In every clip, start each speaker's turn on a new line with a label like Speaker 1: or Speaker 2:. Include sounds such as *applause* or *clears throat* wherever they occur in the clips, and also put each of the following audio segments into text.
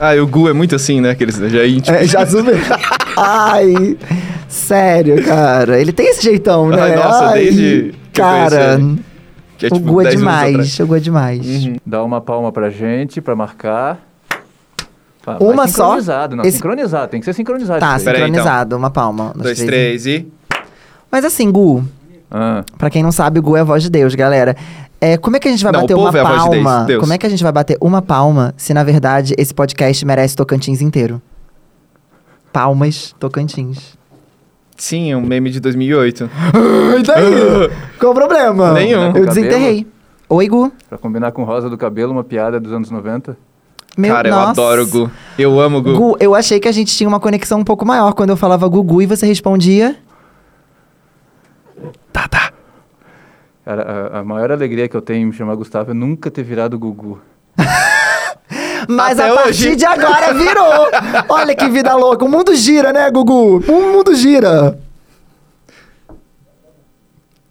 Speaker 1: Ah, e o Gu é muito assim, né? Que eles já intim-
Speaker 2: É, já super. *laughs* Ai, sério, cara. Ele tem esse jeitão, né?
Speaker 1: Ai, nossa, desde que eu
Speaker 2: Cara,
Speaker 1: conheci que é,
Speaker 2: o
Speaker 1: tipo,
Speaker 2: Gu é
Speaker 1: 10 anos
Speaker 2: demais.
Speaker 1: atrás. Uhum.
Speaker 2: O Gu é demais.
Speaker 3: Dá uma palma pra gente, pra marcar. Pá, vai
Speaker 2: Uma só?
Speaker 3: sincronizado, não.
Speaker 2: Esse-
Speaker 3: Sincronizado, tem que ser sincronizado.
Speaker 2: Tá,
Speaker 3: isso aí.
Speaker 1: Peraí, então.
Speaker 2: sincronizado. Uma palma.
Speaker 1: Um,
Speaker 2: Nos
Speaker 1: Dois, três e.
Speaker 2: Mas assim, Gu,
Speaker 3: Ah,
Speaker 2: pra quem não sabe, o Gu é a voz de Deus, galera. É, como é que a gente vai
Speaker 1: Não,
Speaker 2: bater
Speaker 1: o
Speaker 2: uma
Speaker 1: povo é a voz de
Speaker 2: palma?
Speaker 1: Deus.
Speaker 2: Como é que a gente vai bater uma palma se, na verdade, esse podcast merece Tocantins inteiro? Palmas, Tocantins.
Speaker 1: Sim, é um meme de 2008.
Speaker 2: E
Speaker 1: Ah,
Speaker 2: daí? Qual o problema?
Speaker 1: Nenhum.
Speaker 2: Eu
Speaker 3: Cabelo?
Speaker 2: desenterrei. Oi, Gu.
Speaker 3: pra combinar com Rosa do Cabelo, uma piada dos anos 90.
Speaker 2: Meu,
Speaker 1: Cara, eu
Speaker 2: nossa.
Speaker 1: adoro o Gu. Eu amo o Gu.
Speaker 2: Gu, eu achei que a gente tinha uma conexão um pouco maior quando eu falava Gugu e você respondia.
Speaker 3: Cara, a, a maior alegria que eu tenho em me chamar Gustavo é nunca ter virado Gugu.
Speaker 2: Mas
Speaker 1: Até
Speaker 2: a partir
Speaker 1: hoje.
Speaker 2: de
Speaker 1: *laughs*
Speaker 2: agora virou! Olha que vida louca! O mundo gira, né, Gugu? O mundo gira!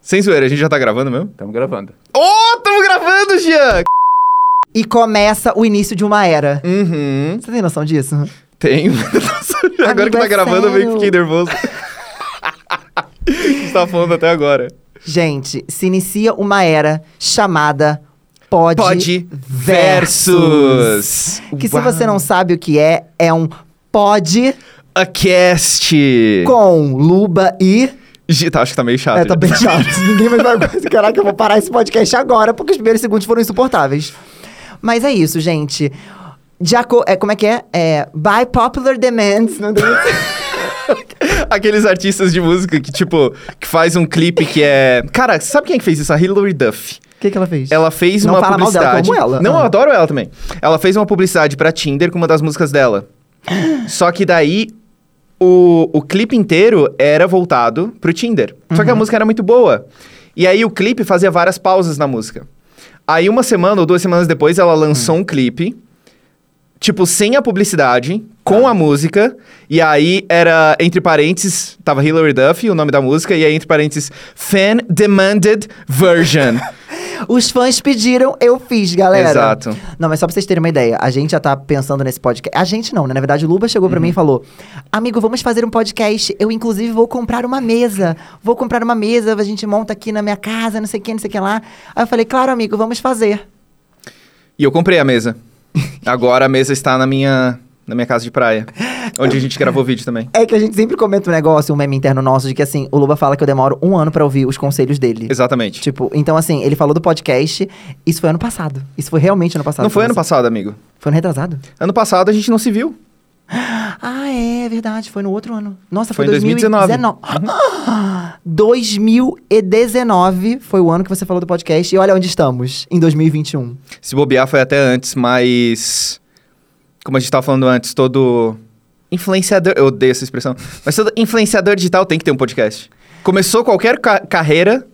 Speaker 1: Sem zoeira, a gente já tá gravando mesmo?
Speaker 3: Tamo gravando.
Speaker 1: Oh, tamo gravando, Jean!
Speaker 2: E começa o início de uma era.
Speaker 1: Uhum.
Speaker 2: Você tem noção disso?
Speaker 1: Tenho. *laughs* Nossa, agora que
Speaker 2: Amigo,
Speaker 1: tá
Speaker 2: é
Speaker 1: gravando, eu meio que
Speaker 2: sério.
Speaker 1: fiquei nervoso. *laughs* Você tá falando até agora.
Speaker 2: Gente, se inicia uma era chamada Pod,
Speaker 1: Pod
Speaker 2: Versus.
Speaker 1: versus.
Speaker 2: Que
Speaker 1: Uau.
Speaker 2: se você não sabe o que é, é um pod
Speaker 1: A cast.
Speaker 2: com luba e.
Speaker 1: Gi- Tá, acho que tá meio chato.
Speaker 2: É, tá
Speaker 1: já.
Speaker 2: bem chato. *laughs* Ninguém mais vai. Caraca, eu vou parar esse podcast agora, porque os primeiros segundos foram insuportáveis. Mas é isso, gente. De aco... é, como é que é? é? By popular demand. Não tem-
Speaker 1: *laughs* Aqueles artistas de música que, tipo, que faz um clipe que é. Cara, sabe quem é que fez isso? A Hilary Duff.
Speaker 2: É O que, que ela fez?
Speaker 1: Ela fez
Speaker 2: Não
Speaker 1: uma
Speaker 2: fala mal dela, eu amo
Speaker 1: publicidade.
Speaker 2: ela.
Speaker 1: Não,
Speaker 2: Ah.
Speaker 1: eu adoro ela também. Ela fez uma publicidade pra Tinder com uma das músicas
Speaker 2: *gasps*
Speaker 1: dela. Só que daí o, o clipe inteiro era voltado pro Tinder. Só
Speaker 2: Uhum.
Speaker 1: que a música era muito boa. E aí o clipe fazia várias pausas na música. Aí uma semana ou duas semanas depois ela lançou
Speaker 2: Hum.
Speaker 1: um clipe tipo, sem a publicidade,
Speaker 2: Tá.
Speaker 1: com a música, e aí era, entre parênteses, tava Hilary Duff, o nome da música, e aí entre parênteses, Fan Demanded
Speaker 2: *laughs*
Speaker 1: Version.
Speaker 2: Os fãs pediram, eu fiz, galera.
Speaker 1: Exato.
Speaker 2: Não, mas só pra vocês terem uma ideia, a gente já tá pensando nesse podcast. A gente não, né? Na verdade, o Luba chegou pra mim e falou: Amigo, vamos fazer um podcast. Eu, inclusive, vou comprar uma mesa. Vou comprar uma mesa, a gente monta aqui na minha casa, não sei o que, não sei o que lá. Aí eu falei: Claro, amigo, vamos fazer.
Speaker 1: e eu comprei a mesa. Agora a mesa está na minha, na minha casa de praia, onde a gente gravou vídeo também.
Speaker 2: É que a gente sempre comenta um negócio, um meme interno nosso, de que assim, o Luba fala que eu demoro um ano pra ouvir os conselhos dele.
Speaker 1: Exatamente.
Speaker 2: Tipo, então assim, ele falou do podcast, isso foi ano passado. Isso foi realmente ano passado.
Speaker 1: Não foi ano
Speaker 2: assim.
Speaker 1: passado, amigo.
Speaker 2: Foi ano retrasado?
Speaker 1: Ano passado a gente não se viu.
Speaker 2: Ah, é, é verdade, foi no outro ano. Nossa,
Speaker 1: Foi
Speaker 2: foi,
Speaker 1: em 2019. Uhum.
Speaker 2: *gasps* 2019. 2019 foi o ano que você falou do podcast e olha onde estamos, em 2021.
Speaker 1: Se bobear foi até antes, mas. Como a gente tava falando antes, todo. Influenciador. Eu odeio essa expressão. Mas todo influenciador digital tem que ter um podcast. Começou qualquer ca- carreira.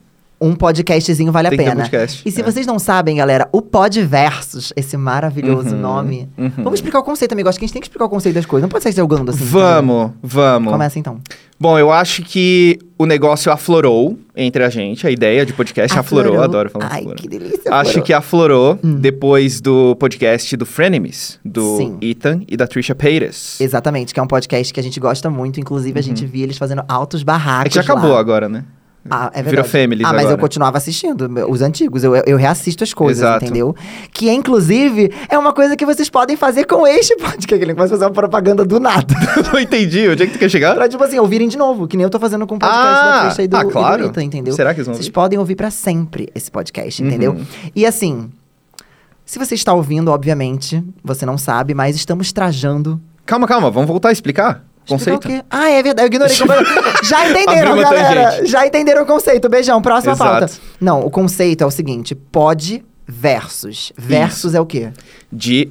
Speaker 2: Um podcastzinho vale
Speaker 1: Tem
Speaker 2: a
Speaker 1: que ter
Speaker 2: pena.
Speaker 1: podcast,
Speaker 2: e se
Speaker 1: é.
Speaker 2: vocês não sabem, galera, o Podversus, esse
Speaker 1: Uhum,
Speaker 2: maravilhoso nome. Vamos explicar o conceito, amigo. Acho que a gente tem que explicar o conceito das coisas. Não pode sair jogando assim.
Speaker 1: vamos, vamos.
Speaker 2: entendeu? Começa então.
Speaker 1: Bom, eu acho que o negócio aflorou entre a gente, é a ideia de podcast aflorou. Adoro falar
Speaker 2: Ah, Ai,
Speaker 1: aflorou.
Speaker 2: que delícia.
Speaker 1: Acho
Speaker 2: aflorou.
Speaker 1: que é aflorou depois do podcast do Frenemies, do
Speaker 2: Hum. Sim.
Speaker 1: Ethan e da Trisha Paytas.
Speaker 2: Exatamente, que é um podcast que a gente gosta muito. Inclusive, a gente via eles fazendo altos
Speaker 1: É
Speaker 2: barracos.
Speaker 1: que Uhum. já acabou
Speaker 2: lá.
Speaker 1: agora, né? *laughs*
Speaker 2: Ah, é verdade.
Speaker 1: Virou Families
Speaker 2: Ah, mas eu
Speaker 1: agora.
Speaker 2: continuava assistindo os antigos. Eu, eu reassisto as coisas,
Speaker 1: Exato.
Speaker 2: entendeu? Que, inclusive, é uma coisa que vocês podem fazer com este podcast. *laughs* Que ele começa a fazer uma propaganda do nada.
Speaker 1: não entendi. Onde é que tu quer chegar?
Speaker 2: pra, tipo assim, ouvirem de novo. Que nem eu tô fazendo com o podcast
Speaker 1: Ah,
Speaker 2: da Trisha e do,
Speaker 1: ah,
Speaker 2: e do
Speaker 1: claro.
Speaker 2: Ethan, entendeu?
Speaker 1: Será que eles vão
Speaker 2: Vocês
Speaker 1: ouvir? Uhum.
Speaker 2: podem ouvir pra sempre esse podcast, entendeu? E assim... Se você está ouvindo, obviamente, você não sabe, mas estamos trajando
Speaker 1: Calma, calma, vamos voltar a explicar o
Speaker 2: Explicar
Speaker 1: conceito.
Speaker 2: o quê? Ah, é verdade, eu
Speaker 1: *laughs*
Speaker 2: ignorei completamente. Já entenderam,
Speaker 1: Abriu uma
Speaker 2: galera.
Speaker 1: tangente.
Speaker 2: Já entenderam o conceito. Beijão, próxima
Speaker 1: Exato.
Speaker 2: pauta. Não, o conceito é o seguinte: pode versus. Versus é o quê?
Speaker 1: De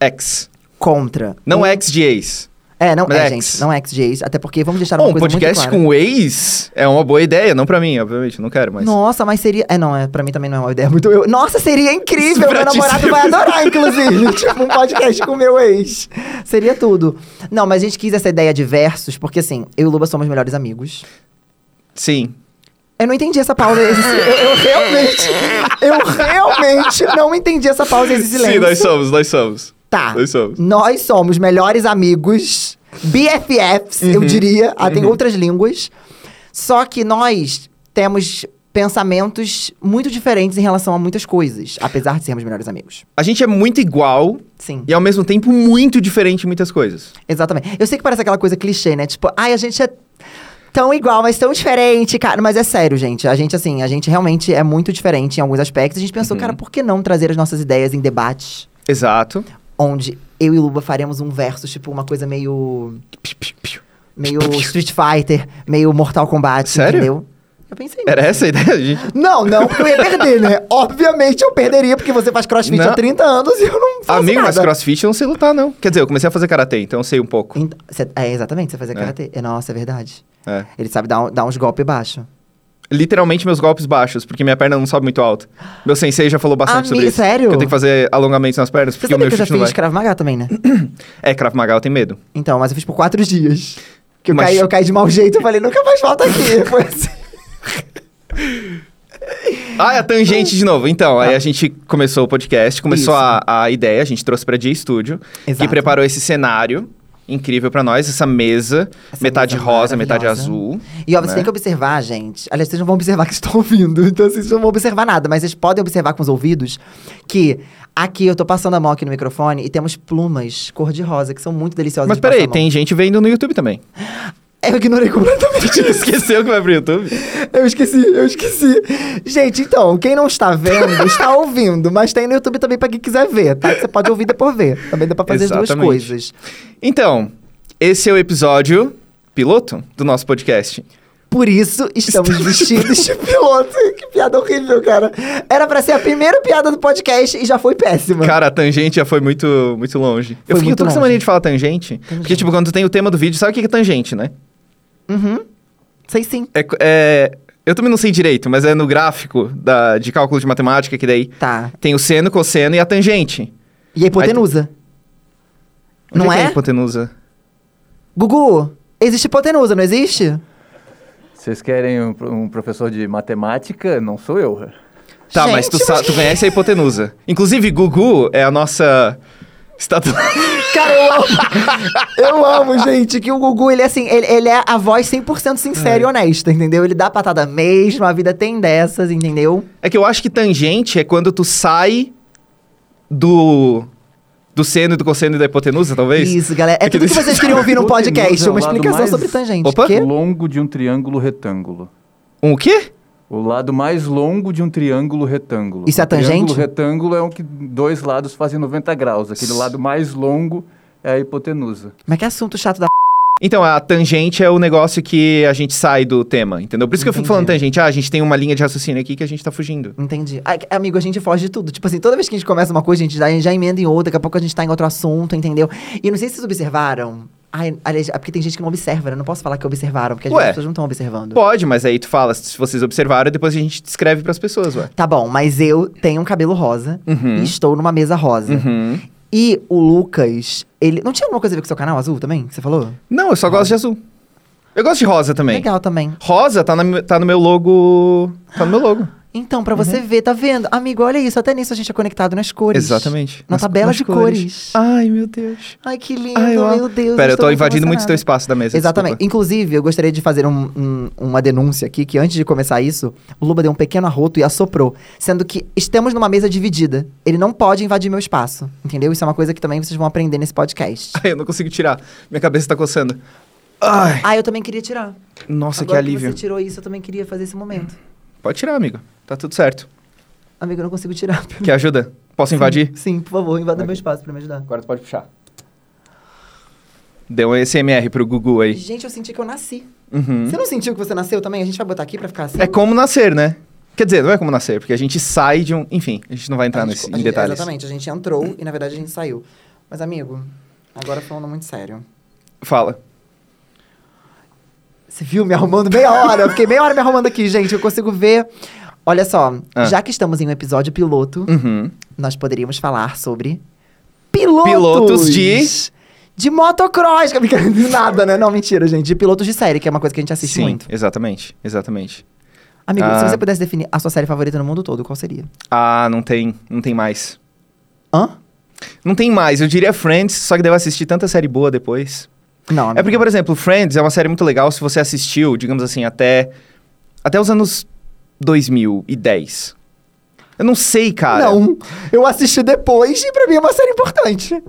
Speaker 1: ex.
Speaker 2: Contra.
Speaker 1: Não
Speaker 2: Um-
Speaker 1: ex de ex.
Speaker 2: É, não
Speaker 1: mas
Speaker 2: é,
Speaker 1: ex.
Speaker 2: gente. Não é ex de ex. Até porque vamos deixar uma
Speaker 1: Bom, um
Speaker 2: Tá coisa muito
Speaker 1: podcast
Speaker 2: clara.
Speaker 1: com ex é uma boa ideia, não pra mim, obviamente, eu não quero, mas.
Speaker 2: Nossa, mas seria. É, não, é, pra mim também não é uma ideia muito. Eu... Nossa, seria incrível.
Speaker 1: Pra
Speaker 2: Meu
Speaker 1: ti
Speaker 2: namorado
Speaker 1: seria-
Speaker 2: vai adorar,
Speaker 1: *laughs*
Speaker 2: inclusive. tipo, um podcast com meu ex. Seria tudo. Não, mas a gente quis essa ideia de versus, porque assim, eu e o Luba somos melhores amigos.
Speaker 1: Sim.
Speaker 2: Eu não entendi essa pausa. Esse, eu, eu realmente. Eu realmente não entendi essa pausa, esse silêncio.
Speaker 1: Sim, nós somos, nós somos.
Speaker 2: Tá.
Speaker 1: Nós somos.
Speaker 2: Nós somos melhores amigos, BFFs, eu diria. Ah, tem outras línguas. Só que nós temos pensamentos muito diferentes em relação a muitas coisas, apesar de sermos melhores amigos.
Speaker 1: A gente é muito igual
Speaker 2: Sim.
Speaker 1: e ao mesmo tempo muito diferente em muitas coisas.
Speaker 2: Exatamente. Eu sei que parece aquela coisa clichê, né? Tipo, ai, a gente é tão igual, mas tão diferente, cara. Mas é sério, gente. A gente, assim, a gente realmente é muito diferente em alguns aspectos. A gente pensou, cara, por que não trazer as nossas ideias em debates?
Speaker 1: Exato.
Speaker 2: Onde eu e Luba faremos um verso, tipo, uma coisa meio. Meio Street Fighter, meio Mortal Kombat,
Speaker 1: Sério?
Speaker 2: entendeu? Eu pensei nisso.
Speaker 1: Era essa a ideia, gente?
Speaker 2: Não, não, porque eu ia perder,
Speaker 1: *laughs*
Speaker 2: né? Obviamente eu perderia, porque você faz crossfit
Speaker 1: Não.
Speaker 2: há 30 anos e eu não faço
Speaker 1: Amigo, mas
Speaker 2: nada.
Speaker 1: crossfit eu não sei lutar, não. Quer dizer, eu comecei a fazer karatê, então eu sei um pouco.
Speaker 2: Ent- cê- é, exatamente, você fazer karatê. É. Nossa, é verdade.
Speaker 1: É.
Speaker 2: Ele sabe dar, um- dar uns golpes baixos.
Speaker 1: Literalmente meus golpes baixos, porque minha perna não sobe muito alto. Meu sensei já falou bastante sobre
Speaker 2: Ami-
Speaker 1: isso.
Speaker 2: sério?
Speaker 1: Que eu tenho que fazer alongamentos nas pernas,
Speaker 2: Você
Speaker 1: porque o
Speaker 2: sabia
Speaker 1: meu
Speaker 2: que eu já
Speaker 1: chute não
Speaker 2: fiz
Speaker 1: vai.
Speaker 2: Krav Maga também, né?
Speaker 1: É, Krav Maga, eu tenho medo.
Speaker 2: Então, mas eu fiz por quatro dias. Que eu,
Speaker 1: Mas-
Speaker 2: caí, eu caí de mau jeito, eu falei, nunca mais
Speaker 1: *laughs*
Speaker 2: volta aqui. Foi assim.
Speaker 1: Ah, é a tangente de novo. Então, aí a gente começou o podcast, começou
Speaker 2: Ah. Isso.
Speaker 1: a, a ideia, a gente trouxe pra Dia Studio,
Speaker 2: Exato.
Speaker 1: que preparou esse cenário incrível pra nós, essa mesa,
Speaker 2: Essa
Speaker 1: metade
Speaker 2: mesa
Speaker 1: rosa, metade
Speaker 2: maravilhosa.
Speaker 1: azul.
Speaker 2: E ó, vocês
Speaker 1: né?
Speaker 2: têm que observar, gente. Aliás, vocês não vão observar que estão *laughs* ouvindo, então vocês não vão observar nada, mas vocês podem observar com os ouvidos que aqui eu tô passando a mão aqui no microfone e temos plumas cor-de-rosa que são muito deliciosas.
Speaker 1: Mas
Speaker 2: de passar
Speaker 1: peraí,
Speaker 2: a mão. É,
Speaker 1: tem gente vendo no YouTube também. *laughs*
Speaker 2: Eu ignorei completamente isso.
Speaker 1: Esqueceu que vai pro YouTube?
Speaker 2: Eu esqueci, eu esqueci. Gente, então, quem não está vendo, está ouvindo, mas tem no YouTube também pra quem quiser ver, tá? Você pode ouvir e depois ver. Também dá pra fazer as
Speaker 1: Exatamente.
Speaker 2: duas coisas.
Speaker 1: Então, esse é o episódio piloto do nosso podcast.
Speaker 2: Por isso, estamos vestidos de piloto. *laughs* Que piada horrível, cara. Era pra ser a primeira piada do podcast e já foi péssima.
Speaker 1: Cara, a tangente já foi muito, muito longe. eu
Speaker 2: Foi
Speaker 1: fiquei
Speaker 2: muito
Speaker 1: toda essa
Speaker 2: longe.
Speaker 1: mania de falar tangente, Porque, tipo, quando tem o tema do vídeo, sabe o que que é tangente, né?
Speaker 2: Uhum. Sei sim.
Speaker 1: É, co- é- eu também não sei direito, mas é no gráfico da, de cálculo de matemática que daí
Speaker 2: Tá.
Speaker 1: tem o seno, cosseno e a tangente.
Speaker 2: E a hipotenusa?
Speaker 1: Onde
Speaker 2: Não
Speaker 1: é? Que é
Speaker 2: é?
Speaker 1: a hipotenusa?
Speaker 2: Gugu, existe hipotenusa, não existe?
Speaker 3: Vocês querem um, pro- um professor de matemática? Não sou eu.
Speaker 1: Tá, mas tu,
Speaker 2: Gente,
Speaker 1: sa- tu conhece a hipotenusa. Inclusive, Gugu é a nossa estátua.
Speaker 2: Cara, eu amo. *laughs* eu amo, gente, que o Gugu, ele é assim, ele, ele é a voz 100% sincera e honesta, entendeu? Ele dá a patada mesmo, a vida tem dessas, entendeu?
Speaker 1: é que eu acho que tangente é quando tu sai do. do seno, do cosseno e da hipotenusa, talvez?
Speaker 2: Isso, galera. É
Speaker 1: É que
Speaker 2: tudo que
Speaker 1: desse-
Speaker 2: vocês queriam ouvir num
Speaker 3: Hipotenusa
Speaker 2: podcast,
Speaker 3: é o
Speaker 2: uma
Speaker 3: lado
Speaker 2: explicação
Speaker 3: mais-
Speaker 2: sobre tangente.
Speaker 1: Opa.
Speaker 2: Quê?
Speaker 3: Longo de um triângulo retângulo.
Speaker 1: Um o quê?
Speaker 3: O lado mais longo de um triângulo retângulo.
Speaker 2: Isso é
Speaker 3: Um Triângulo
Speaker 2: tangente?
Speaker 3: retângulo é um que dois lados fazem 90 graus. Aquele lado mais longo é a hipotenusa.
Speaker 2: Mas que é assunto chato da
Speaker 1: Então, a tangente é o negócio que a gente sai do tema, entendeu? Por isso que eu fico falando tangente. Ah, a gente tem uma linha de raciocínio aqui que a gente tá fugindo.
Speaker 2: Entendi. Ai, amigo, a gente foge de tudo. Tipo assim, toda vez que a gente começa uma coisa, a gente já, já emenda em outra, daqui a pouco a gente tá em outro assunto, entendeu? E não sei se vocês observaram. Ai, aliás, é porque tem gente que não observa, né? Eu Não posso falar que observaram, porque às vezes
Speaker 1: Ué.
Speaker 2: as pessoas não estão observando.
Speaker 1: Pode, mas aí tu fala, se vocês observaram, depois a gente descreve pras pessoas, ué.
Speaker 2: Tá bom, mas eu tenho um cabelo rosa
Speaker 1: Uhum.
Speaker 2: e estou numa mesa rosa. E o Lucas, ele. Não tinha alguma coisa a ver com o seu canal azul também? Que você falou?
Speaker 1: Não, eu só gosto de azul. Eu gosto de rosa também.
Speaker 2: Legal também.
Speaker 1: Rosa tá, na- tá no meu logo. Tá no meu logo.
Speaker 2: Então, pra
Speaker 1: Uhum.
Speaker 2: você ver, tá vendo? Amigo, olha isso, até nisso a gente é conectado nas cores.
Speaker 1: Exatamente.
Speaker 2: Na
Speaker 1: Nas-
Speaker 2: tabela
Speaker 1: nas
Speaker 2: de cores.
Speaker 1: Ai, meu Deus.
Speaker 2: Ai, que lindo,
Speaker 1: Ai, eu
Speaker 2: meu
Speaker 1: amo.
Speaker 2: Deus.
Speaker 1: Pera, eu
Speaker 2: estou
Speaker 1: tô invadindo muito o teu
Speaker 2: emocionada.
Speaker 1: espaço da mesa.
Speaker 2: Exatamente.
Speaker 1: desculpa.
Speaker 2: Inclusive, eu gostaria de fazer um- um- uma denúncia aqui, que antes de começar isso, o Luba deu um pequeno arroto e assoprou, sendo que estamos numa mesa dividida. Ele não pode invadir meu espaço, entendeu? Isso é uma coisa que também vocês vão aprender nesse podcast.
Speaker 1: *laughs* Ai, eu não consigo tirar. Minha cabeça tá coçando. Ai.
Speaker 2: *laughs* ah, eu também queria tirar.
Speaker 1: Nossa, que
Speaker 2: Agora
Speaker 1: alívio. Hum.
Speaker 2: você tirou isso, eu também queria fazer esse momento.
Speaker 1: Pode tirar, amigo. Tá tudo certo.
Speaker 2: Amigo, eu não
Speaker 1: *laughs*
Speaker 2: consigo tirar.
Speaker 1: Quer ajuda? Posso invadir?
Speaker 2: Sim, por favor, invada meu espaço pra me ajudar.
Speaker 1: Agora tu pode puxar. Deu um SMR pro Gugu aí.
Speaker 2: Gente, eu senti que eu nasci.
Speaker 1: Uhum.
Speaker 2: Você não sentiu que você nasceu também? A gente vai botar aqui pra ficar assim?
Speaker 1: É como nascer, né? Quer dizer, não é como nascer, porque a gente sai de um. Enfim, a gente não vai entrar
Speaker 2: A gente-
Speaker 1: nesse,
Speaker 2: a
Speaker 1: em
Speaker 2: gente-
Speaker 1: detalhes.
Speaker 2: Exatamente, a gente entrou e na verdade a gente saiu. Mas, amigo, agora falando muito sério.
Speaker 1: Fala.
Speaker 2: Você viu me arrumando meia hora? Eu fiquei meia hora me arrumando aqui, gente. Eu consigo ver. Olha só,
Speaker 1: Ah.
Speaker 2: já que estamos em um episódio piloto,
Speaker 1: Uhum.
Speaker 2: nós poderíamos falar sobre pilotos,
Speaker 1: Pilotos de-
Speaker 2: de motocross, que eu- nada, né? Não, mentira, gente. De pilotos de série, que é uma coisa que a gente assiste
Speaker 1: Sim,
Speaker 2: muito.
Speaker 1: exatamente. Exatamente.
Speaker 2: Amigo,
Speaker 1: Ah.
Speaker 2: se você pudesse definir a sua série favorita no mundo todo, qual seria?
Speaker 1: Ah, não tem. Não tem mais.
Speaker 2: Hã?
Speaker 1: Não tem mais, eu diria Friends, só que daí eu assisti tanta série boa depois.
Speaker 2: Não,
Speaker 1: É porque, por exemplo, Friends é uma série muito legal se você assistiu, digamos assim, até até os anos 2010. Eu não sei, cara.
Speaker 2: Não, eu assisti depois e pra mim é uma série importante.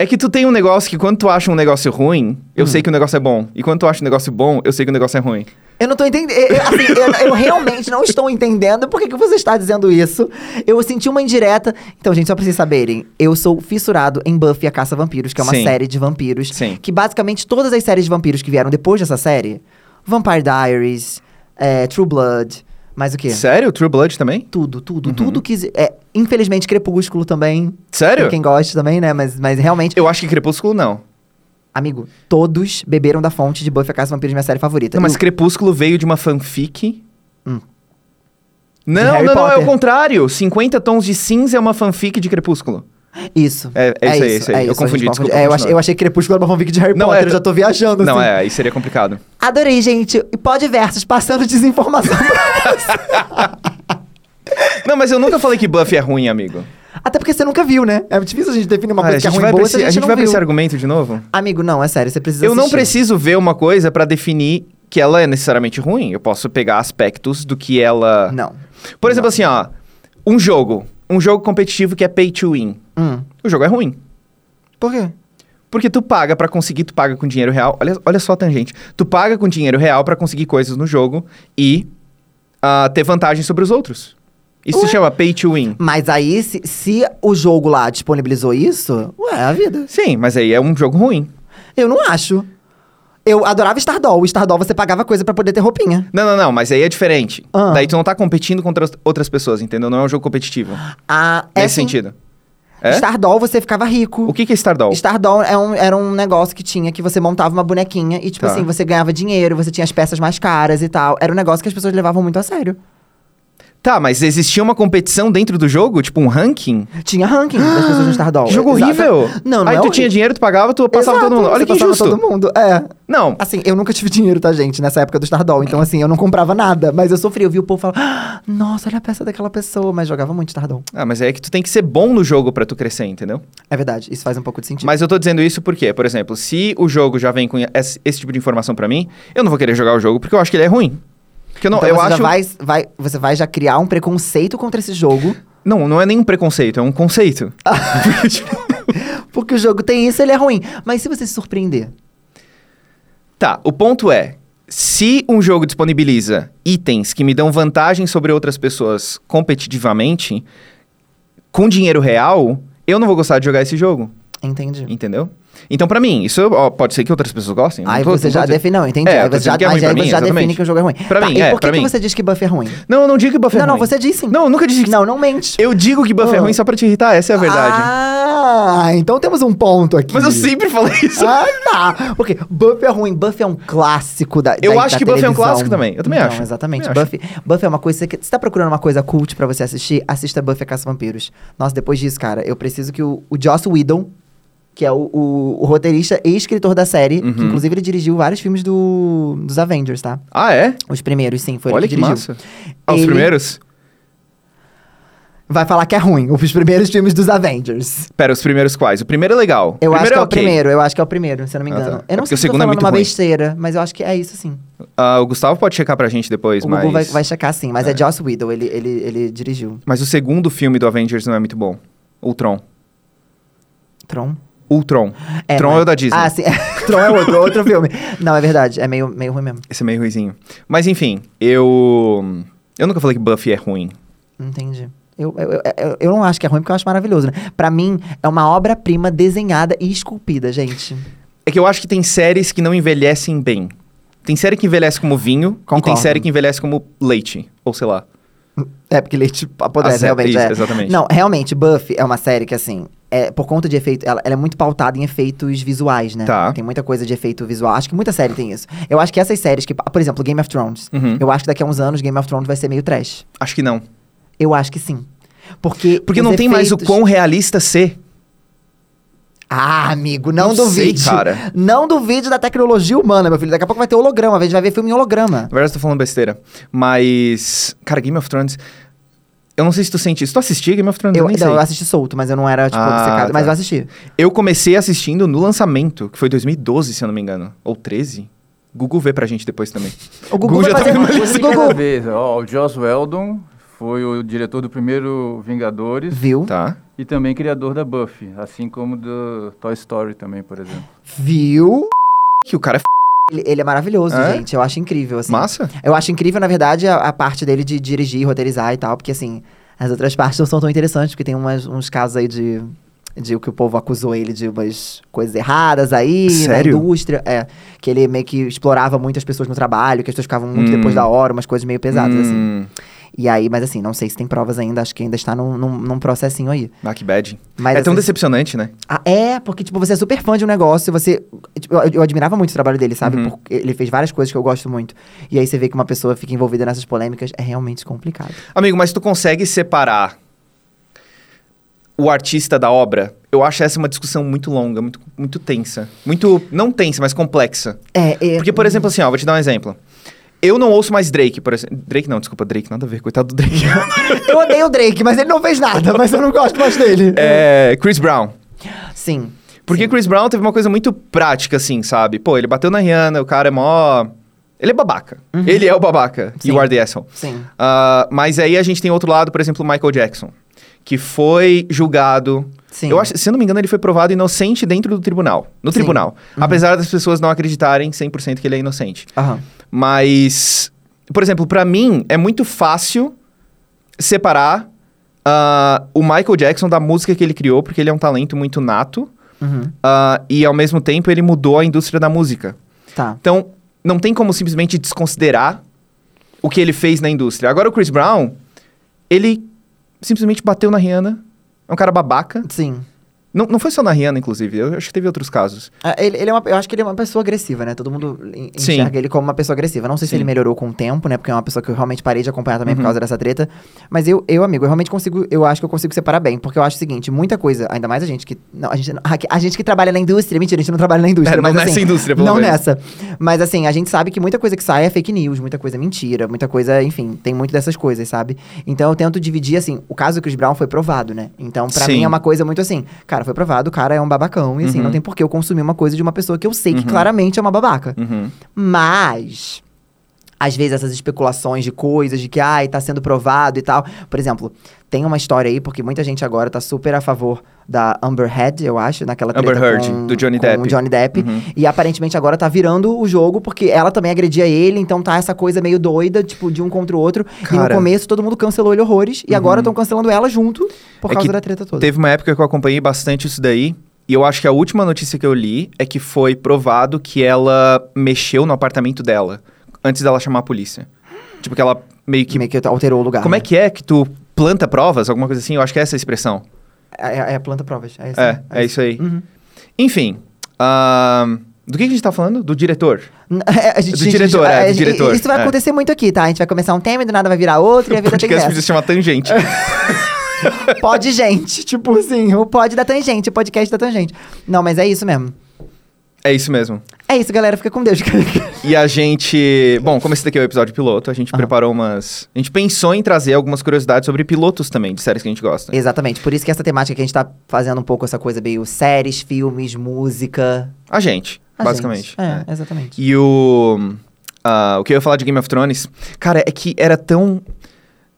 Speaker 1: É que tu tem um negócio que quando tu acha um negócio ruim, eu
Speaker 2: Hum.
Speaker 1: sei que o negócio é bom. E quando tu acha um negócio bom, eu sei que o negócio é ruim.
Speaker 2: Eu não tô entendendo. Eu, assim, eu, eu realmente não estou entendendo por que, que você está dizendo isso. Eu senti uma indireta. Então, gente, só pra vocês saberem, eu sou fissurado em Buffy a Caça a Vampiros, que é uma
Speaker 1: Sim.
Speaker 2: série de vampiros.
Speaker 1: Sim.
Speaker 2: Que basicamente todas as séries de vampiros que vieram depois dessa série Vampire Diaries, é, True Blood, mais o quê?
Speaker 1: Sério? True Blood também?
Speaker 2: Tudo,
Speaker 1: Uhum.
Speaker 2: tudo, tudo que. exi- É, infelizmente, Crepúsculo também.
Speaker 1: Sério?
Speaker 2: Pra quem gosta também, né? Mas, mas realmente.
Speaker 1: Eu acho que Crepúsculo não.
Speaker 2: Amigo, todos beberam da fonte de Buffy a Caça a Vampiros, minha série favorita.
Speaker 1: Não, mas
Speaker 2: Tá, E-
Speaker 1: Crepúsculo veio de uma fanfic.
Speaker 2: Hum. De
Speaker 1: Não,
Speaker 2: Harry
Speaker 1: não, não, é o
Speaker 2: Potter.
Speaker 1: contrário. 50 Tons de Cinza é uma fanfic de Crepúsculo.
Speaker 2: Isso.
Speaker 1: É- é isso aí, é isso aí. Eu
Speaker 2: a gente
Speaker 1: confundi,
Speaker 2: pode
Speaker 1: desculpa,
Speaker 2: confundir. É, eu,
Speaker 1: continua.
Speaker 2: achei, eu achei que Crepúsculo era uma fanfic de Harry
Speaker 1: Não,
Speaker 2: Potter,
Speaker 1: é-
Speaker 2: eu já tô viajando,
Speaker 1: Não,
Speaker 2: assim.
Speaker 1: é, aí seria complicado.
Speaker 2: Adorei, gente. E pode versos, passando *laughs* desinformação.
Speaker 1: Não, mas eu nunca falei que Buffy é ruim, amigo.
Speaker 2: Até porque você nunca viu, né? É difícil a gente definir uma
Speaker 1: Cara, a
Speaker 2: coisa que é
Speaker 1: gente
Speaker 2: ruim
Speaker 1: vai,
Speaker 2: e boa
Speaker 1: pra,
Speaker 2: se
Speaker 1: esse, a gente
Speaker 2: não
Speaker 1: vai pra
Speaker 2: viu.
Speaker 1: esse argumento de novo?
Speaker 2: Amigo, não, é sério, você precisa
Speaker 1: Eu não
Speaker 2: assistir.
Speaker 1: preciso ver uma coisa pra definir que ela é necessariamente ruim. Eu posso pegar aspectos do que ela.
Speaker 2: Não.
Speaker 1: Por exemplo, assim, ó. Um jogo. Um jogo competitivo que é pay to win.
Speaker 2: Hum.
Speaker 1: O jogo é ruim.
Speaker 2: Por quê?
Speaker 1: Porque tu paga pra conseguir, tu paga com dinheiro real. Olha, olha só a tangente. Tu paga com dinheiro real pra conseguir coisas no jogo e ah, ter vantagem sobre os outros. Isso se chama pay to win.
Speaker 2: Mas aí, se, se o jogo lá disponibilizou isso, ué, é a vida.
Speaker 1: Sim, mas aí é um jogo ruim.
Speaker 2: Eu não acho. Eu adorava Stardoll. O Stardoll você pagava coisa pra poder ter roupinha.
Speaker 1: Não, não, não, mas aí é diferente.
Speaker 2: Ah.
Speaker 1: Daí tu não tá competindo contra as- outras pessoas, entendeu? Não é um jogo competitivo.
Speaker 2: Ah, é
Speaker 1: nesse
Speaker 2: sim.
Speaker 1: sentido. É?
Speaker 2: Stardoll você ficava rico.
Speaker 1: O que, que é Stardoll?
Speaker 2: Stardoll é um- era um negócio que tinha que você montava uma bonequinha e, tipo
Speaker 1: Tá.
Speaker 2: assim, você ganhava dinheiro, você tinha as peças mais caras e tal. Era um negócio que as pessoas levavam muito a sério.
Speaker 1: Tá, mas existia uma competição dentro do jogo? Tipo um ranking?
Speaker 2: Tinha ranking das pessoas no Stardoll.
Speaker 1: Que Ah, jogo
Speaker 2: Exata-
Speaker 1: horrível!
Speaker 2: Não, não
Speaker 1: Aí
Speaker 2: é
Speaker 1: tu
Speaker 2: horrível.
Speaker 1: tinha dinheiro, tu pagava, tu passava
Speaker 2: Exato,
Speaker 1: todo mundo. Olha
Speaker 2: você
Speaker 1: que
Speaker 2: passava
Speaker 1: injusto.
Speaker 2: todo mundo, é.
Speaker 1: Não,
Speaker 2: Assim, eu nunca tive dinheiro, tá, gente, nessa época do Stardoll. Então, assim, eu não comprava nada. Mas eu sofri, eu vi o povo falar, "Ah, nossa, olha a peça daquela pessoa. Mas jogava muito Stardoll.
Speaker 1: Ah, mas é que tu tem que ser bom no jogo pra tu crescer, entendeu?
Speaker 2: É verdade, isso faz um pouco de sentido.
Speaker 1: Mas eu tô dizendo isso porque, por exemplo, se o jogo já vem com esse, esse tipo de informação pra mim, eu não vou querer jogar o jogo porque eu acho que ele é ruim. Porque eu não,
Speaker 2: então
Speaker 1: eu
Speaker 2: você
Speaker 1: acho.
Speaker 2: já vai, vai- você vai já criar um preconceito contra esse jogo.
Speaker 1: Não, não é nenhum preconceito, é um conceito.
Speaker 2: *laughs* Porque o jogo tem isso, ele é ruim. Mas se você se surpreender,
Speaker 1: Tá, o ponto é: se um jogo disponibiliza itens que me dão vantagem sobre outras pessoas competitivamente, com dinheiro real, eu não vou gostar de jogar esse jogo,
Speaker 2: entendi.
Speaker 1: entendeu? Então, pra mim, isso ó, pode ser que outras pessoas gostem. não
Speaker 2: Aí
Speaker 1: tô-
Speaker 2: Ah, você
Speaker 1: não tô
Speaker 2: já
Speaker 1: dizendo-
Speaker 2: define, não, entendi.
Speaker 1: É,
Speaker 2: aí
Speaker 1: eu tô
Speaker 2: você já,
Speaker 1: dizendo que é ruim
Speaker 2: mas aí
Speaker 1: pra mim,
Speaker 2: você já define
Speaker 1: exatamente.
Speaker 2: que o jogo é ruim.
Speaker 1: Pra
Speaker 2: Tá,
Speaker 1: mim,
Speaker 2: e
Speaker 1: é,
Speaker 2: por que,
Speaker 1: pra
Speaker 2: que
Speaker 1: mim.
Speaker 2: você diz que Buffy é ruim?
Speaker 1: Não, eu não digo que Buffy é
Speaker 2: não, não,
Speaker 1: ruim.
Speaker 2: você disse.
Speaker 1: Não, eu nunca disse que
Speaker 2: Não, não mente.
Speaker 1: Eu digo que Buffy é
Speaker 2: Ah.
Speaker 1: ruim só pra te irritar, essa é a verdade.
Speaker 2: Ah, então temos um ponto aqui.
Speaker 1: Mas eu sempre falei isso.
Speaker 2: *laughs* Ah, tá. Porque Buffy é ruim. Buffy é um clássico da
Speaker 1: Eu
Speaker 2: da-
Speaker 1: acho
Speaker 2: da
Speaker 1: que Buffy é um
Speaker 2: televisão.
Speaker 1: clássico também, eu também
Speaker 2: Então,
Speaker 1: acho.
Speaker 2: exatamente.
Speaker 1: Também acho.
Speaker 2: Buffy, Buffy é uma coisa que... Você tá procurando uma coisa cult pra você assistir? Assista Buffy a Caça-Vampiros. Nossa, depois disso, cara, eu preciso que o, o Joss Whedon, que é o, o- o roteirista e escritor da série, que
Speaker 1: Uhum.
Speaker 2: inclusive ele dirigiu vários filmes do, dos Avengers, tá?
Speaker 1: Ah, é?
Speaker 2: Os primeiros, sim, foi
Speaker 1: Olha
Speaker 2: ele
Speaker 1: que
Speaker 2: que dirigiu.
Speaker 1: massa. Ah, os
Speaker 2: Ele-
Speaker 1: primeiros?
Speaker 2: Vai falar que é ruim, os primeiros filmes dos Avengers.
Speaker 1: Pera, os primeiros quais? O primeiro é legal.
Speaker 2: Eu
Speaker 1: o
Speaker 2: acho
Speaker 1: primeiro
Speaker 2: que é o
Speaker 1: ok.
Speaker 2: primeiro, eu acho que é o primeiro, se eu não me
Speaker 1: Ah, tá.
Speaker 2: engano.
Speaker 1: É
Speaker 2: Eu não
Speaker 1: porque
Speaker 2: sei
Speaker 1: o
Speaker 2: se eu tô
Speaker 1: segundo é
Speaker 2: falando
Speaker 1: muito
Speaker 2: uma
Speaker 1: ruim.
Speaker 2: besteira, mas eu acho que é isso, sim.
Speaker 1: Ah, o Gustavo pode checar pra gente depois,
Speaker 2: O
Speaker 1: mas...
Speaker 2: Google vai, vai checar, sim, mas é, Joss Whedon, ele, ele, ele dirigiu.
Speaker 1: Mas o segundo filme do Avengers não é muito bom. Ultron.
Speaker 2: Tron?
Speaker 1: Ultron.
Speaker 2: É,
Speaker 1: Tron
Speaker 2: mas-
Speaker 1: é o da Disney.
Speaker 2: Ah, sim. *laughs* Tron é outro, outro filme. Não, é verdade, é meio, meio ruim mesmo.
Speaker 1: Esse é meio ruizinho. Mas enfim, eu... Eu nunca falei que Buffy é ruim.
Speaker 2: Entendi. Eu, eu, eu, eu- eu não acho que é ruim, porque eu acho maravilhoso, né? Pra mim, é uma obra-prima desenhada e esculpida, gente.
Speaker 1: É que eu acho que tem séries que não envelhecem bem. Tem série que envelhece como vinho e tem
Speaker 2: Concordo.
Speaker 1: série que envelhece como leite. Ou sei lá.
Speaker 2: É, porque leite apodrece,
Speaker 1: Ah, certo,
Speaker 2: realmente.
Speaker 1: isso,
Speaker 2: é.
Speaker 1: exatamente.
Speaker 2: Não, realmente, Buffy é uma série que, assim, é, por conta de efeito. Ela, ela é muito pautada em efeitos visuais, né?
Speaker 1: Tá.
Speaker 2: Tem muita coisa de efeito visual. Acho que muita série tem isso. Eu acho que essas séries que. Por exemplo, Game of Thrones.
Speaker 1: Uhum.
Speaker 2: Eu acho que daqui a uns anos Game of Thrones vai ser meio trash.
Speaker 1: Acho que não.
Speaker 2: Eu acho que sim. Porque.
Speaker 1: Porque
Speaker 2: os
Speaker 1: não tem mais o
Speaker 2: efeitos-
Speaker 1: quão realista ser.
Speaker 2: Ah, amigo, não,
Speaker 1: Não sei,
Speaker 2: duvide.
Speaker 1: cara.
Speaker 2: Não duvide da tecnologia humana, meu filho. Daqui a pouco vai ter holograma, a gente vai ver filme em holograma.
Speaker 1: Na verdade, eu tô falando besteira. Mas. Cara, Game of Thrones. Eu não sei se tu sente isso. Tu assistia Game of Thrones?
Speaker 2: Eu,
Speaker 1: nem
Speaker 2: não,
Speaker 1: sei.
Speaker 2: eu assisti solto, mas eu não era, tipo,
Speaker 1: Ah,
Speaker 2: obcecado. Mas
Speaker 1: tá.
Speaker 2: eu assisti.
Speaker 1: Eu comecei assistindo no lançamento, que foi 2012, se eu não me engano. Ou 13. Google vê pra gente depois também.
Speaker 2: O
Speaker 1: Gugu
Speaker 2: Gugu vai
Speaker 1: já tá
Speaker 2: fazer...
Speaker 1: vendo uma
Speaker 2: *laughs* o
Speaker 1: lista.
Speaker 3: Primeira
Speaker 2: Gugu...
Speaker 3: vez, ó, o Joss Whedon foi o diretor do primeiro Vingadores
Speaker 2: Viu?
Speaker 1: Tá.
Speaker 3: e também criador da Buffy, assim como do Toy Story também, por exemplo.
Speaker 2: Viu?
Speaker 1: Que o cara é f...
Speaker 2: Ele, ele é maravilhoso,
Speaker 1: É?
Speaker 2: gente. Eu acho incrível, assim.
Speaker 1: massa.
Speaker 2: Eu acho incrível, na verdade, a, a parte dele de dirigir, roteirizar e tal, porque assim, as outras partes não são tão interessantes, porque tem umas- uns casos aí de, de o que o povo acusou ele de umas coisas erradas aí,
Speaker 1: Sério?
Speaker 2: na indústria. É. Que ele meio que explorava muito as pessoas no trabalho, que as pessoas ficavam muito
Speaker 1: Hum.
Speaker 2: depois da hora, umas coisas meio pesadas, assim.
Speaker 1: Hum,
Speaker 2: E aí, mas assim, não sei se tem provas ainda, acho que ainda está num, num, num processinho aí.
Speaker 1: ah, que bad.
Speaker 2: Mas,
Speaker 1: é tão
Speaker 2: assim,
Speaker 1: decepcionante, né?
Speaker 2: ah, é, porque, tipo, você é super fã de um negócio, você. tipo, eu, eu admirava muito o trabalho dele, sabe?
Speaker 1: Uhum.
Speaker 2: Porque ele fez várias coisas que eu gosto muito. E aí você vê que uma pessoa fica envolvida nessas polêmicas, é realmente complicado.
Speaker 1: Amigo, mas tu consegue separar o artista da obra? Eu acho essa uma discussão muito longa, muito, muito tensa. Muito, não tensa, mas complexa.
Speaker 2: É, é.
Speaker 1: Porque, por exemplo, assim, ó, vou te dar um exemplo. Eu não ouço mais Drake, por exemplo. Drake não, desculpa, Drake, nada a ver, coitado do Drake. *laughs*
Speaker 2: Eu odeio o Drake, mas ele não fez nada, mas eu não gosto mais dele.
Speaker 1: é, Chris Brown.
Speaker 2: Sim.
Speaker 1: Porque Chris Brown teve uma coisa muito prática, assim, sabe? Pô, ele bateu na Rihanna, o cara é mó. Ele é babaca. Ele é o babaca.
Speaker 2: Uhum. Sim.
Speaker 1: E guarda asshole.
Speaker 2: Sim.
Speaker 1: Ah, mas aí a gente tem outro lado, por exemplo, o Michael Jackson, que foi julgado.
Speaker 2: Sim.
Speaker 1: Eu acho, se eu não me engano, ele foi provado inocente dentro do tribunal. No
Speaker 2: Sim. Uhum.
Speaker 1: tribunal. Apesar das pessoas não acreditarem 100% que ele é inocente.
Speaker 2: Aham.
Speaker 1: Mas, por exemplo, pra mim é muito fácil separar ah, o Michael Jackson da música que ele criou, porque ele é um talento muito nato.
Speaker 2: Uhum.
Speaker 1: Ah, e ao mesmo tempo ele mudou a indústria da música.
Speaker 2: Tá.
Speaker 1: Então, não tem como simplesmente desconsiderar o que ele fez na indústria. Agora o Chris Brown, ele simplesmente bateu na Rihanna. É um cara babaca.
Speaker 2: Sim.
Speaker 1: Não, não foi só na Rihanna, inclusive. Eu acho que teve outros casos.
Speaker 2: Ah, Ele, ele é uma, eu acho que ele é uma pessoa agressiva, né? Todo mundo en-
Speaker 1: Sim.
Speaker 2: enxerga ele como uma pessoa agressiva. Não sei se
Speaker 1: Sim.
Speaker 2: ele melhorou com o tempo, né? Porque é uma pessoa que eu realmente parei de acompanhar também por
Speaker 1: Uhum.
Speaker 2: causa dessa treta. Mas eu, eu, amigo, eu realmente consigo. Eu acho que eu consigo separar bem. Porque eu acho o seguinte: muita coisa, ainda mais a gente que. Não, a gente, não- a, que- a gente que trabalha na indústria. Mentira, a gente não trabalha na indústria.
Speaker 1: É, não
Speaker 2: mas,
Speaker 1: nessa
Speaker 2: assim,
Speaker 1: indústria, pelo
Speaker 2: Não
Speaker 1: menos.
Speaker 2: nessa. Mas assim, a gente sabe que muita coisa que sai é fake news, muita coisa é mentira, muita coisa, enfim, tem muito dessas coisas, sabe? Então eu tento dividir, assim, o caso do Chris Brown foi provado, né? Então, pra
Speaker 1: Sim.
Speaker 2: mim é uma uma coisa muito assim, cara, foi provado, o cara é um babacão, e assim,
Speaker 1: Uhum.
Speaker 2: não tem por que eu consumir uma coisa de uma pessoa que eu sei que claramente é uma babaca.
Speaker 1: Uhum.
Speaker 2: Mas. Às vezes essas especulações de coisas, de que, ai, tá sendo provado e tal. Por exemplo, tem uma história aí, porque muita gente agora tá super a favor da Amber Heard, eu acho, naquela treta
Speaker 1: Amber Heard,
Speaker 2: com-
Speaker 1: do Johnny
Speaker 2: com
Speaker 1: Depp.
Speaker 2: o Johnny Depp.
Speaker 1: Uhum.
Speaker 2: E aparentemente agora tá virando o jogo, porque ela também agredia ele, então tá essa coisa meio doida, tipo, de um contra o outro. E
Speaker 1: Cara. Uhum.
Speaker 2: no começo todo mundo cancelou ele horrores, e agora estão cancelando ela junto, por
Speaker 1: É
Speaker 2: causa
Speaker 1: que
Speaker 2: da treta toda.
Speaker 1: Teve uma época que eu acompanhei bastante isso daí. E eu acho que a última notícia que eu li é que foi provado que ela mexeu no apartamento dela antes dela chamar a polícia. Tipo, que ela meio que.
Speaker 2: que meio que alterou o lugar.
Speaker 1: Como é
Speaker 2: né?
Speaker 1: que é que tu planta provas, alguma coisa assim? Eu acho que é essa a expressão.
Speaker 2: É, é a planta provas. É, isso,
Speaker 1: É,
Speaker 2: né?
Speaker 1: é isso aí.
Speaker 2: Uhum.
Speaker 1: Enfim, ahn, do que a gente tá falando? Do diretor.
Speaker 2: N- é, a gente,
Speaker 1: Do diretor, é,
Speaker 2: a
Speaker 1: do
Speaker 2: gente-
Speaker 1: diretor,
Speaker 2: Isso vai
Speaker 1: é.
Speaker 2: acontecer muito aqui, tá? A gente vai começar um tema e do nada vai virar outro e a
Speaker 1: O
Speaker 2: vida tem
Speaker 1: podcast
Speaker 2: dessa.
Speaker 1: podia se chamar Tangente.
Speaker 2: Pode, gente. *laughs* Tipo assim, o pode da tangente, o podcast da tangente. Não, mas é isso mesmo.
Speaker 1: é isso mesmo.
Speaker 2: É isso, galera. Fica com Deus. *laughs*
Speaker 1: E a gente... Bom, como esse daqui é o episódio piloto, a gente
Speaker 2: Aham.
Speaker 1: preparou umas... A gente pensou em trazer algumas curiosidades sobre pilotos também, de séries que a gente gosta.
Speaker 2: Exatamente. Por isso que essa temática que a gente tá fazendo um pouco essa coisa meio séries, filmes, música.
Speaker 1: A gente,
Speaker 2: a
Speaker 1: basicamente.
Speaker 2: gente. É,
Speaker 1: né?
Speaker 2: exatamente.
Speaker 1: E o... ah, o que eu ia falar de Game of Thrones... Cara, é que era tão...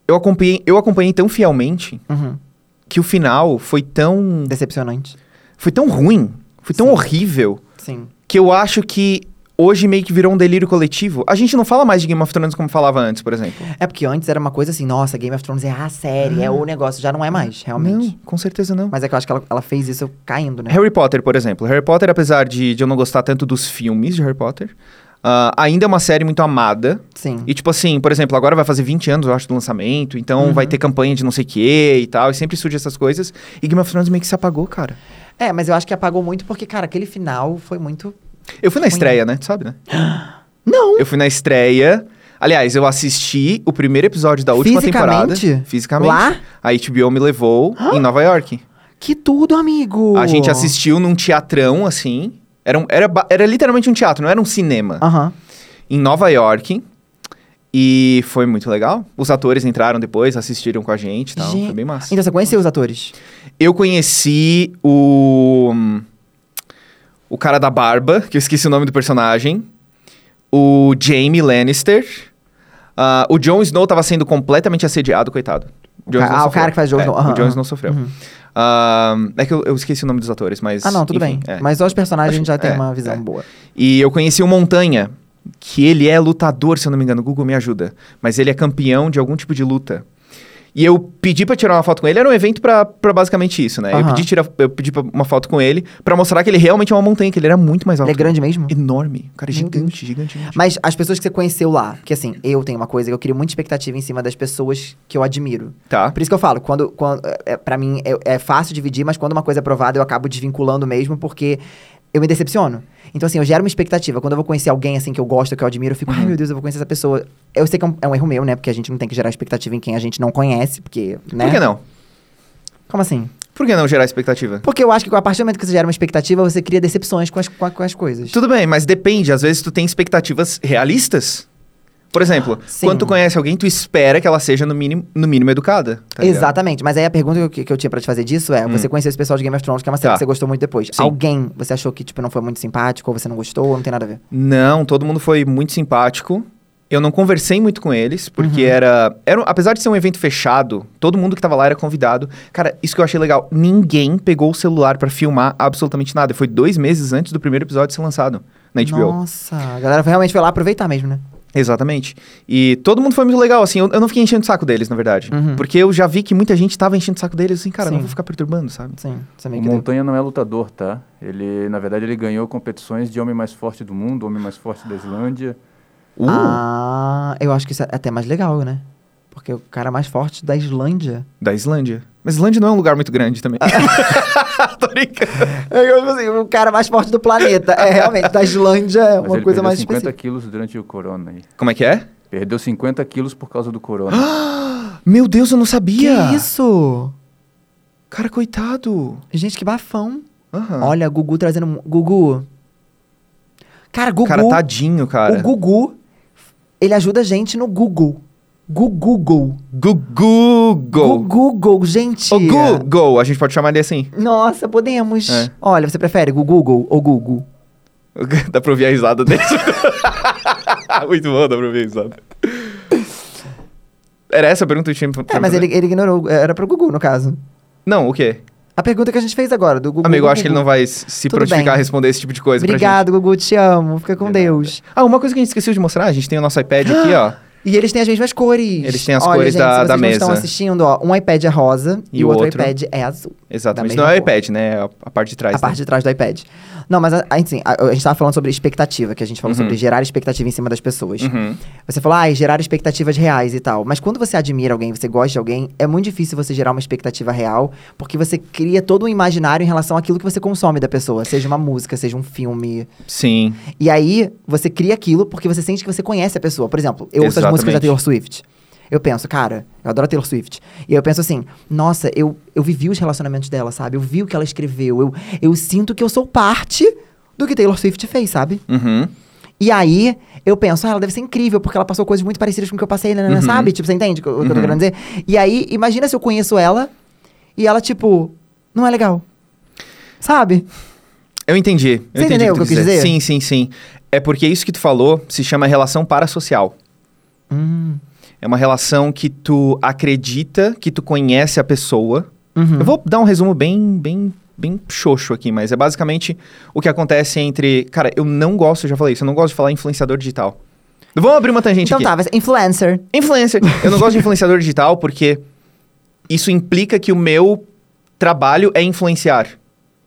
Speaker 1: Eu acompanhei, eu acompanhei tão fielmente
Speaker 2: Uhum.
Speaker 1: que o final foi tão...
Speaker 2: Decepcionante.
Speaker 1: Foi tão ruim, foi tão
Speaker 2: Sim.
Speaker 1: horrível...
Speaker 2: Sim.
Speaker 1: que eu acho que hoje meio que virou um delírio coletivo. A gente não fala mais de Game of Thrones como falava antes, por exemplo.
Speaker 2: É porque antes era uma coisa assim, nossa, Game of Thrones é a série, é o negócio. Já não é mais, realmente.
Speaker 1: Não, com certeza Ah. não.
Speaker 2: Mas é que eu acho que ela, ela fez isso caindo, né?
Speaker 1: Harry Potter, por exemplo. Harry Potter, apesar de, de eu não gostar tanto dos filmes de Harry Potter, ah, ainda é uma série muito amada.
Speaker 2: Sim.
Speaker 1: E, tipo assim, por exemplo, agora vai fazer 20 anos, eu acho, do lançamento, então vai ter campanha de não sei o quê e tal, e sempre surge essas coisas. E Game of Thrones meio que se apagou, cara.
Speaker 2: É, mas eu acho que apagou muito porque, cara, aquele final foi muito.
Speaker 1: Eu fui na
Speaker 2: Ruim.
Speaker 1: estreia, né? Tu sabe, *gasps* né?
Speaker 2: Não!
Speaker 1: Eu fui na estreia. Aliás, eu assisti o primeiro episódio da última temporada.
Speaker 2: Fisicamente?
Speaker 1: Fisicamente.
Speaker 2: Lá?
Speaker 1: A HBO me levou em Nova York.
Speaker 2: Que tudo, amigo!
Speaker 1: A gente assistiu num teatrão, assim. Ah. Era, um- era, ba- era literalmente um teatro, não era um cinema.
Speaker 2: Aham.
Speaker 1: Em Nova York. E foi muito legal. Os atores entraram depois, assistiram com a gente e tal. Foi bem massa.
Speaker 2: Então você conheceu os atores?
Speaker 1: Eu conheci o. O cara da barba, que eu esqueci o nome do personagem. O Jamie Lannister. Ah, o Jon Snow tava sendo completamente assediado, coitado.
Speaker 2: O ca- ah, o cara que faz Jon
Speaker 1: Jones
Speaker 2: Snow.
Speaker 1: É, O
Speaker 2: Aham,
Speaker 1: Jon
Speaker 2: aham.
Speaker 1: Snow sofreu. Ah, é que eu, eu esqueci o nome dos atores, mas.
Speaker 2: Ah, não, tudo
Speaker 1: enfim,
Speaker 2: bem.
Speaker 1: é.
Speaker 2: Mas só os personagens a gente já tem
Speaker 1: é,
Speaker 2: uma visão
Speaker 1: é.
Speaker 2: boa.
Speaker 1: E eu conheci o Montanha, que ele é lutador, se eu não me engano. Google me ajuda. Mas ele é campeão de algum tipo de luta. E eu pedi pra tirar uma foto com ele. Era um evento pra, pra basicamente isso, né? Eu
Speaker 2: Aham.
Speaker 1: pedi, tirar, eu pedi pra- uma foto com ele pra mostrar que ele realmente é uma montanha, que ele era muito mais alto.
Speaker 2: Ele é grande mesmo?
Speaker 1: Enorme. O cara é
Speaker 2: Meu Deus.
Speaker 1: gigante, gigante, gigante.
Speaker 2: Mas as pessoas que você conheceu lá, porque assim, eu tenho uma coisa que eu crio muita expectativa em cima das pessoas que eu admiro.
Speaker 1: Tá.
Speaker 2: Por isso que eu falo, quando, quando é, é, para mim é, é fácil dividir, mas quando uma coisa é provada eu acabo desvinculando mesmo, porque eu me decepciono. Então, assim, eu gero uma expectativa. Quando eu vou conhecer alguém, assim, que eu gosto, que eu admiro, eu fico, ai meu Deus, eu vou conhecer essa pessoa. Eu sei que é um, é um erro meu, né? Porque a gente não tem que gerar expectativa em quem a gente não conhece, porque, né?
Speaker 1: Por que não?
Speaker 2: Como assim?
Speaker 1: Por que não gerar expectativa?
Speaker 2: Porque eu acho que a partir do momento que você gera uma expectativa, você cria decepções com as, com a- com as coisas.
Speaker 1: Tudo bem, mas depende. Às vezes tu tem expectativas realistas. Por exemplo,
Speaker 2: Ah, Sim.
Speaker 1: quando tu conhece alguém, tu espera que ela seja no mínimo, no mínimo educada. tá ligado? Hum.
Speaker 2: Exatamente. Mas aí a pergunta que eu, que eu tinha pra te fazer disso é: você conheceu esse pessoal de Game of Thrones, que é uma série
Speaker 1: Tá.
Speaker 2: que você gostou muito depois.
Speaker 1: Sim.
Speaker 2: Alguém você achou que, tipo, não foi muito simpático, ou você não gostou, ou não tem nada a ver?
Speaker 1: Não, todo mundo foi muito simpático. Eu não conversei muito com eles, porque era, era. um- Apesar de ser um evento fechado, todo mundo que tava lá era convidado. Cara, isso que eu achei legal. Ninguém pegou o celular pra filmar absolutamente nada. Foi dois meses antes do primeiro episódio ser lançado na HBO.
Speaker 2: Nossa, a galera realmente foi lá aproveitar mesmo, né?
Speaker 1: Exatamente. E todo mundo foi muito legal, assim. Eu, eu não fiquei enchendo o saco deles, na verdade.
Speaker 2: Uhum.
Speaker 1: Porque eu já vi que muita gente tava enchendo o saco deles, assim, cara, não
Speaker 2: Sim.
Speaker 1: vou ficar perturbando, sabe?
Speaker 2: Sim, você
Speaker 3: O
Speaker 2: meio que
Speaker 1: Hum.
Speaker 2: deu.
Speaker 3: Montanha não é lutador, tá? Ele, na verdade, ele ganhou competições de homem mais forte do mundo, homem mais forte da Islândia.
Speaker 1: Uh,
Speaker 2: Ah, eu acho que isso é até mais legal, né? Porque o cara mais forte
Speaker 1: *laughs*
Speaker 2: da Islândia.
Speaker 1: Da Islândia. Mas Islândia não é um lugar muito grande *laughs* também. Tô brincando.
Speaker 2: É eu, tipo assim, o cara mais forte do planeta. É realmente, da Islândia é
Speaker 3: Mas
Speaker 2: uma coisa
Speaker 3: ele perdeu
Speaker 2: mais
Speaker 3: 50
Speaker 2: específica.
Speaker 3: quilos durante o corona. aí.
Speaker 1: Como é que é?
Speaker 3: Perdeu 50 quilos por causa
Speaker 2: *gasps*
Speaker 3: do corona.
Speaker 1: Meu Deus, eu não sabia!
Speaker 2: Que isso?
Speaker 1: Cara, coitado.
Speaker 2: Gente, que bafão.
Speaker 1: Aham.
Speaker 2: Olha, Gugu trazendo. mu- Gugu. Cara, Gugu.
Speaker 1: Cara, tá tadinho, cara.
Speaker 2: O Gugu, ele ajuda a gente no Google. Gugu.
Speaker 1: Gu- Google.
Speaker 2: Google, gente.
Speaker 1: O Google, a gente pode chamar ele assim. *laughs*
Speaker 2: Nossa, podemos.
Speaker 1: É.
Speaker 2: Olha, você prefere Google ou Google?
Speaker 1: Dá pra ouvir a risada dele. *laughs* muito bom, dá pra ouvir a risada. Era essa a pergunta que eu tinha pra
Speaker 2: É, mas ele, ele ignorou. Era pro Gugu, no caso.
Speaker 1: Não, o quê?
Speaker 2: A pergunta que a gente fez agora, do Gugu. é
Speaker 1: Amigo, eu
Speaker 2: Gugu.
Speaker 1: acho que ele não vai s- se
Speaker 2: Tudo
Speaker 1: prontificar
Speaker 2: bem.
Speaker 1: a responder esse tipo de coisa pra gente.
Speaker 2: Obrigado, Gugu, te amo. Fica com
Speaker 3: De
Speaker 2: Deus.
Speaker 1: Ah, uma coisa que a gente esqueceu de mostrar, a gente tem o nosso iPad
Speaker 2: *gasps*
Speaker 1: aqui, ó.
Speaker 2: E eles têm as mesmas cores.
Speaker 1: Eles têm as
Speaker 2: Olha,
Speaker 1: cores
Speaker 2: gente,
Speaker 1: da-
Speaker 2: se vocês
Speaker 1: da
Speaker 2: não estão
Speaker 1: mesa.
Speaker 2: assistindo, ó, um iPad é rosa e, o outro, iPad é azul.
Speaker 1: Exatamente.
Speaker 2: Da
Speaker 1: Não é o
Speaker 2: mesma cor.
Speaker 1: iPad, né? É a a parte de trás.
Speaker 2: A
Speaker 1: né?
Speaker 2: parte de trás do iPad. Não, mas a- a- assim, a, a gente tava falando sobre expectativa, que a gente falou sobre gerar expectativa em cima das pessoas.
Speaker 1: Uhum.
Speaker 2: Você falou, ah, gerar expectativas reais e tal. Mas quando você admira alguém, você gosta de alguém, é muito difícil você gerar uma expectativa real, porque você cria todo um imaginário em relação àquilo que você consome da pessoa, seja uma música, seja um filme.
Speaker 1: Sim.
Speaker 2: E aí, você cria aquilo porque você sente que você conhece a pessoa. Por exemplo, eu ouço as
Speaker 1: Exatamente.
Speaker 2: músicas da Taylor Swift. Eu penso, cara, eu adoro a Taylor Swift. E eu penso assim, nossa, eu, eu vivi os relacionamentos dela, sabe? Eu vi o que ela escreveu. Eu, eu sinto que eu sou parte do que Taylor Swift fez, sabe?
Speaker 1: Uhum.
Speaker 2: E aí, eu penso, ah, ela deve ser incrível, porque ela passou coisas muito parecidas com o que eu passei, né, né, né, sabe? Tipo, você entende o que eu o que eu tô querendo dizer? E aí, imagina se eu conheço ela e ela, tipo, não é legal. Sabe?
Speaker 1: Eu entendi. Eu
Speaker 2: Você
Speaker 1: entendi
Speaker 2: entendeu
Speaker 1: o que
Speaker 2: o
Speaker 1: tu
Speaker 2: que eu quis
Speaker 1: quis dizer.
Speaker 2: dizer?
Speaker 1: Sim, sim, sim. É porque isso que tu falou se chama relação parasocial.
Speaker 2: Hum.
Speaker 1: É uma relação que tu acredita, que tu conhece a pessoa.
Speaker 2: Uhum.
Speaker 1: Eu vou dar um resumo bem, bem, bem xoxo aqui, mas é basicamente o que acontece entre... Cara, eu não gosto, eu já falei isso, eu não gosto de falar influenciador digital. Vamos abrir uma tangente
Speaker 2: Então
Speaker 1: aqui.
Speaker 2: tá, vai ser influencer. *laughs*
Speaker 1: Influencer. Eu não gosto de influenciador digital porque isso implica que o meu trabalho é influenciar.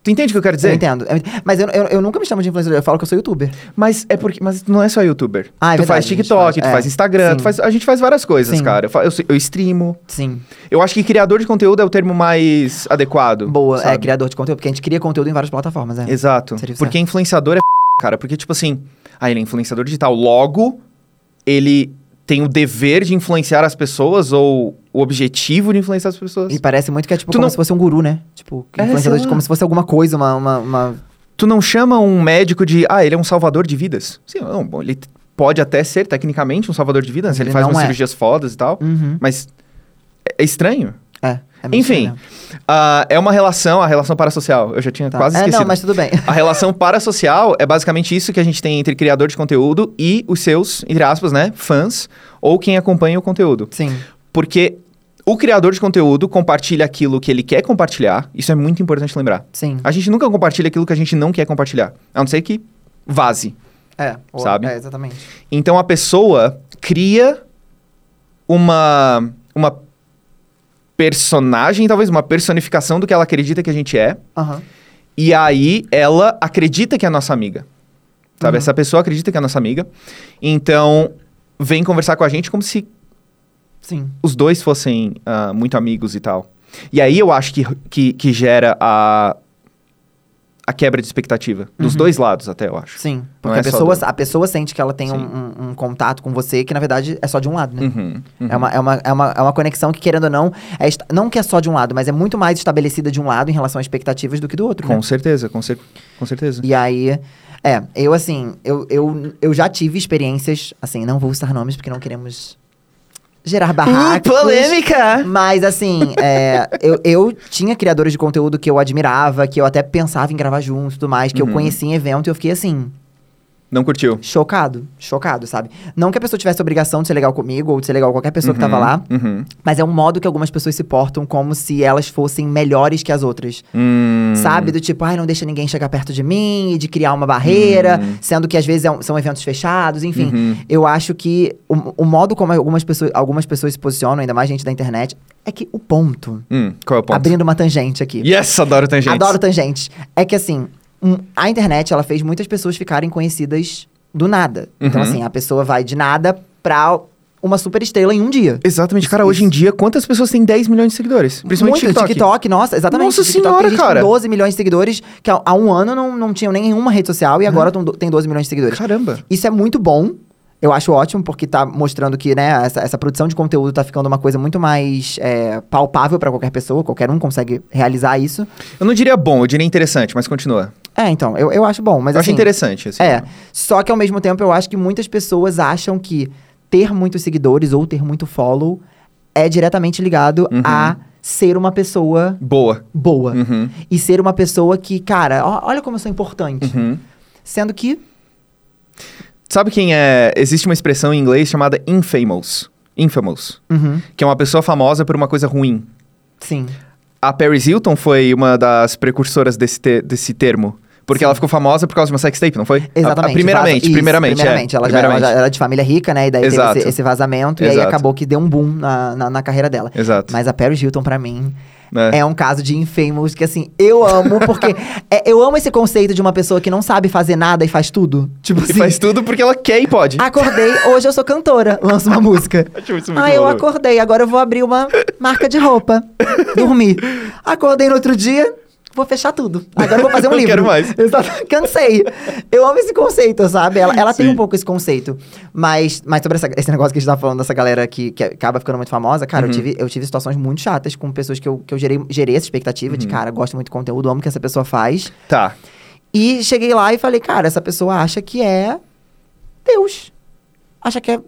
Speaker 1: Tu entende o que eu quero dizer?
Speaker 2: Eu entendo. Eu ent- Mas eu, eu, eu nunca me chamo de influencer, eu falo que eu sou youtuber.
Speaker 1: Mas é porque. Mas tu não é só youtuber.
Speaker 2: Ah, é
Speaker 1: tu
Speaker 2: verdade,
Speaker 1: faz
Speaker 2: a gente
Speaker 1: TikTok,
Speaker 2: faz,
Speaker 1: tu
Speaker 2: é.
Speaker 1: faz Instagram, tu
Speaker 2: Sim.
Speaker 1: faz, a gente faz várias coisas,
Speaker 2: Sim.
Speaker 1: cara. Eu, fa- eu, eu streamo.
Speaker 2: Sim.
Speaker 1: Eu acho que criador de conteúdo é o termo mais adequado.
Speaker 2: Boa, é
Speaker 1: sabe?
Speaker 2: criador de conteúdo, porque a gente cria conteúdo em várias plataformas, é.
Speaker 1: Exato.
Speaker 2: Seria o
Speaker 1: Porque influenciador é f***, cara. Porque, tipo assim, ah, ele é influenciador digital. Logo, ele tem o dever de influenciar as pessoas ou o objetivo de influenciar as pessoas.
Speaker 2: E parece muito que é tipo
Speaker 1: Tu
Speaker 2: como
Speaker 1: não-
Speaker 2: se fosse um guru, né? Tipo,
Speaker 1: É,
Speaker 2: influenciador
Speaker 1: sei
Speaker 2: de
Speaker 1: lá.
Speaker 2: como se fosse alguma coisa, uma. uma, uma-
Speaker 1: Tu não chama um médico de, ah, ele é um salvador de vidas. Sim, não, bom, ele pode até ser, tecnicamente, um salvador de vidas.
Speaker 2: Ele
Speaker 1: Ele, faz
Speaker 2: não
Speaker 1: umas
Speaker 2: é.
Speaker 1: cirurgias fodas e tal.
Speaker 2: Uhum.
Speaker 1: Mas é- é estranho.
Speaker 2: É, é meio
Speaker 1: Enfim,
Speaker 2: estranho.
Speaker 1: ah, é uma relação, a relação parassocial. Eu já tinha
Speaker 2: Tá.
Speaker 1: quase
Speaker 2: É,
Speaker 1: esquecido.
Speaker 2: não, mas tudo
Speaker 1: *laughs*
Speaker 2: bem.
Speaker 1: A relação parassocial é basicamente isso que a gente tem entre criador de conteúdo e os seus, entre aspas, né, fãs, ou quem acompanha o conteúdo.
Speaker 2: Sim.
Speaker 1: Porque o criador de conteúdo compartilha aquilo que ele quer compartilhar, isso é muito importante lembrar.
Speaker 2: Sim.
Speaker 1: A gente nunca compartilha aquilo que a gente não quer compartilhar, a não ser que vaze.
Speaker 2: É. ou-
Speaker 1: Sabe?
Speaker 2: É, exatamente.
Speaker 1: Então a pessoa cria uma uma personagem, talvez uma personificação do que ela acredita que a gente é,
Speaker 2: Aham.
Speaker 1: e aí ela acredita que é a nossa amiga. Sabe?
Speaker 2: Uhum.
Speaker 1: Essa pessoa acredita que é a nossa amiga. Então, vem conversar com a gente como se
Speaker 2: Sim.
Speaker 1: os dois fossem ah, muito amigos e tal. E aí eu acho que, que, que gera a, a quebra de expectativa. Dos dois lados, até, eu acho.
Speaker 2: Sim.
Speaker 1: Não
Speaker 2: Porque
Speaker 1: é
Speaker 2: a,
Speaker 1: só
Speaker 2: pessoa,
Speaker 1: do-
Speaker 2: a pessoa sente que ela tem um,
Speaker 1: Sim.
Speaker 2: um- um contato com você que, na verdade, é só de um lado, né?
Speaker 1: Uhum, uhum.
Speaker 2: É, uma, é, uma, é, uma, é uma conexão que, querendo ou não, é esta- não que é só de um lado, mas é muito mais estabelecida de um lado em relação a expectativas do que do outro. né?
Speaker 1: Com certeza, com, cer com certeza.
Speaker 2: E aí, é, eu assim, eu, eu, eu já tive experiências, assim, não vou usar nomes porque não queremos gerar
Speaker 1: Ah,
Speaker 2: barracos.
Speaker 1: Uh, polêmica!
Speaker 2: Mas assim, é, eu, eu tinha criadores de conteúdo que eu admirava, que eu até pensava em gravar junto e tudo mais, que eu
Speaker 1: Uhum.
Speaker 2: conheci em evento e eu fiquei assim,
Speaker 1: Não curtiu?
Speaker 2: chocado, chocado, sabe? Não que a pessoa tivesse obrigação de ser legal comigo ou de ser legal com qualquer pessoa que tava
Speaker 1: Uhum,
Speaker 2: lá,
Speaker 1: uhum.
Speaker 2: mas é um modo que algumas pessoas se portam como se elas fossem melhores que as outras.
Speaker 1: Hum.
Speaker 2: Sabe? Do tipo, ai, não deixa ninguém chegar perto de mim, e de criar uma barreira, sendo que às vezes é um- são eventos fechados, enfim.
Speaker 1: Uhum.
Speaker 2: Eu acho que o, o modo como algumas pessoas, algumas pessoas se posicionam, ainda mais gente da internet, é que o ponto,
Speaker 1: Hum, qual é o ponto?
Speaker 2: abrindo uma tangente aqui.
Speaker 1: Yes, adoro tangentes.
Speaker 2: Adoro tangentes. É que assim, um- a internet ela fez muitas pessoas ficarem conhecidas do nada. Então,
Speaker 1: Uhum.
Speaker 2: assim, a pessoa vai de nada pra uma super estrela em um dia.
Speaker 1: Exatamente, cara. Hoje em dia, quantas pessoas têm 10 milhões de seguidores? Principalmente
Speaker 2: Muito,
Speaker 1: TikTok.
Speaker 2: nossa, exatamente.
Speaker 1: Nossa
Speaker 2: TikTok
Speaker 1: senhora,
Speaker 2: tem gente
Speaker 1: cara.
Speaker 2: Com 12 milhões de seguidores, que há, há um ano não, não tinham nenhuma rede social e agora tão do- tem 12 milhões de seguidores.
Speaker 1: Caramba.
Speaker 2: Isso é muito bom. Eu acho ótimo, porque tá mostrando que, né, essa, essa produção de conteúdo tá ficando uma coisa muito mais é, palpável pra qualquer pessoa, qualquer um consegue realizar isso.
Speaker 1: Eu não diria bom, eu diria interessante, mas continua.
Speaker 2: É, então, eu, eu acho bom, mas
Speaker 1: eu
Speaker 2: assim,
Speaker 1: acho interessante, assim.
Speaker 2: É. Só que ao mesmo tempo eu acho que muitas pessoas acham que ter muitos seguidores ou ter muito follow é diretamente ligado
Speaker 1: Uhum.
Speaker 2: a ser uma pessoa
Speaker 1: Boa.
Speaker 2: boa.
Speaker 1: Uhum.
Speaker 2: E ser uma pessoa que, cara, ó- olha como eu sou importante.
Speaker 1: Uhum.
Speaker 2: Sendo que.
Speaker 1: Sabe quem é. Existe uma expressão em inglês chamada infamous. Infamous.
Speaker 2: Uhum,
Speaker 1: Que é uma pessoa famosa por uma coisa ruim.
Speaker 2: sim.
Speaker 1: A Paris Hilton foi uma das precursoras desse, te- desse termo. Porque ela ficou famosa por causa de uma sextape, não foi? A- a-
Speaker 2: Exatamente.
Speaker 1: primeiramente,
Speaker 2: vaza- isso,
Speaker 1: primeiramente,
Speaker 2: primeiramente.
Speaker 1: é.
Speaker 2: Ela, já-
Speaker 1: primeiramente.
Speaker 2: ela já era de família rica, né? E daí
Speaker 1: Exato.
Speaker 2: teve esse, esse vazamento. E aí
Speaker 1: Exato.
Speaker 2: acabou que deu um boom na, na, na carreira dela.
Speaker 1: Exato.
Speaker 2: Mas a Paris Hilton, pra mim,
Speaker 1: né? *laughs*
Speaker 2: é. um caso de infamous que, assim, eu amo, porque é, eu amo esse conceito de uma pessoa que não sabe fazer nada e faz tudo. Tipo
Speaker 1: E
Speaker 2: assim.
Speaker 1: faz tudo porque ela quer e
Speaker 2: *laughs*
Speaker 1: pode.
Speaker 2: Acordei, hoje eu sou cantora, lanço uma música.
Speaker 1: Acho isso muito
Speaker 2: Ah, eu
Speaker 1: maluco.
Speaker 2: acordei, agora eu vou abrir uma marca de
Speaker 1: *laughs*
Speaker 2: roupa. Dormi. Acordei no outro dia, vou fechar tudo. Agora eu vou
Speaker 1: *laughs*
Speaker 2: fazer um
Speaker 1: Não
Speaker 2: livro.
Speaker 1: quero mais.
Speaker 2: *laughs* Exato. Cansei. Eu amo esse conceito, sabe? Ela, ela tem
Speaker 1: Sim.
Speaker 2: um pouco esse conceito. Mas, mas sobre essa- esse negócio que a gente tá falando, dessa galera que, que acaba ficando muito famosa, cara, eu,
Speaker 1: Uhum.
Speaker 2: tive, eu tive situações muito chatas com pessoas que eu, que eu gerei, gerei essa expectativa
Speaker 1: Uhum.
Speaker 2: de, cara, gosto muito do conteúdo, amo o que essa pessoa faz.
Speaker 1: Tá.
Speaker 2: E cheguei lá e falei, cara, essa pessoa acha que é Deus. Acha que é.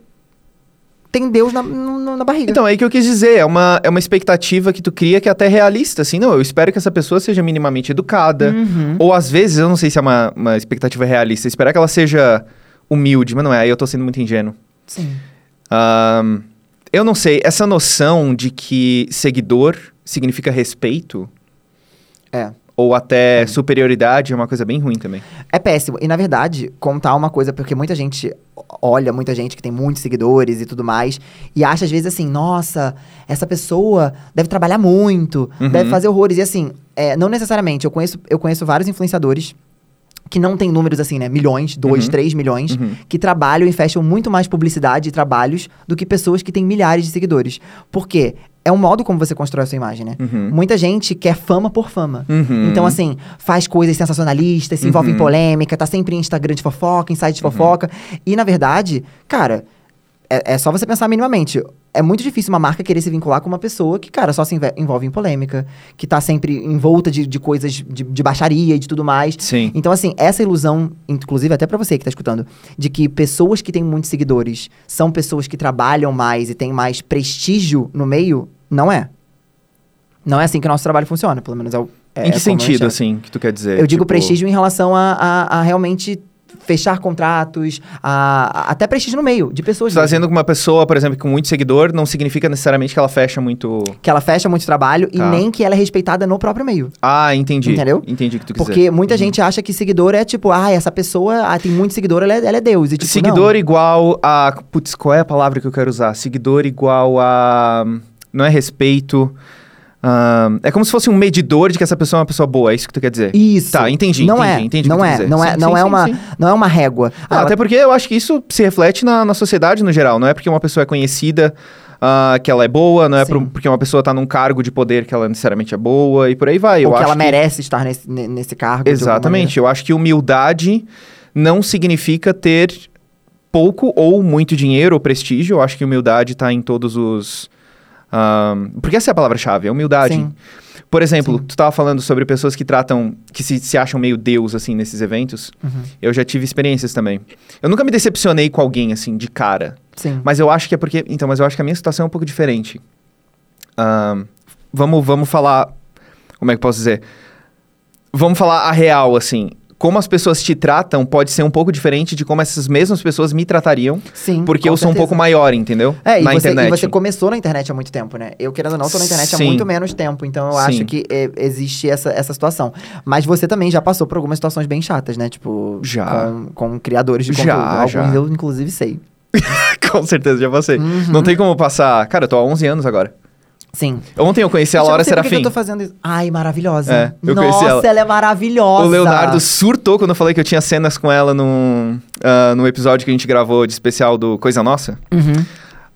Speaker 2: Tem Deus na, no- na barriga.
Speaker 1: Então, é aí que eu quis dizer, é uma, é uma expectativa que tu cria que é até realista, assim, não, eu espero que essa pessoa seja minimamente educada,
Speaker 2: Uhum.
Speaker 1: ou às vezes, eu não sei se é uma, uma expectativa realista, esperar que ela seja humilde, mas não é, aí eu tô sendo muito ingênuo.
Speaker 2: Sim.
Speaker 1: Ahn, eu não sei, essa noção de que seguidor significa respeito,
Speaker 2: É.
Speaker 1: ou até superioridade, é uma coisa bem ruim também.
Speaker 2: É péssimo. E na verdade, contar uma coisa, porque muita gente olha, muita gente que tem muitos seguidores e tudo mais, e acha às vezes assim, nossa, essa pessoa deve trabalhar muito,
Speaker 1: Uhum.
Speaker 2: deve fazer horrores. E assim, é, não necessariamente. Eu conheço, eu conheço vários influenciadores que não têm números assim, né? Milhões, dois,
Speaker 1: Uhum.
Speaker 2: três milhões,
Speaker 1: Uhum.
Speaker 2: que trabalham e fecham muito mais publicidade e trabalhos do que pessoas que têm milhares de seguidores. Por quê? É um modo como você constrói a sua imagem, né?
Speaker 1: Uhum.
Speaker 2: Muita gente quer fama por fama.
Speaker 1: Uhum.
Speaker 2: Então, assim, faz coisas sensacionalistas, se envolve
Speaker 1: Uhum.
Speaker 2: em polêmica, tá sempre em Instagram de fofoca, em site de fofoca. E, na verdade, cara, é, é só você pensar minimamente. é muito difícil uma marca querer se vincular com uma pessoa que, cara, só se enve- envolve em polêmica, que tá sempre envolta de, de coisas de, de baixaria e de tudo mais.
Speaker 1: Sim.
Speaker 2: Então, assim, essa ilusão, inclusive até pra você que tá escutando, de que pessoas que têm muitos seguidores são pessoas que trabalham mais e têm mais prestígio no meio, não é. Não é assim que o nosso trabalho funciona, pelo menos é o. é
Speaker 1: em que
Speaker 2: como eu
Speaker 1: sentido,
Speaker 2: enxergo.
Speaker 1: assim, que tu quer dizer?
Speaker 2: Eu digo
Speaker 1: Tipo,
Speaker 2: prestígio em relação a, a- a realmente fechar contratos, a, a- até prestígio no meio, de pessoas.
Speaker 1: Tu tá
Speaker 2: mesmo.
Speaker 1: dizendo que uma pessoa, por exemplo, com muito seguidor, não significa necessariamente que ela fecha muito...
Speaker 2: Que ela fecha muito trabalho
Speaker 1: Tá.
Speaker 2: e nem que ela é respeitada no próprio meio.
Speaker 1: Ah, entendi.
Speaker 2: Entendeu?
Speaker 1: Entendi o que tu quiser.
Speaker 2: Porque muita gente acha que seguidor é tipo, ah, essa pessoa ah, tem muito seguidor, ela é, ela é Deus. E, tipo,
Speaker 1: seguidor igual a... Putz, qual é a palavra que eu quero usar? Seguidor igual a... Não é respeito... ahn, é como se fosse um medidor de que essa pessoa é uma pessoa boa, é isso que tu quer dizer?
Speaker 2: Não. Isso.
Speaker 1: Tá, entendi,
Speaker 2: Não
Speaker 1: entendi,
Speaker 2: é,
Speaker 1: entendi o que
Speaker 2: não
Speaker 1: tu
Speaker 2: é,
Speaker 1: quiser.
Speaker 2: não é,
Speaker 1: Sim,
Speaker 2: não
Speaker 1: sim,
Speaker 2: é
Speaker 1: sim,
Speaker 2: uma,
Speaker 1: sim.
Speaker 2: não é uma régua.
Speaker 1: Ah,
Speaker 2: Ah, ela-
Speaker 1: Até porque eu acho que isso se reflete na, na sociedade no geral. Não é porque uma pessoa é conhecida ah, que ela é boa, não é
Speaker 2: Sim.
Speaker 1: pro- porque uma pessoa tá num cargo de poder que ela necessariamente é boa e por aí vai. Eu
Speaker 2: ou que
Speaker 1: acho
Speaker 2: ela
Speaker 1: que-
Speaker 2: merece estar nesse, ne- nesse cargo. de alguma
Speaker 1: Exatamente. Eu acho que humildade não significa ter pouco ou muito dinheiro ou prestígio. Eu acho que humildade tá em todos os. ahn, porque essa é a palavra-chave, é humildade.
Speaker 2: Sim.
Speaker 1: Por exemplo, tu tava falando sobre pessoas que tratam, que se, se acham meio deus, assim, nesses eventos.
Speaker 2: Uhum.
Speaker 1: Eu já tive experiências também. Eu nunca me decepcionei com alguém, assim, de cara.
Speaker 2: Sim.
Speaker 1: Mas eu acho que é porque. Então, mas eu acho que a minha situação é um pouco diferente. Ahn, vamos, vamos falar. Como é que eu posso dizer? Vamos falar a real, assim. Como as pessoas te tratam pode ser um pouco diferente de como essas mesmas pessoas me tratariam,
Speaker 2: Sim.
Speaker 1: porque
Speaker 2: Hum, com
Speaker 1: eu sou um
Speaker 2: certeza.
Speaker 1: pouco maior, entendeu?
Speaker 2: É, e,
Speaker 1: Na
Speaker 2: você,
Speaker 1: internet. *laughs*
Speaker 2: e você começou na internet há muito tempo, né? Eu, querendo ou não, tô na internet
Speaker 1: Sim.
Speaker 2: há muito menos tempo. Então, eu acho
Speaker 1: Sim.
Speaker 2: que é, existe essa, essa situação. Mas você também já passou por algumas situações bem chatas, né? Tipo,
Speaker 1: Já.
Speaker 2: Com, com criadores de
Speaker 1: Já,
Speaker 2: conteúdo. Alguns
Speaker 1: já.
Speaker 2: eu, inclusive, sei.
Speaker 1: Com certeza, já passei.
Speaker 2: Uhum.
Speaker 1: Não tem como passar. Cara, eu tô há 11 anos agora.
Speaker 2: Sim.
Speaker 1: Ontem eu conheci a
Speaker 2: Eu
Speaker 1: Laura
Speaker 2: não sei por que que
Speaker 1: Serafim.
Speaker 2: eu tô fazendo isso. Ai, maravilhosa.
Speaker 1: É, eu
Speaker 2: Nossa,
Speaker 1: conheci ela.
Speaker 2: é maravilhosa.
Speaker 1: O Leonardo surtou quando eu falei que eu tinha cenas com ela num, ah, num episódio que a gente gravou de especial do Coisa Nossa.
Speaker 2: Uhum.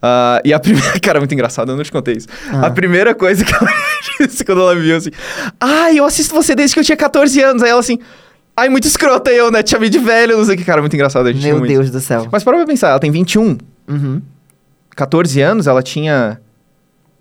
Speaker 1: Ah, e a primeira. *laughs* Cara, muito engraçado, eu não te contei isso.
Speaker 2: Ah.
Speaker 1: A primeira coisa que ela *laughs* disse quando ela me viu assim. Ai, eu assisto você desde que eu tinha 14 anos. Aí ela assim. Ai, muito escrota eu, né? Te chamei de velho, não sei o que. Cara, muito engraçado, a gente
Speaker 2: Meu
Speaker 1: muito.
Speaker 2: Deus do céu.
Speaker 1: Mas para pra pensar, ela tem 21.
Speaker 2: Uhum.
Speaker 1: 14 anos, ela tinha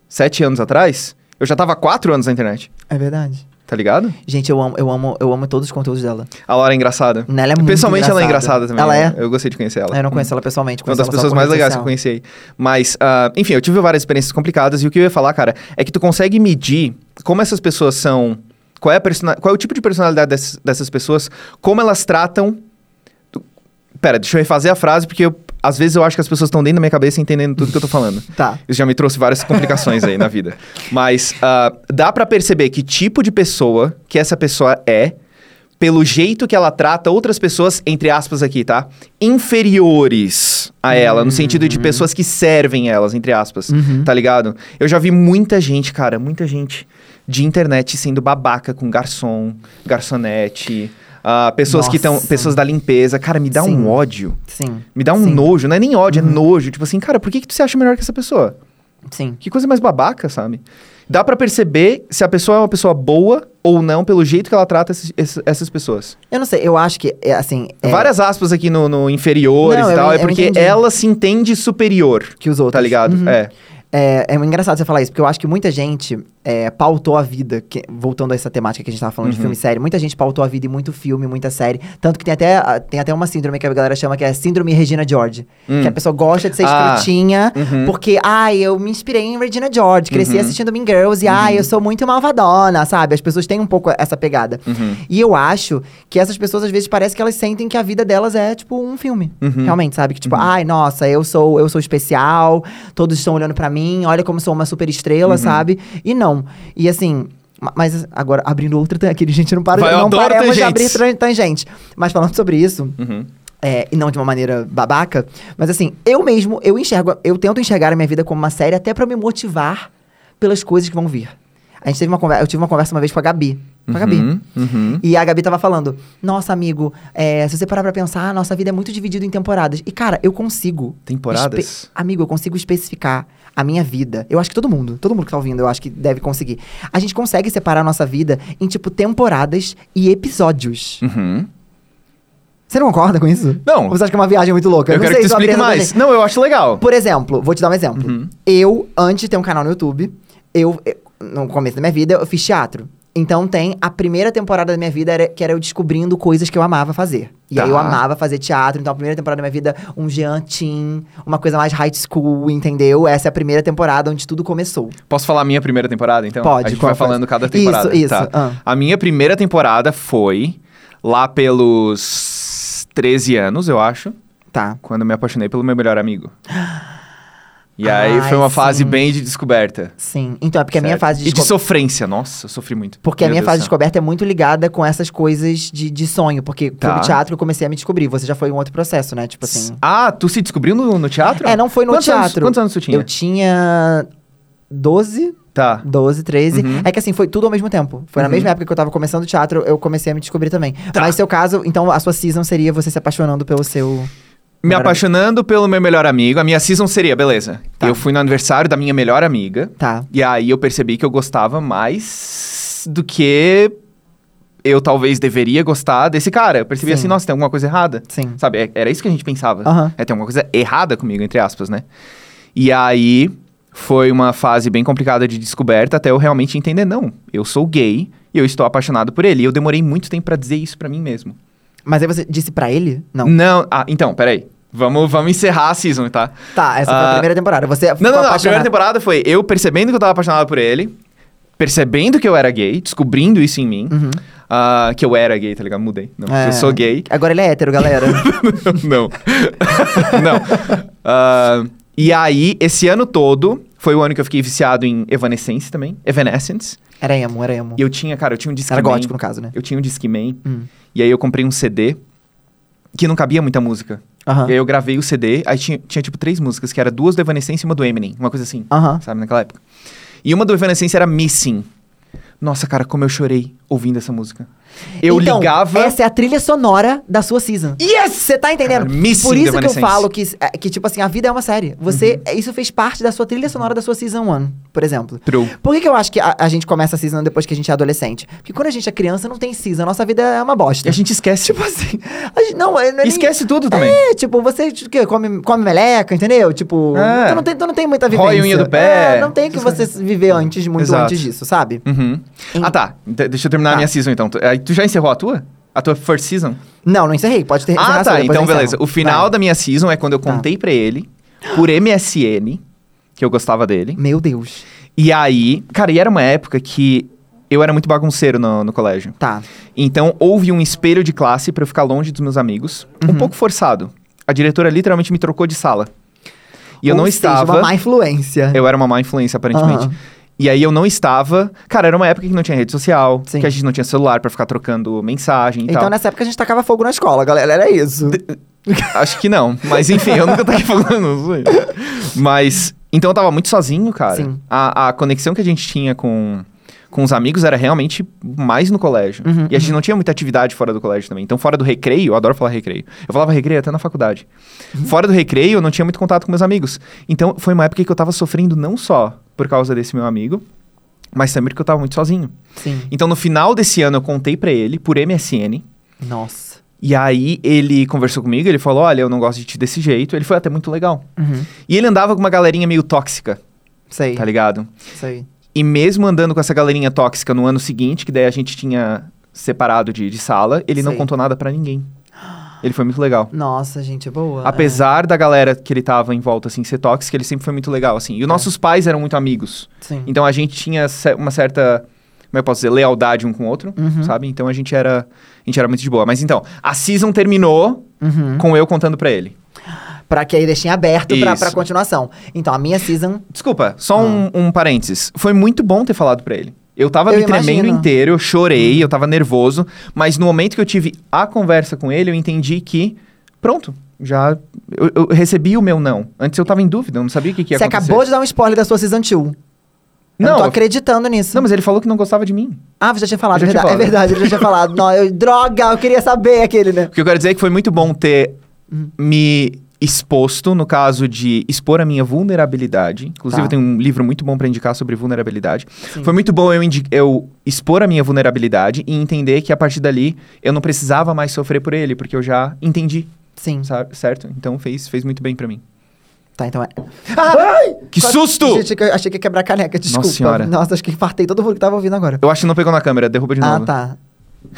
Speaker 1: 7 anos atrás. Eu já tava há 4 anos na internet,
Speaker 2: É verdade.
Speaker 1: tá ligado?
Speaker 2: Gente, eu amo, eu amo, eu amo todos os conteúdos dela.
Speaker 1: A Laura é engraçada.
Speaker 2: Né, Ela é muito
Speaker 1: Pessoalmente ela é engraçada também.
Speaker 2: Ela
Speaker 1: né?
Speaker 2: é.
Speaker 1: Eu gostei de conhecer ela.
Speaker 2: Eu não conheço ela pessoalmente.
Speaker 1: Uma
Speaker 2: conheço
Speaker 1: das
Speaker 2: ela só
Speaker 1: pessoas
Speaker 2: por
Speaker 1: mais
Speaker 2: rede
Speaker 1: legais que eu
Speaker 2: social.
Speaker 1: conheci aí. Mas, ah, enfim, eu tive várias experiências complicadas e o que eu ia falar, cara, é que tu consegue medir como essas pessoas são. Qual é, a persona- qual é o tipo de personalidade dessas, dessas pessoas, como elas tratam. tu- Pera, deixa eu refazer a frase, porque eu- às vezes eu acho que as pessoas estão dentro da minha cabeça entendendo tudo que eu tô falando.
Speaker 2: Tá.
Speaker 1: Isso já me trouxe várias *laughs* complicações aí na vida. Mas ah, dá pra perceber que tipo de pessoa que essa pessoa é pelo jeito que ela trata outras pessoas, entre aspas aqui, tá? Inferiores a ela, no sentido
Speaker 2: Uhum.
Speaker 1: de pessoas que servem elas, entre aspas, tá ligado? Eu já vi muita gente, cara, muita gente de internet sendo babaca com garçom, garçonete, ah, pessoas que estão,
Speaker 2: Nossa.
Speaker 1: pessoas da limpeza. Cara, me dá
Speaker 2: Sim.
Speaker 1: um ódio.
Speaker 2: Sim.
Speaker 1: Me dá um
Speaker 2: Sim. Uhum.
Speaker 1: nojo, não é nem ódio, é nojo. Tipo assim, cara, por que, que tu se acha melhor que essa pessoa?
Speaker 2: Sim.
Speaker 1: Que coisa mais babaca, sabe? Dá pra perceber se a pessoa é uma pessoa boa ou não pelo jeito que ela trata esses- esses- essas pessoas.
Speaker 2: Eu não sei, eu acho que, é, assim... é,
Speaker 1: Várias aspas aqui no, no inferiores
Speaker 2: Não,
Speaker 1: e
Speaker 2: eu
Speaker 1: tal, é
Speaker 2: en- eu
Speaker 1: porque
Speaker 2: entendi.
Speaker 1: ela se entende superior,
Speaker 2: Que os outros.
Speaker 1: tá ligado?
Speaker 2: Uhum.
Speaker 1: É.
Speaker 2: É, é engraçado você falar isso, porque eu acho que muita gente é, pautou a vida, que- voltando a essa temática que a gente tava
Speaker 1: Uhum.
Speaker 2: falando de filme e série, muita gente pautou a vida em muito filme, muita série. Tanto que tem até, a- tem até uma síndrome que a galera chama que é Síndrome Regina George. Que a pessoa gosta de ser
Speaker 1: Hum. Ah.
Speaker 2: escrotinha,
Speaker 1: Uhum.
Speaker 2: porque, ai, eu me inspirei em Regina George, cresci
Speaker 1: Uhum.
Speaker 2: assistindo Mean Girls, e ai, eu sou muito malvadona, sabe? As pessoas têm um pouco essa pegada.
Speaker 1: Uhum.
Speaker 2: E eu acho que essas pessoas, às vezes, parece que elas sentem que a vida delas é, tipo, um filme.
Speaker 1: Uhum.
Speaker 2: Realmente, sabe? Que, tipo, ai, nossa, eu sou, eu sou especial, todos estão olhando pra mim, olha como sou uma super estrela,
Speaker 1: Uhum.
Speaker 2: sabe? E não. E assim. ma- Mas agora, abrindo outra tangente, *laughs* gente não para
Speaker 1: Vai, eu
Speaker 2: não
Speaker 1: adoro
Speaker 2: paramos de abrir
Speaker 1: tangentes.
Speaker 2: tran- tangente. Mas falando sobre isso,
Speaker 1: Uhum.
Speaker 2: é, e não de uma maneira babaca, mas assim, eu mesmo, eu enxergo, eu tento enxergar a minha vida como uma série até pra me motivar pelas coisas que vão vir. A gente teve uma conversa, eu tive uma conversa uma vez com a Gabi. Com a Gabi.
Speaker 1: Uhum. Uhum.
Speaker 2: E a Gabi tava falando, nossa, amigo, é, se você parar pra pensar, a nossa vida é muito dividida em temporadas. E, cara, eu consigo.
Speaker 1: Temporadas?
Speaker 2: espe- Amigo, eu consigo especificar a minha vida. Eu acho que todo mundo, todo mundo que tá ouvindo, eu acho que deve conseguir. A gente consegue separar a nossa vida em, tipo, temporadas e episódios.
Speaker 1: Uhum.
Speaker 2: Você não concorda com isso?
Speaker 1: Hum. Não.
Speaker 2: Ou Você acha que é uma viagem muito louca?
Speaker 1: Eu,
Speaker 2: não
Speaker 1: quero
Speaker 2: sei é-
Speaker 1: que tu
Speaker 2: se uma
Speaker 1: explique
Speaker 2: brisa da
Speaker 1: mais.
Speaker 2: gente.
Speaker 1: Não, eu acho legal.
Speaker 2: Por exemplo, vou te dar um exemplo.
Speaker 1: Uhum.
Speaker 2: Eu, antes de ter um canal no YouTube, eu, eu- no começo da minha vida, eu fiz teatro. Então tem a primeira temporada da minha vida era, que era eu descobrindo coisas que eu amava fazer. E aí eu
Speaker 1: Tá.
Speaker 2: amava fazer teatro, então a primeira temporada da minha vida, um Jean Teen, uma coisa mais high school, entendeu? Essa é a primeira temporada onde tudo começou.
Speaker 1: Posso falar a minha primeira temporada, então?
Speaker 2: Pode,
Speaker 1: A gente
Speaker 2: qual
Speaker 1: vai
Speaker 2: foi?
Speaker 1: falando cada temporada.
Speaker 2: Isso, isso,
Speaker 1: Tá.
Speaker 2: ah.
Speaker 1: A minha primeira temporada foi lá pelos 13 anos, eu acho,
Speaker 2: Tá.
Speaker 1: quando eu me apaixonei pelo meu melhor amigo. E
Speaker 2: *gasps*
Speaker 1: aí
Speaker 2: Ai,
Speaker 1: foi uma fase
Speaker 2: sim.
Speaker 1: bem de descoberta.
Speaker 2: Sim. Então é porque a minha
Speaker 1: Sério.
Speaker 2: fase de
Speaker 1: E de
Speaker 2: descoberta.
Speaker 1: sofrência, nossa, eu sofri muito.
Speaker 2: Porque a
Speaker 1: Meu
Speaker 2: minha
Speaker 1: Deus
Speaker 2: fase de
Speaker 1: do céu.
Speaker 2: descoberta é muito ligada com essas coisas de, de sonho. Porque
Speaker 1: Tá.
Speaker 2: foi o teatro que eu comecei a me descobrir. Você já foi em um outro processo, né? Tipo assim.
Speaker 1: Ah, tu se descobriu no, no teatro?
Speaker 2: É, não foi no
Speaker 1: Quantos anos-
Speaker 2: teatro.
Speaker 1: quantos anos tu tinha?
Speaker 2: Eu tinha 12,
Speaker 1: Tá.
Speaker 2: 12, 13.
Speaker 1: Uhum.
Speaker 2: É que assim, foi tudo ao mesmo tempo. Foi na mesma época que eu tava começando o teatro, eu comecei a me descobrir também.
Speaker 1: Tá.
Speaker 2: Mas seu caso, então a sua season seria você se apaixonando pelo seu.
Speaker 1: Me
Speaker 2: Melhor
Speaker 1: apaixonando pelo meu melhor amigo. A minha season seria, beleza.
Speaker 2: Tá.
Speaker 1: Eu fui no aniversário da minha melhor amiga.
Speaker 2: Tá.
Speaker 1: E aí eu percebi que eu gostava mais do que eu talvez deveria gostar desse cara. Eu percebi
Speaker 2: Sim.
Speaker 1: assim, nossa, tem alguma coisa errada.
Speaker 2: Sim.
Speaker 1: Sabe, é- era isso que a gente pensava.
Speaker 2: Aham.
Speaker 1: É, tem alguma coisa errada comigo, entre aspas, né? E aí foi uma fase bem complicada de descoberta até eu realmente entender, não, eu sou gay e eu estou apaixonado por ele. E eu demorei muito tempo pra dizer isso pra mim mesmo.
Speaker 2: Mas aí você disse pra ele? Não.
Speaker 1: Não, ah, então, peraí. Vamos, vamos encerrar a season, tá?
Speaker 2: Tá, essa foi a
Speaker 1: Ah.
Speaker 2: primeira temporada. Você
Speaker 1: Não,
Speaker 2: ficou
Speaker 1: não, não. A
Speaker 2: apaixonado-
Speaker 1: primeira temporada foi eu percebendo que eu tava apaixonado por ele, percebendo que eu era gay, descobrindo isso em mim. Ah, que eu era gay, tá ligado? Mudei. Não,
Speaker 2: Hum. Uhum. É.
Speaker 1: eu sou gay.
Speaker 2: Agora ele é
Speaker 1: *laughs*
Speaker 2: hétero, galera.
Speaker 1: não. *laughs* não. Ah, e aí, esse ano todo, foi o ano que eu fiquei viciado em Evanescence também. Evanescence.
Speaker 2: era emo, era emo.
Speaker 1: E eu tinha, cara, eu tinha um Discman.
Speaker 2: Era gótico, no caso, né?
Speaker 1: Eu tinha um Discman.
Speaker 2: Hum.
Speaker 1: E aí eu comprei um CD que não cabia muita música.
Speaker 2: Aham.
Speaker 1: E aí eu gravei o CD, aí tinha, tinha tipo três músicas, que era duas do Evanescence e uma do Eminem, uma coisa assim,
Speaker 2: Aham.
Speaker 1: sabe, naquela época. E uma do Evanescence era Missing. Nossa, cara, como eu chorei ouvindo essa música. Eu
Speaker 2: Então,
Speaker 1: ligava...
Speaker 2: Essa é a trilha sonora da sua season.
Speaker 1: Yes!
Speaker 2: Você tá entendendo?
Speaker 1: Cara, Missing
Speaker 2: Por isso que eu
Speaker 1: Evanescence.
Speaker 2: falo que, é, que, tipo assim, a vida é uma série. Você,
Speaker 1: Uhum.
Speaker 2: Isso fez parte da sua trilha sonora da sua season 1, por exemplo.
Speaker 1: True.
Speaker 2: Por que, que eu acho que a, a gente começa a season depois que a gente é adolescente? Porque quando a gente é criança, não tem season. A nossa vida é uma bosta.
Speaker 1: E a gente esquece.
Speaker 2: Tipo assim, a gente- não, é- não é nem-
Speaker 1: Esquece tudo também.
Speaker 2: É, tipo, você tipo, que come, come meleca, entendeu? Tipo,
Speaker 1: É.
Speaker 2: tu, não tem, tu não tem muita vivência.
Speaker 1: Rói unha do pé. Uhum.
Speaker 2: É, não tem o que você viver antes, muito
Speaker 1: Exato.
Speaker 2: antes disso, sabe?
Speaker 1: Uhum.
Speaker 2: Em-
Speaker 1: Ah, tá. De- deixa eu terminar
Speaker 2: Tá.
Speaker 1: a minha season, então. Tu, aí tu já encerrou a tua? A tua first season?
Speaker 2: Não, não encerrei. Pode ter encerrar
Speaker 1: ah,
Speaker 2: só,
Speaker 1: tá.
Speaker 2: É, depois
Speaker 1: Então,
Speaker 2: eu encerro.
Speaker 1: beleza. O final
Speaker 2: Vai.
Speaker 1: da minha season é quando eu
Speaker 2: Tá.
Speaker 1: contei pra ele, por MSN, que eu gostava dele.
Speaker 2: Meu Deus.
Speaker 1: E aí... Cara, e era uma época que eu era muito bagunceiro no, no colégio.
Speaker 2: Tá.
Speaker 1: Então, houve um espelho de classe pra eu ficar longe dos meus amigos.
Speaker 2: Uhum.
Speaker 1: Um pouco forçado. A diretora literalmente me trocou de sala. E eu
Speaker 2: Ou
Speaker 1: não
Speaker 2: seja,
Speaker 1: estava...
Speaker 2: Uma má influência.
Speaker 1: Eu era uma má influência, aparentemente.
Speaker 2: Aham.
Speaker 1: E aí eu não estava. Cara, era uma época que não tinha rede social,
Speaker 2: Sim.
Speaker 1: que a gente não tinha celular pra ficar trocando mensagem e
Speaker 2: Então,
Speaker 1: tal.
Speaker 2: nessa época a gente tacava fogo na escola, galera. Era isso.
Speaker 1: Acho que não. Mas enfim, eu nunca tô aqui *laughs* falando não sei. Mas. Então eu tava muito sozinho, cara.
Speaker 2: Sim.
Speaker 1: A, a conexão que a gente tinha com. Com os amigos era realmente mais no colégio.
Speaker 2: Uhum,
Speaker 1: e a gente não tinha muita atividade fora do colégio também. Então, fora do recreio, eu adoro falar recreio. Eu falava recreio até na faculdade.
Speaker 2: Uhum.
Speaker 1: Fora do recreio, eu não tinha muito contato com meus amigos. Então, foi uma época que eu tava sofrendo não só por causa desse meu amigo, mas também porque eu tava muito sozinho.
Speaker 2: Sim.
Speaker 1: Então, no final desse ano, eu contei pra ele por MSN.
Speaker 2: Nossa.
Speaker 1: E aí, ele conversou comigo, ele falou: Olha, eu não gosto de ti desse jeito. Ele foi até muito legal.
Speaker 2: Uhum.
Speaker 1: E ele andava com uma galerinha meio tóxica,
Speaker 2: Sei.
Speaker 1: tá ligado?
Speaker 2: Sei.
Speaker 1: E mesmo andando com essa galerinha tóxica no ano seguinte, que daí a gente tinha separado de, de sala, ele não
Speaker 2: Sei.
Speaker 1: contou nada pra ninguém. Ele foi muito legal.
Speaker 2: Nossa, gente, é boa. né?
Speaker 1: Apesar da galera que ele tava em volta, assim, ser tóxica, ele sempre foi muito legal, assim. E os nossos pais eram muito amigos.
Speaker 2: É. Sim.
Speaker 1: Então a gente tinha ce- uma certa, como é eu posso dizer, lealdade um com o outro,
Speaker 2: Uhum.
Speaker 1: sabe? Então a gente era, a gente era muito de boa. Mas então, a season terminou
Speaker 2: Uhum.
Speaker 1: com eu contando pra ele.
Speaker 2: Pra que aí deixem aberto pra,
Speaker 1: Isso.
Speaker 2: pra continuação. Então, a minha season.
Speaker 1: Desculpa, só um, um parênteses. Foi muito bom ter falado pra ele. Eu tava
Speaker 2: Ah. Eu
Speaker 1: me tremendo
Speaker 2: imagino. Uhum.
Speaker 1: inteiro, eu chorei, eu tava nervoso, mas no momento que eu tive a conversa com ele, eu entendi que pronto, já eu, eu recebi o meu não. Antes eu tava em dúvida, eu não sabia o que, que ia
Speaker 2: Você
Speaker 1: acontecer.
Speaker 2: acabou de dar um spoiler da sua season 2. Eu não,
Speaker 1: Não,
Speaker 2: tô
Speaker 1: eu-
Speaker 2: acreditando nisso.
Speaker 1: Não, mas ele falou que não gostava de mim.
Speaker 2: Ah, você já tinha falado,
Speaker 1: Eu já
Speaker 2: verdade.
Speaker 1: tinha
Speaker 2: É verdade, ele já tinha falado. Não, eu, droga, eu queria saber aquele, né?
Speaker 1: O que eu quero dizer é que foi muito bom ter me exposto no caso de expor a minha vulnerabilidade. Inclusive,
Speaker 2: Tá.
Speaker 1: eu tenho um livro muito bom pra indicar sobre vulnerabilidade. Foi muito bom eu, indi- eu expor a minha vulnerabilidade e entender que a partir dali eu não precisava mais sofrer por ele, porque eu já entendi,
Speaker 2: Sim.
Speaker 1: sabe? certo? Então fez, fez muito bem pra mim.
Speaker 2: Tá, então é.
Speaker 1: Que
Speaker 2: Quase-
Speaker 1: susto!
Speaker 2: Gente, eu achei que ia quebrar a caneca, desculpa.
Speaker 1: senhora.
Speaker 2: Nossa, acho que infartei todo mundo que tava ouvindo agora.
Speaker 1: Eu acho que não pegou na câmera, derruba de
Speaker 2: Ah,
Speaker 1: novo.
Speaker 2: tá.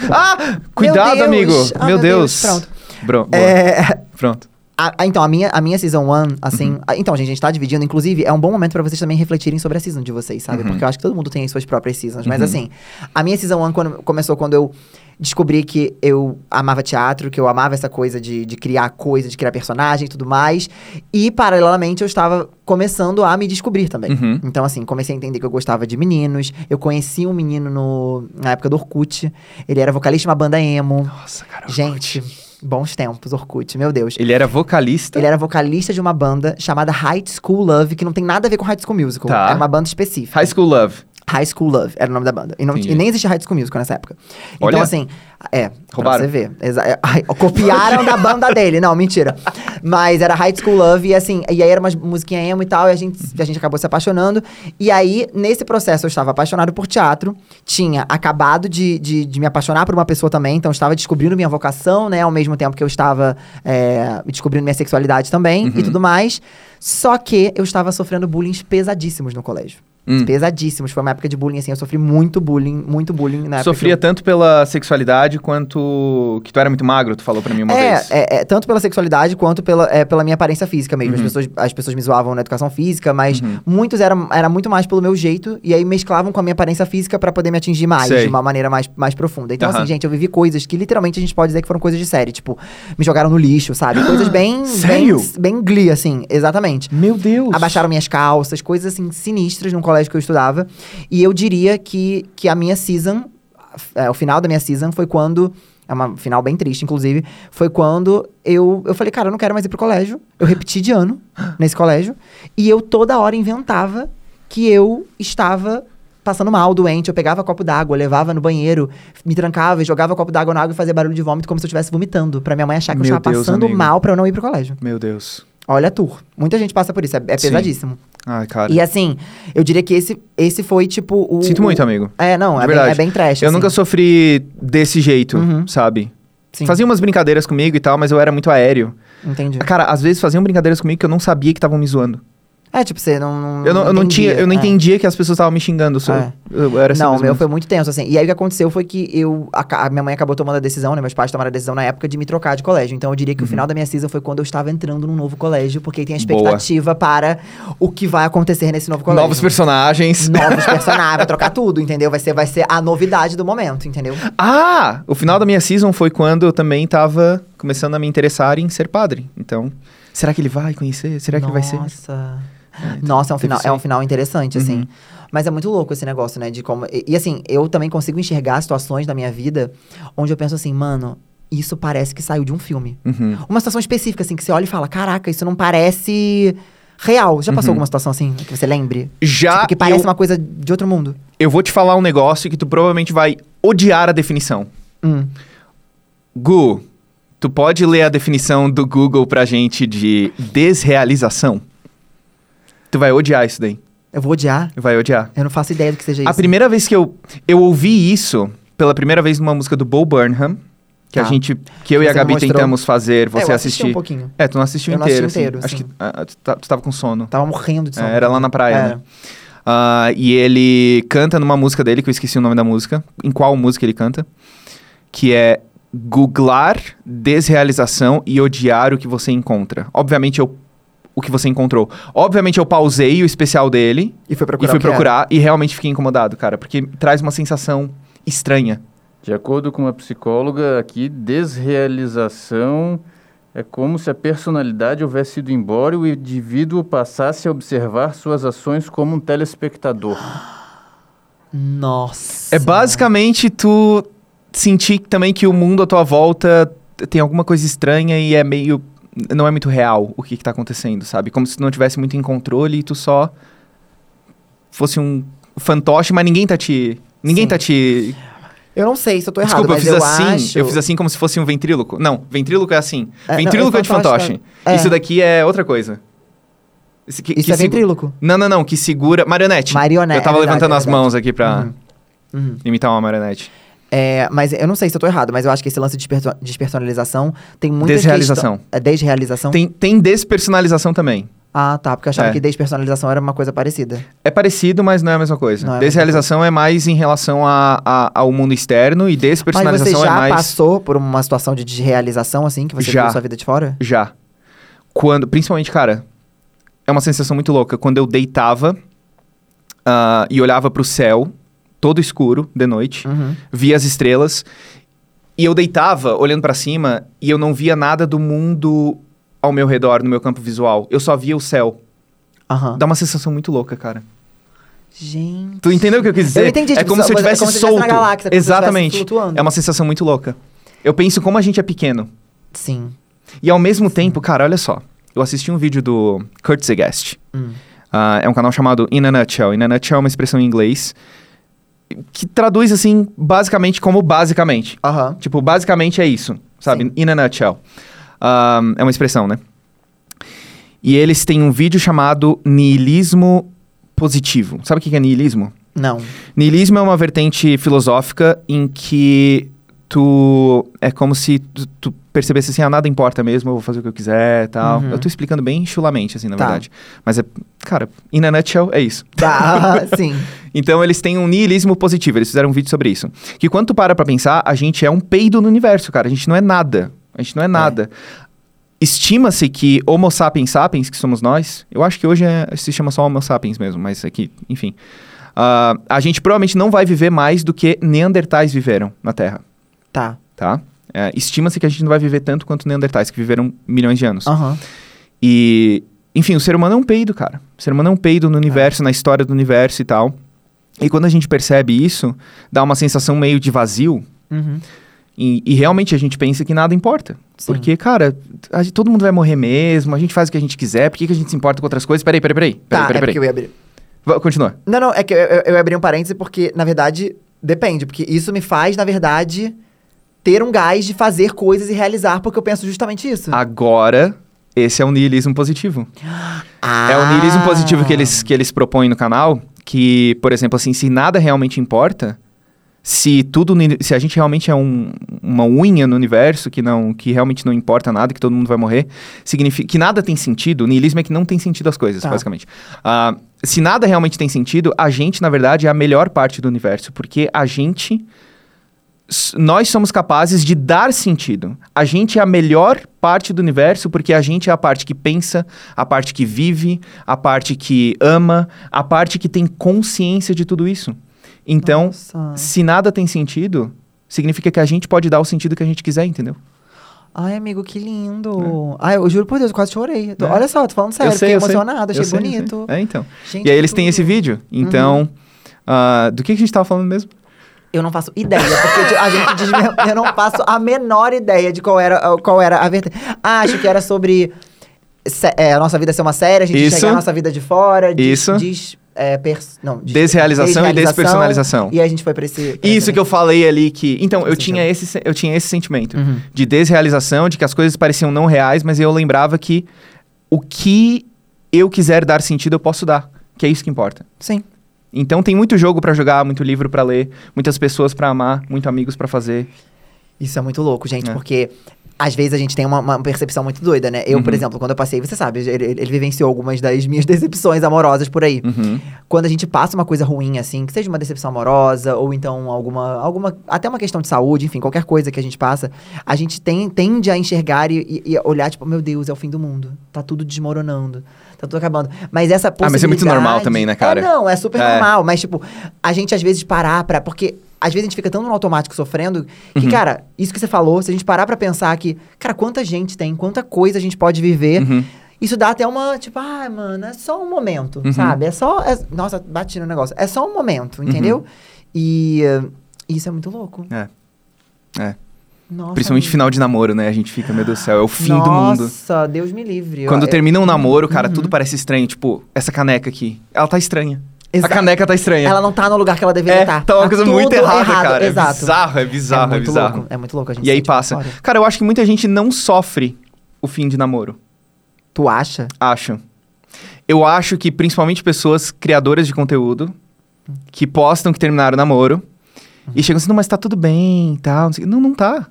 Speaker 1: Ah! Cuidado,
Speaker 2: Deus!
Speaker 1: amigo!
Speaker 2: Ah,
Speaker 1: meu
Speaker 2: meu Deus,
Speaker 1: Deus! Bro, boa.
Speaker 2: É,
Speaker 1: Pronto.
Speaker 2: a- a- então, a minha, a minha season 1,
Speaker 1: Uhum.
Speaker 2: assim. a- então, gente, a gente tá dividindo. Inclusive, é um bom momento pra vocês também refletirem sobre a season de vocês, sabe? Porque eu acho que todo mundo tem as suas próprias seasons. Mas,
Speaker 1: Uhum.
Speaker 2: assim, a minha season 1 quando, começou quando eu descobri que eu amava teatro, que eu amava essa coisa de, de criar coisa, de criar personagem e tudo mais. E, paralelamente, eu estava começando a me descobrir também.
Speaker 1: Uhum.
Speaker 2: Então, assim, comecei a entender que eu gostava de meninos. Eu conheci um menino no, na época do Orkut. Ele era vocalista de uma banda emo.
Speaker 1: Nossa, cara.
Speaker 2: Gente, bons tempos, Orkut, meu Deus.
Speaker 1: Ele era vocalista.
Speaker 2: Ele era vocalista de uma banda chamada High School Love, que não tem nada a ver com High School Musical.
Speaker 1: Tá.
Speaker 2: Era uma banda específica.
Speaker 1: High School Love.
Speaker 2: High School Love era o nome da banda. E, não-
Speaker 1: Entendi.
Speaker 2: e nem existia High School Musical nessa época. Então,
Speaker 1: Olha.
Speaker 2: assim, é.
Speaker 1: Roubaram.
Speaker 2: Pra você ver. Exa- é, ai, copiaram da banda dele. Não, mentira. Mas era High School Love e assim, e aí era umas musiquinha emo e tal, e a gente, a gente acabou se apaixonando. E aí, nesse processo, eu estava apaixonado por teatro. Tinha acabado de, de, de me apaixonar por uma pessoa também, então eu estava descobrindo minha vocação, né? Ao mesmo tempo que eu estava é, descobrindo minha sexualidade também
Speaker 1: Uhum.
Speaker 2: e tudo mais. Só que eu estava sofrendo bullying pesadíssimos no colégio.
Speaker 1: Hum.
Speaker 2: Pesadíssimos. Foi uma época de bullying, assim. Eu sofri muito bullying, muito bullying na época.
Speaker 1: Sofria
Speaker 2: que
Speaker 1: tanto pela sexualidade quanto que tu era muito magro, tu falou pra mim
Speaker 2: eu-
Speaker 1: uma
Speaker 2: é,
Speaker 1: vez.
Speaker 2: é, é, tanto pela sexualidade quanto pela, é, pela minha aparência física mesmo.
Speaker 1: Uhum.
Speaker 2: As, pessoas, as pessoas me zoavam na educação física, mas muitos eram, era muito mais pelo meu jeito. E aí mesclavam com a minha aparência física pra poder me atingir mais,
Speaker 1: Sei.
Speaker 2: de uma maneira mais, mais profunda. Então,
Speaker 1: Aham.
Speaker 2: assim, gente, eu vivi coisas que literalmente a gente pode dizer que foram coisas de série. Tipo, me jogaram no lixo, sabe? Coisas
Speaker 1: *laughs*
Speaker 2: bem.
Speaker 1: Sério?
Speaker 2: Bem, bem glee, assim, exatamente.
Speaker 1: Meu Deus.
Speaker 2: Abaixaram minhas calças, coisas assim sinistras num colégio que eu estudava. E eu diria que, que a minha season, é, o final da minha season foi quando. É uma final bem triste, inclusive. Foi quando eu, eu falei, cara, eu não quero mais ir pro colégio. Eu repeti de ano
Speaker 1: *gasps*
Speaker 2: nesse colégio. E eu toda hora inventava que eu estava passando mal, doente. Eu pegava copo d'água, levava no banheiro, me trancava e jogava copo d'água na água e fazia barulho de vômito como se eu estivesse vomitando. Pra minha mãe achar que
Speaker 1: Meu
Speaker 2: eu estava
Speaker 1: Deus,
Speaker 2: passando
Speaker 1: amigo.
Speaker 2: mal pra eu não ir pro colégio.
Speaker 1: Meu Deus.
Speaker 2: Olha a tour. Muita gente passa por isso. É, é
Speaker 1: Sim.
Speaker 2: pesadíssimo.
Speaker 1: Ai, cara.
Speaker 2: E assim, eu diria que esse, esse foi tipo o.
Speaker 1: Sinto
Speaker 2: o-
Speaker 1: muito, amigo.
Speaker 2: É, não,
Speaker 1: De
Speaker 2: é bem,
Speaker 1: verdade.
Speaker 2: é bem trash.
Speaker 1: Eu
Speaker 2: assim.
Speaker 1: nunca sofri desse jeito,
Speaker 2: Uhum.
Speaker 1: sabe?
Speaker 2: Sim,
Speaker 1: Faziam umas brincadeiras comigo e tal, mas eu era muito aéreo.
Speaker 2: Entendi.
Speaker 1: Cara, às vezes faziam brincadeiras comigo que eu não sabia que estavam me zoando.
Speaker 2: É, tipo, você não.
Speaker 1: eu não, eu não tinha, eu não
Speaker 2: entendia, é.
Speaker 1: entendia que as pessoas estavam me xingando. só-
Speaker 2: É.
Speaker 1: Eu era assim
Speaker 2: não, o
Speaker 1: mais ou
Speaker 2: meu
Speaker 1: menos.
Speaker 2: foi muito tenso, assim. E aí o que aconteceu foi que eu. A, ca- a minha mãe acabou tomando a decisão, né? Meus pais tomaram a decisão na época de me trocar de colégio. Então eu diria
Speaker 1: Uhum.
Speaker 2: que o final da minha season foi quando eu estava entrando num novo colégio, porque aí tem a expectativa para o que vai acontecer nesse novo colégio.
Speaker 1: Novos personagens.
Speaker 2: Novos personagens, vai trocar tudo, entendeu? Vai ser, vai ser a novidade do momento, entendeu?
Speaker 1: Ah! O final da minha season foi quando eu também tava começando a me interessar em ser padre. Então, será que ele vai conhecer? Será que ele vai ser? então,
Speaker 2: Nossa. Nossa, é um,
Speaker 1: teve
Speaker 2: final,
Speaker 1: isso
Speaker 2: é um
Speaker 1: aí. Uhum.
Speaker 2: final interessante, assim. Mas é muito louco esse negócio, né? De como. E, e, assim, eu também consigo enxergar situações da minha vida onde eu penso assim, mano, isso parece que saiu de um filme.
Speaker 1: Uhum.
Speaker 2: Uma situação específica, assim, que você olha e fala: caraca, isso não parece real. Já passou alguma situação assim que você lembre?
Speaker 1: Uhum. Já
Speaker 2: Tipo, que parece
Speaker 1: eu,
Speaker 2: uma coisa de outro mundo.
Speaker 1: eu vou te falar um negócio que tu provavelmente vai odiar a definição.
Speaker 2: Hum.
Speaker 1: Gu, tu pode ler a definição do Google pra gente de desrealização? Tu vai odiar isso daí.
Speaker 2: Eu vou odiar.
Speaker 1: Vai odiar.
Speaker 2: Eu não faço ideia do que
Speaker 1: A
Speaker 2: seja isso.
Speaker 1: primeira vez que eu, eu ouvi isso, pela primeira vez numa música do Bo Burnham, que a
Speaker 2: Tá.
Speaker 1: gente, que eu e
Speaker 2: Você
Speaker 1: a
Speaker 2: me
Speaker 1: Gabi
Speaker 2: mostrou.
Speaker 1: tentamos fazer,
Speaker 2: É, eu
Speaker 1: você
Speaker 2: assisti
Speaker 1: assistir.
Speaker 2: um pouquinho.
Speaker 1: É, tu não assistiu
Speaker 2: Eu não
Speaker 1: inteiro.
Speaker 2: assisti inteiro,
Speaker 1: assim. Acho
Speaker 2: sim.
Speaker 1: que ah, tu, tá- tu tava com sono.
Speaker 2: Tava morrendo de
Speaker 1: É,
Speaker 2: sono.
Speaker 1: era lá na praia,
Speaker 2: É.
Speaker 1: né? Ah, e ele canta numa música dele, que eu esqueci o nome da música. Em qual música ele canta? Que é googlar desrealização e odiar o que você encontra. Obviamente eu o que você encontrou. Obviamente eu pausei o especial dele
Speaker 2: E foi procurar.
Speaker 1: e fui
Speaker 2: o que era.
Speaker 1: procurar e realmente fiquei incomodado, cara, porque traz uma sensação estranha.
Speaker 3: De acordo com uma psicóloga aqui, desrealização é como se a personalidade houvesse ido embora e o indivíduo passasse a observar suas ações como um telespectador.
Speaker 2: Nossa.
Speaker 1: É basicamente tu sentir também que o mundo à tua volta t- tem alguma coisa estranha e é meio. Não é muito real o que, que tá acontecendo, sabe? Como se tu não tivesse muito em controle e tu só fosse um fantoche, mas ninguém tá te. Ninguém
Speaker 2: Sim.
Speaker 1: tá te.
Speaker 2: Eu não sei se eu tô errado,
Speaker 1: Desculpa, eu
Speaker 2: mas
Speaker 1: fiz
Speaker 2: eu
Speaker 1: assim.
Speaker 2: acho...
Speaker 1: Eu fiz assim como se fosse um ventríloco. Não, ventríloco é assim.
Speaker 2: É, não,
Speaker 1: ventríloco
Speaker 2: é
Speaker 1: é de fantoche.
Speaker 2: fantoche, é.
Speaker 1: Isso daqui é outra coisa. Esse que-
Speaker 2: Isso
Speaker 1: assim, que
Speaker 2: é
Speaker 1: segu-
Speaker 2: ventríloco.
Speaker 1: Não, não, não. Que segura. Marionete.
Speaker 2: Marionete,
Speaker 1: Eu tava
Speaker 2: é verdade,
Speaker 1: levantando
Speaker 2: é
Speaker 1: as
Speaker 2: verdade.
Speaker 1: mãos aqui pra
Speaker 2: Uhum.
Speaker 1: imitar uma marionete.
Speaker 2: É, mas eu não sei se eu tô errado, mas eu acho que esse lance de desperso- despersonalização tem muita
Speaker 1: Desrealização.
Speaker 2: questão- É desrealização?
Speaker 1: Tem, tem despersonalização também.
Speaker 2: Ah, tá, porque eu achava
Speaker 1: É.
Speaker 2: que despersonalização era uma coisa parecida.
Speaker 1: É parecido, mas não é a mesma coisa.
Speaker 2: Não é a mesma
Speaker 1: desrealização é mais em relação a, a- ao mundo externo e
Speaker 2: Mas você
Speaker 1: despersonalização
Speaker 2: já
Speaker 1: é mais.
Speaker 2: passou por uma situação de desrealização, assim, que você
Speaker 1: Já.
Speaker 2: viu sua vida de fora?
Speaker 1: Já. Quando, principalmente, cara, é uma sensação muito louca. Quando eu deitava ah, e olhava pro céu, todo escuro, de noite,
Speaker 2: Uhum.
Speaker 1: via as estrelas, e eu deitava olhando pra cima e eu não via nada do mundo ao meu redor, no meu campo visual. Eu só via o céu.
Speaker 2: Aham.
Speaker 1: Dá uma sensação muito louca, cara.
Speaker 2: Gente.
Speaker 1: Tu entendeu o que eu quis dizer?
Speaker 2: Eu entendi,
Speaker 1: é
Speaker 2: tipo,
Speaker 1: como
Speaker 2: só-
Speaker 1: se eu
Speaker 2: mas é
Speaker 1: tivesse
Speaker 2: como se eu
Speaker 1: solto.
Speaker 2: estivesse na galáxia, é como se eu estivesse
Speaker 1: Exatamente.
Speaker 2: flutuando.
Speaker 1: É uma sensação muito louca. Eu penso como a gente é pequeno.
Speaker 2: Sim.
Speaker 1: E ao mesmo tempo, cara, olha só. Eu assisti um vídeo do Kurt Zegast.
Speaker 2: Hum.
Speaker 1: Ah, é um canal chamado In a Nutshell. In a Nutshell é uma expressão em inglês que traduz, assim, basicamente como basicamente.
Speaker 2: Aham.
Speaker 1: Tipo, basicamente é isso, sabe?
Speaker 2: Sim.
Speaker 1: In a nutshell. Ahn, é uma expressão, né? E eles têm um vídeo chamado Nihilismo Positivo. Sabe o que que é nihilismo?
Speaker 2: Não.
Speaker 1: Nihilismo é uma vertente filosófica em que tu. É como se tu, tu percebesse assim, ah, nada importa mesmo, eu vou fazer o que eu quiser tal.
Speaker 2: Uhum.
Speaker 1: Eu tô explicando bem chulamente, assim, na
Speaker 2: Tá.
Speaker 1: verdade. Mas é. Cara, in a nutshell, é isso.
Speaker 2: Tá, *laughs* sim.
Speaker 1: Então eles têm um niilismo positivo, eles fizeram um vídeo sobre isso. Que quando tu para pra pensar, a gente é um peido no universo, cara. A gente não é nada. A gente não é nada. Estima-se que Homo sapiens sapiens, que somos nós, eu acho que hoje é- se chama só Homo sapiens mesmo, mas aqui, enfim. Ah, a gente provavelmente não vai viver mais do que Neandertais viveram na Terra,
Speaker 2: Tá.
Speaker 1: tá? É, Estima-se que a gente não vai viver tanto quanto Neandertais, que viveram milhões de anos.
Speaker 2: Aham.
Speaker 1: E, enfim, o ser humano é um peido, cara. O ser humano é um peido no universo, na história do universo e tal. E quando a gente percebe isso, dá uma sensação meio de vazio.
Speaker 2: Uhum.
Speaker 1: E, e realmente a gente pensa que nada importa.
Speaker 2: Sim.
Speaker 1: Porque, cara, a gente- todo mundo vai morrer mesmo, a gente faz o que a gente quiser, por que, que a gente se importa com outras coisas? Peraí, peraí, peraí. Peraí,
Speaker 2: Tá, é
Speaker 1: peraí,
Speaker 2: porque
Speaker 1: peraí.
Speaker 2: eu ia abrir.
Speaker 1: Va- Continua.
Speaker 2: Não, não, é que eu, eu, eu abri um parêntese porque, na verdade, depende. Porque isso me faz, na verdade, ter um gás de fazer coisas e realizar, porque eu penso justamente isso.
Speaker 1: Agora, esse é o niilismo positivo. É o
Speaker 2: Ah.
Speaker 1: niilismo positivo que eles, que eles propõem no canal, que, por exemplo, assim, se nada realmente importa, se tudo, ni- se a gente realmente é um- uma unha no universo que não, que realmente não importa nada, que todo mundo vai morrer, significa que nada tem sentido. O niilismo é que não tem sentido as coisas,
Speaker 2: Tá.
Speaker 1: basicamente. Ah, se nada realmente tem sentido, a gente, na verdade, é a melhor parte do universo, porque a gente s- nós somos capazes de dar sentido. A gente é a melhor parte do universo porque a gente é a parte que pensa, a parte que vive, a parte que ama, a parte que tem consciência de tudo isso. Então,
Speaker 2: Nossa.
Speaker 1: se nada tem sentido, significa que a gente pode dar o sentido que a gente quiser, entendeu?
Speaker 2: Ai, amigo, que lindo. Ai, eu juro por Deus, eu quase chorei. Tô-
Speaker 1: É.
Speaker 2: Olha só, tô falando sério, fiquei emocionada, achei
Speaker 1: Eu É. sei, eu sei.
Speaker 2: bonito.
Speaker 1: É, então.
Speaker 2: Gente,
Speaker 1: e aí
Speaker 2: que Uhum.
Speaker 1: eles têm
Speaker 2: tudo.
Speaker 1: esse vídeo. Então, ah, do que que a gente tava falando mesmo?
Speaker 2: Eu não faço ideia, porque a gente desver... eu não faço a menor ideia de qual era, qual era a verdade. Ah, acho que era sobre sé- é, a nossa vida ser uma série, a gente
Speaker 1: Isso.
Speaker 2: enxergar a nossa vida de fora, des-
Speaker 1: Isso.
Speaker 2: des- é, pers- não, des-
Speaker 1: Desrealização e despersonalização.
Speaker 2: E a gente foi pra esse. pra
Speaker 1: Isso
Speaker 2: esse-
Speaker 1: que eu falei ali que. Então, eu
Speaker 2: Esse
Speaker 1: tinha, esse, se- eu tinha esse sentimento
Speaker 2: Uhum.
Speaker 1: de desrealização, de que as coisas pareciam não reais, mas eu lembrava que o que eu quiser dar sentido, eu posso dar. Que é isso que importa.
Speaker 2: Sim.
Speaker 1: Então tem muito jogo pra jogar, muito livro pra ler, muitas pessoas pra amar, muitos amigos pra fazer.
Speaker 2: Isso é muito louco, gente,
Speaker 1: É.
Speaker 2: porque às vezes a gente tem uma, uma percepção muito doida, né? Eu,
Speaker 1: Uhum.
Speaker 2: por exemplo, quando eu passei, você sabe, ele, ele- ele vivenciou algumas das minhas decepções amorosas por aí.
Speaker 1: Uhum.
Speaker 2: Quando a gente passa uma coisa ruim, assim, que seja uma decepção amorosa, ou então alguma. alguma até uma questão de saúde, enfim, qualquer coisa que a gente passa, a gente tem, tende a enxergar e, e- e olhar, tipo, meu Deus, é o fim do mundo. Tá tudo desmoronando. Tá tudo acabando. Mas essa
Speaker 1: Ah, mas é muito normal também, né, cara?
Speaker 2: É, não, é super
Speaker 1: É.
Speaker 2: normal. Mas, tipo, a gente às vezes parar pra. Porque às vezes a gente fica tão no automático sofrendo que,
Speaker 1: Uhum.
Speaker 2: cara, isso que você falou, se a gente parar pra pensar que, cara, quanta gente tem, quanta coisa a gente pode viver.
Speaker 1: Uhum.
Speaker 2: Isso dá até uma, tipo, ah, mano, é só um momento,
Speaker 1: Uhum.
Speaker 2: sabe? É só. é- nossa, bati no negócio. É só um momento, entendeu? E eh, isso é muito louco.
Speaker 1: É. É.
Speaker 2: Nossa,
Speaker 1: Principalmente
Speaker 2: amigo.
Speaker 1: final de namoro, né? A gente fica, meu Deus do céu, é o fim do
Speaker 2: Nossa,
Speaker 1: mundo.
Speaker 2: Deus me livre.
Speaker 1: Quando
Speaker 2: eu, é Uhum.
Speaker 1: termina um namoro, cara, tudo parece estranho. Tipo, essa caneca aqui, ela tá estranha. A caneca tá estranha.
Speaker 2: é, Ela não tá no lugar que ela deveria
Speaker 1: é,
Speaker 2: estar.
Speaker 1: tá uma coisa muito
Speaker 2: tudo
Speaker 1: errada, cara. É
Speaker 2: Exato.
Speaker 1: bizarro, é bizarro, é,
Speaker 2: é muito
Speaker 1: bizarro.
Speaker 2: louco. É muito louco a gente
Speaker 1: E aí
Speaker 2: sente
Speaker 1: passa.
Speaker 2: uma história.
Speaker 1: Cara, eu acho que muita gente não sofre o fim de namoro.
Speaker 2: Tu acha?
Speaker 1: Acho. Eu acho que principalmente pessoas criadoras de conteúdo que postam que terminaram o namoro e chegam assim, não, mas tá tudo bem e tal. Não, sei o quê. não, não tá.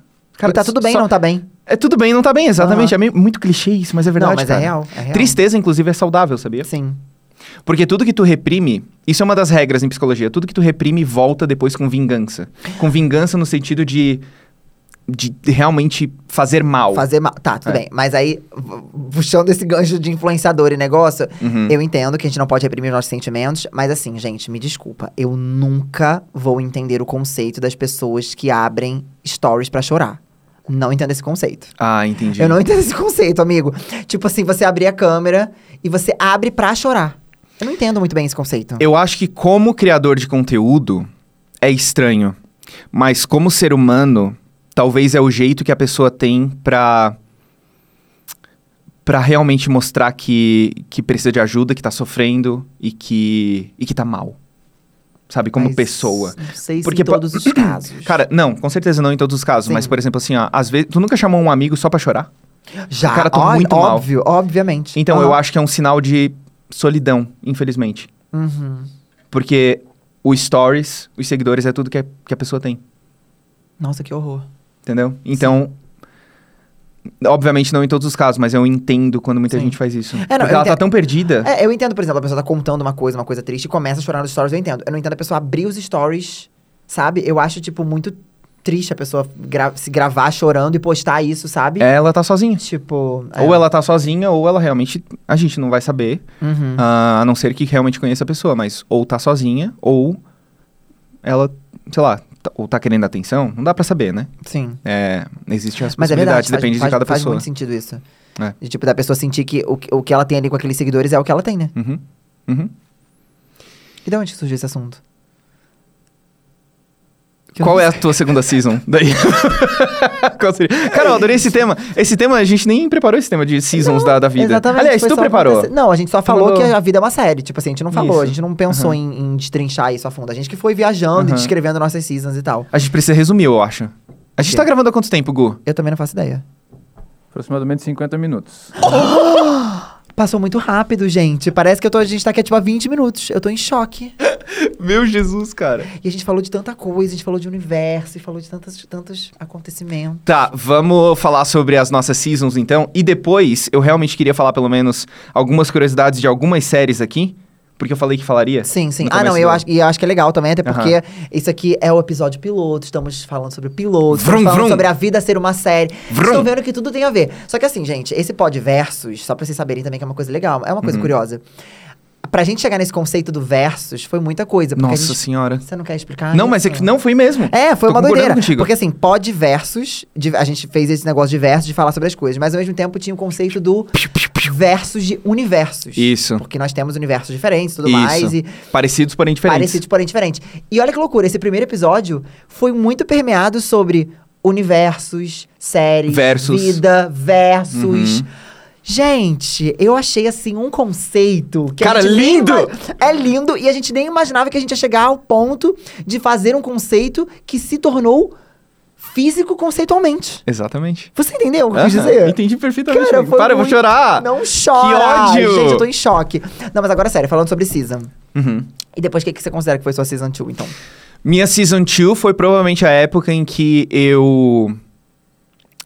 Speaker 2: e tá tudo bem,
Speaker 1: só-
Speaker 2: não tá bem?
Speaker 1: É tudo bem, não tá bem, exatamente. É meio- muito clichê isso, mas é verdade.
Speaker 2: não, mas
Speaker 1: cara.
Speaker 2: é real. É real.
Speaker 1: Tristeza, inclusive, é saudável, sabia?
Speaker 2: Sim.
Speaker 1: Porque tudo que tu reprime, isso é uma das regras em psicologia, tudo que tu reprime volta depois com vingança. Com vingança no sentido de, de realmente fazer mal.
Speaker 2: Fazer mal. Tá, tudo
Speaker 1: É.
Speaker 2: bem. Mas aí, v- puxando esse gancho de influenciador e negócio,
Speaker 1: Uhum.
Speaker 2: eu entendo que a gente não pode reprimir os nossos sentimentos. Mas assim, gente, me desculpa. Eu nunca vou entender o conceito das pessoas que abrem stories pra chorar. Não entendo esse conceito.
Speaker 1: Ah, entendi.
Speaker 2: Eu não entendo esse conceito, amigo. Tipo assim, você abrir a câmera e você abre pra chorar. Eu não entendo muito bem esse conceito.
Speaker 1: Eu acho que como criador de conteúdo é estranho, mas como ser humano, talvez é o jeito que a pessoa tem pra para realmente mostrar que que precisa de ajuda, que tá sofrendo e que e que tá mal. Sabe, como
Speaker 2: Mas
Speaker 1: pessoa.
Speaker 2: Não sei se
Speaker 1: Porque
Speaker 2: em
Speaker 1: po-
Speaker 2: todos os casos.
Speaker 1: *clears throat* Cara, não, com certeza não em todos os casos,
Speaker 2: Sim.
Speaker 1: mas por exemplo assim, ó, às vezes tu nunca chamou um amigo só pra chorar?
Speaker 2: já.
Speaker 1: cara, tô
Speaker 2: ó-
Speaker 1: muito mal.
Speaker 2: óbvio, obviamente.
Speaker 1: Então eu
Speaker 2: Aham.
Speaker 1: acho que é um sinal de solidão, infelizmente.
Speaker 2: Uhum.
Speaker 1: Porque o stories, os seguidores é tudo que a- que a pessoa tem.
Speaker 2: Nossa, que horror.
Speaker 1: Entendeu? Então, obviamente não em todos os casos, mas eu entendo quando muita
Speaker 2: Sim. É,
Speaker 1: gente faz isso.
Speaker 2: não,
Speaker 1: porque
Speaker 2: eu
Speaker 1: ela tá
Speaker 2: entendo.
Speaker 1: tão perdida.
Speaker 2: É, eu entendo, por exemplo, a pessoa tá contando uma coisa, uma coisa triste, e começa a chorar nos stories, eu entendo. Eu não entendo a pessoa abrir os stories, sabe? Eu acho, tipo, muito triste a pessoa gra- se gravar chorando e postar isso, sabe?
Speaker 1: Ela tá sozinha.
Speaker 2: Tipo. é.
Speaker 1: Ou ela tá sozinha, ou ela realmente. A gente não vai saber.
Speaker 2: Uhum.
Speaker 1: ah, a não ser que realmente conheça a pessoa, mas ou tá sozinha, ou ela, sei lá, tá- ou tá querendo atenção. Não dá pra saber, né?
Speaker 2: Sim.
Speaker 1: É, existe as
Speaker 2: Mas é verdade.
Speaker 1: possibilidades,
Speaker 2: Faz,
Speaker 1: depende
Speaker 2: faz,
Speaker 1: de cada
Speaker 2: faz
Speaker 1: pessoa.
Speaker 2: muito sentido isso.
Speaker 1: É.
Speaker 2: De, tipo, da pessoa sentir que o, que- o que ela tem ali com aqueles seguidores é o que ela tem, né?
Speaker 1: Uhum, uhum.
Speaker 2: E de onde que surgiu esse assunto? Que eu
Speaker 1: Qual
Speaker 2: não
Speaker 1: é a tua segunda
Speaker 2: *laughs*
Speaker 1: season? Daí. *laughs* Qual seria? Cara, eu adorei esse tema. Esse tema, a gente nem preparou esse tema de seasons da, da vida.
Speaker 2: Exatamente.
Speaker 1: Aliás,
Speaker 2: foi
Speaker 1: tu
Speaker 2: só
Speaker 1: preparou.
Speaker 2: acontecer- Não, a gente só
Speaker 1: Tu
Speaker 2: falou
Speaker 1: mandou-
Speaker 2: que a vida é uma série. Tipo assim, a gente não falou,
Speaker 1: Isso.
Speaker 2: a gente não pensou em, em destrinchar isso a fundo. A gente que foi viajando
Speaker 1: Aham.
Speaker 2: e descrevendo nossas seasons e tal.
Speaker 1: A gente precisa resumir, eu acho. A gente
Speaker 2: Ok.
Speaker 1: tá gravando há quanto tempo, Gu?
Speaker 2: Eu também não faço ideia.
Speaker 3: Aproximadamente
Speaker 1: *laughs*
Speaker 3: 50 minutos.
Speaker 2: Passou muito rápido, gente. Parece que eu tô, a gente tá aqui tipo há 20 minutos. Eu tô em choque.
Speaker 1: Meu Jesus, cara.
Speaker 2: E a gente falou de tanta coisa, a gente falou de universo, e falou de tantos, tantos acontecimentos.
Speaker 1: Tá, vamos falar sobre as nossas seasons então. E depois, eu realmente queria falar pelo menos algumas curiosidades de algumas séries aqui. Porque eu falei que falaria.
Speaker 2: Sim, sim.
Speaker 1: No
Speaker 2: Ah, não,
Speaker 1: começo
Speaker 2: eu
Speaker 1: do-
Speaker 2: acho, e eu acho que é legal também, até
Speaker 1: Aham.
Speaker 2: porque isso aqui é o episódio piloto, estamos falando sobre o
Speaker 1: Vrum,
Speaker 2: piloto, estamos falando
Speaker 1: vrum.
Speaker 2: sobre a vida ser uma série.
Speaker 1: Vrum.
Speaker 2: Estou vendo que tudo tem a ver. Só que assim, gente, esse pod versus, só pra vocês saberem também que é uma coisa legal, é uma
Speaker 1: Uhum.
Speaker 2: coisa curiosa. Pra gente chegar nesse conceito do versus, foi muita coisa. Porque a
Speaker 1: Nossa
Speaker 2: gente-
Speaker 1: senhora.
Speaker 2: Você não quer explicar?
Speaker 1: não, mas
Speaker 2: isso?
Speaker 1: é que não fui mesmo.
Speaker 2: É, foi
Speaker 1: Tô
Speaker 2: uma
Speaker 1: concordando
Speaker 2: doideira.
Speaker 1: contigo.
Speaker 2: Porque assim, pod versus, de- a gente fez esse negócio de versus, de falar sobre as coisas, mas ao mesmo tempo tinha o conceito do versus de universos.
Speaker 1: Isso.
Speaker 2: Porque nós temos universos diferentes e tudo
Speaker 1: Isso.
Speaker 2: mais. E
Speaker 1: Parecidos, porém diferentes.
Speaker 2: Parecidos, tipo, porém diferentes. E olha que loucura, esse primeiro episódio foi muito permeado sobre universos, séries,
Speaker 1: Versus.
Speaker 2: vida, versus.
Speaker 1: Uhum.
Speaker 2: Gente, eu achei assim um conceito que a
Speaker 1: Cara,
Speaker 2: gente nem
Speaker 1: lindo!
Speaker 2: ima- É lindo e a gente nem imaginava que a gente ia chegar ao ponto de fazer um conceito que se tornou físico conceitualmente.
Speaker 1: Exatamente.
Speaker 2: Você entendeu o que eu quis
Speaker 1: Aham,
Speaker 2: dizer?
Speaker 1: Entendi perfeitamente.
Speaker 2: Cara,
Speaker 1: amigo.
Speaker 2: foi
Speaker 1: Para, eu vou
Speaker 2: muito-
Speaker 1: chorar.
Speaker 2: Não chora!
Speaker 1: ódio!
Speaker 2: Gente, eu tô em choque. Não, mas agora sério, falando sobre season.
Speaker 1: Uhum.
Speaker 2: E depois, o que, que você considera que foi sua season 2, então?
Speaker 1: Minha season 2 foi provavelmente a época em que eu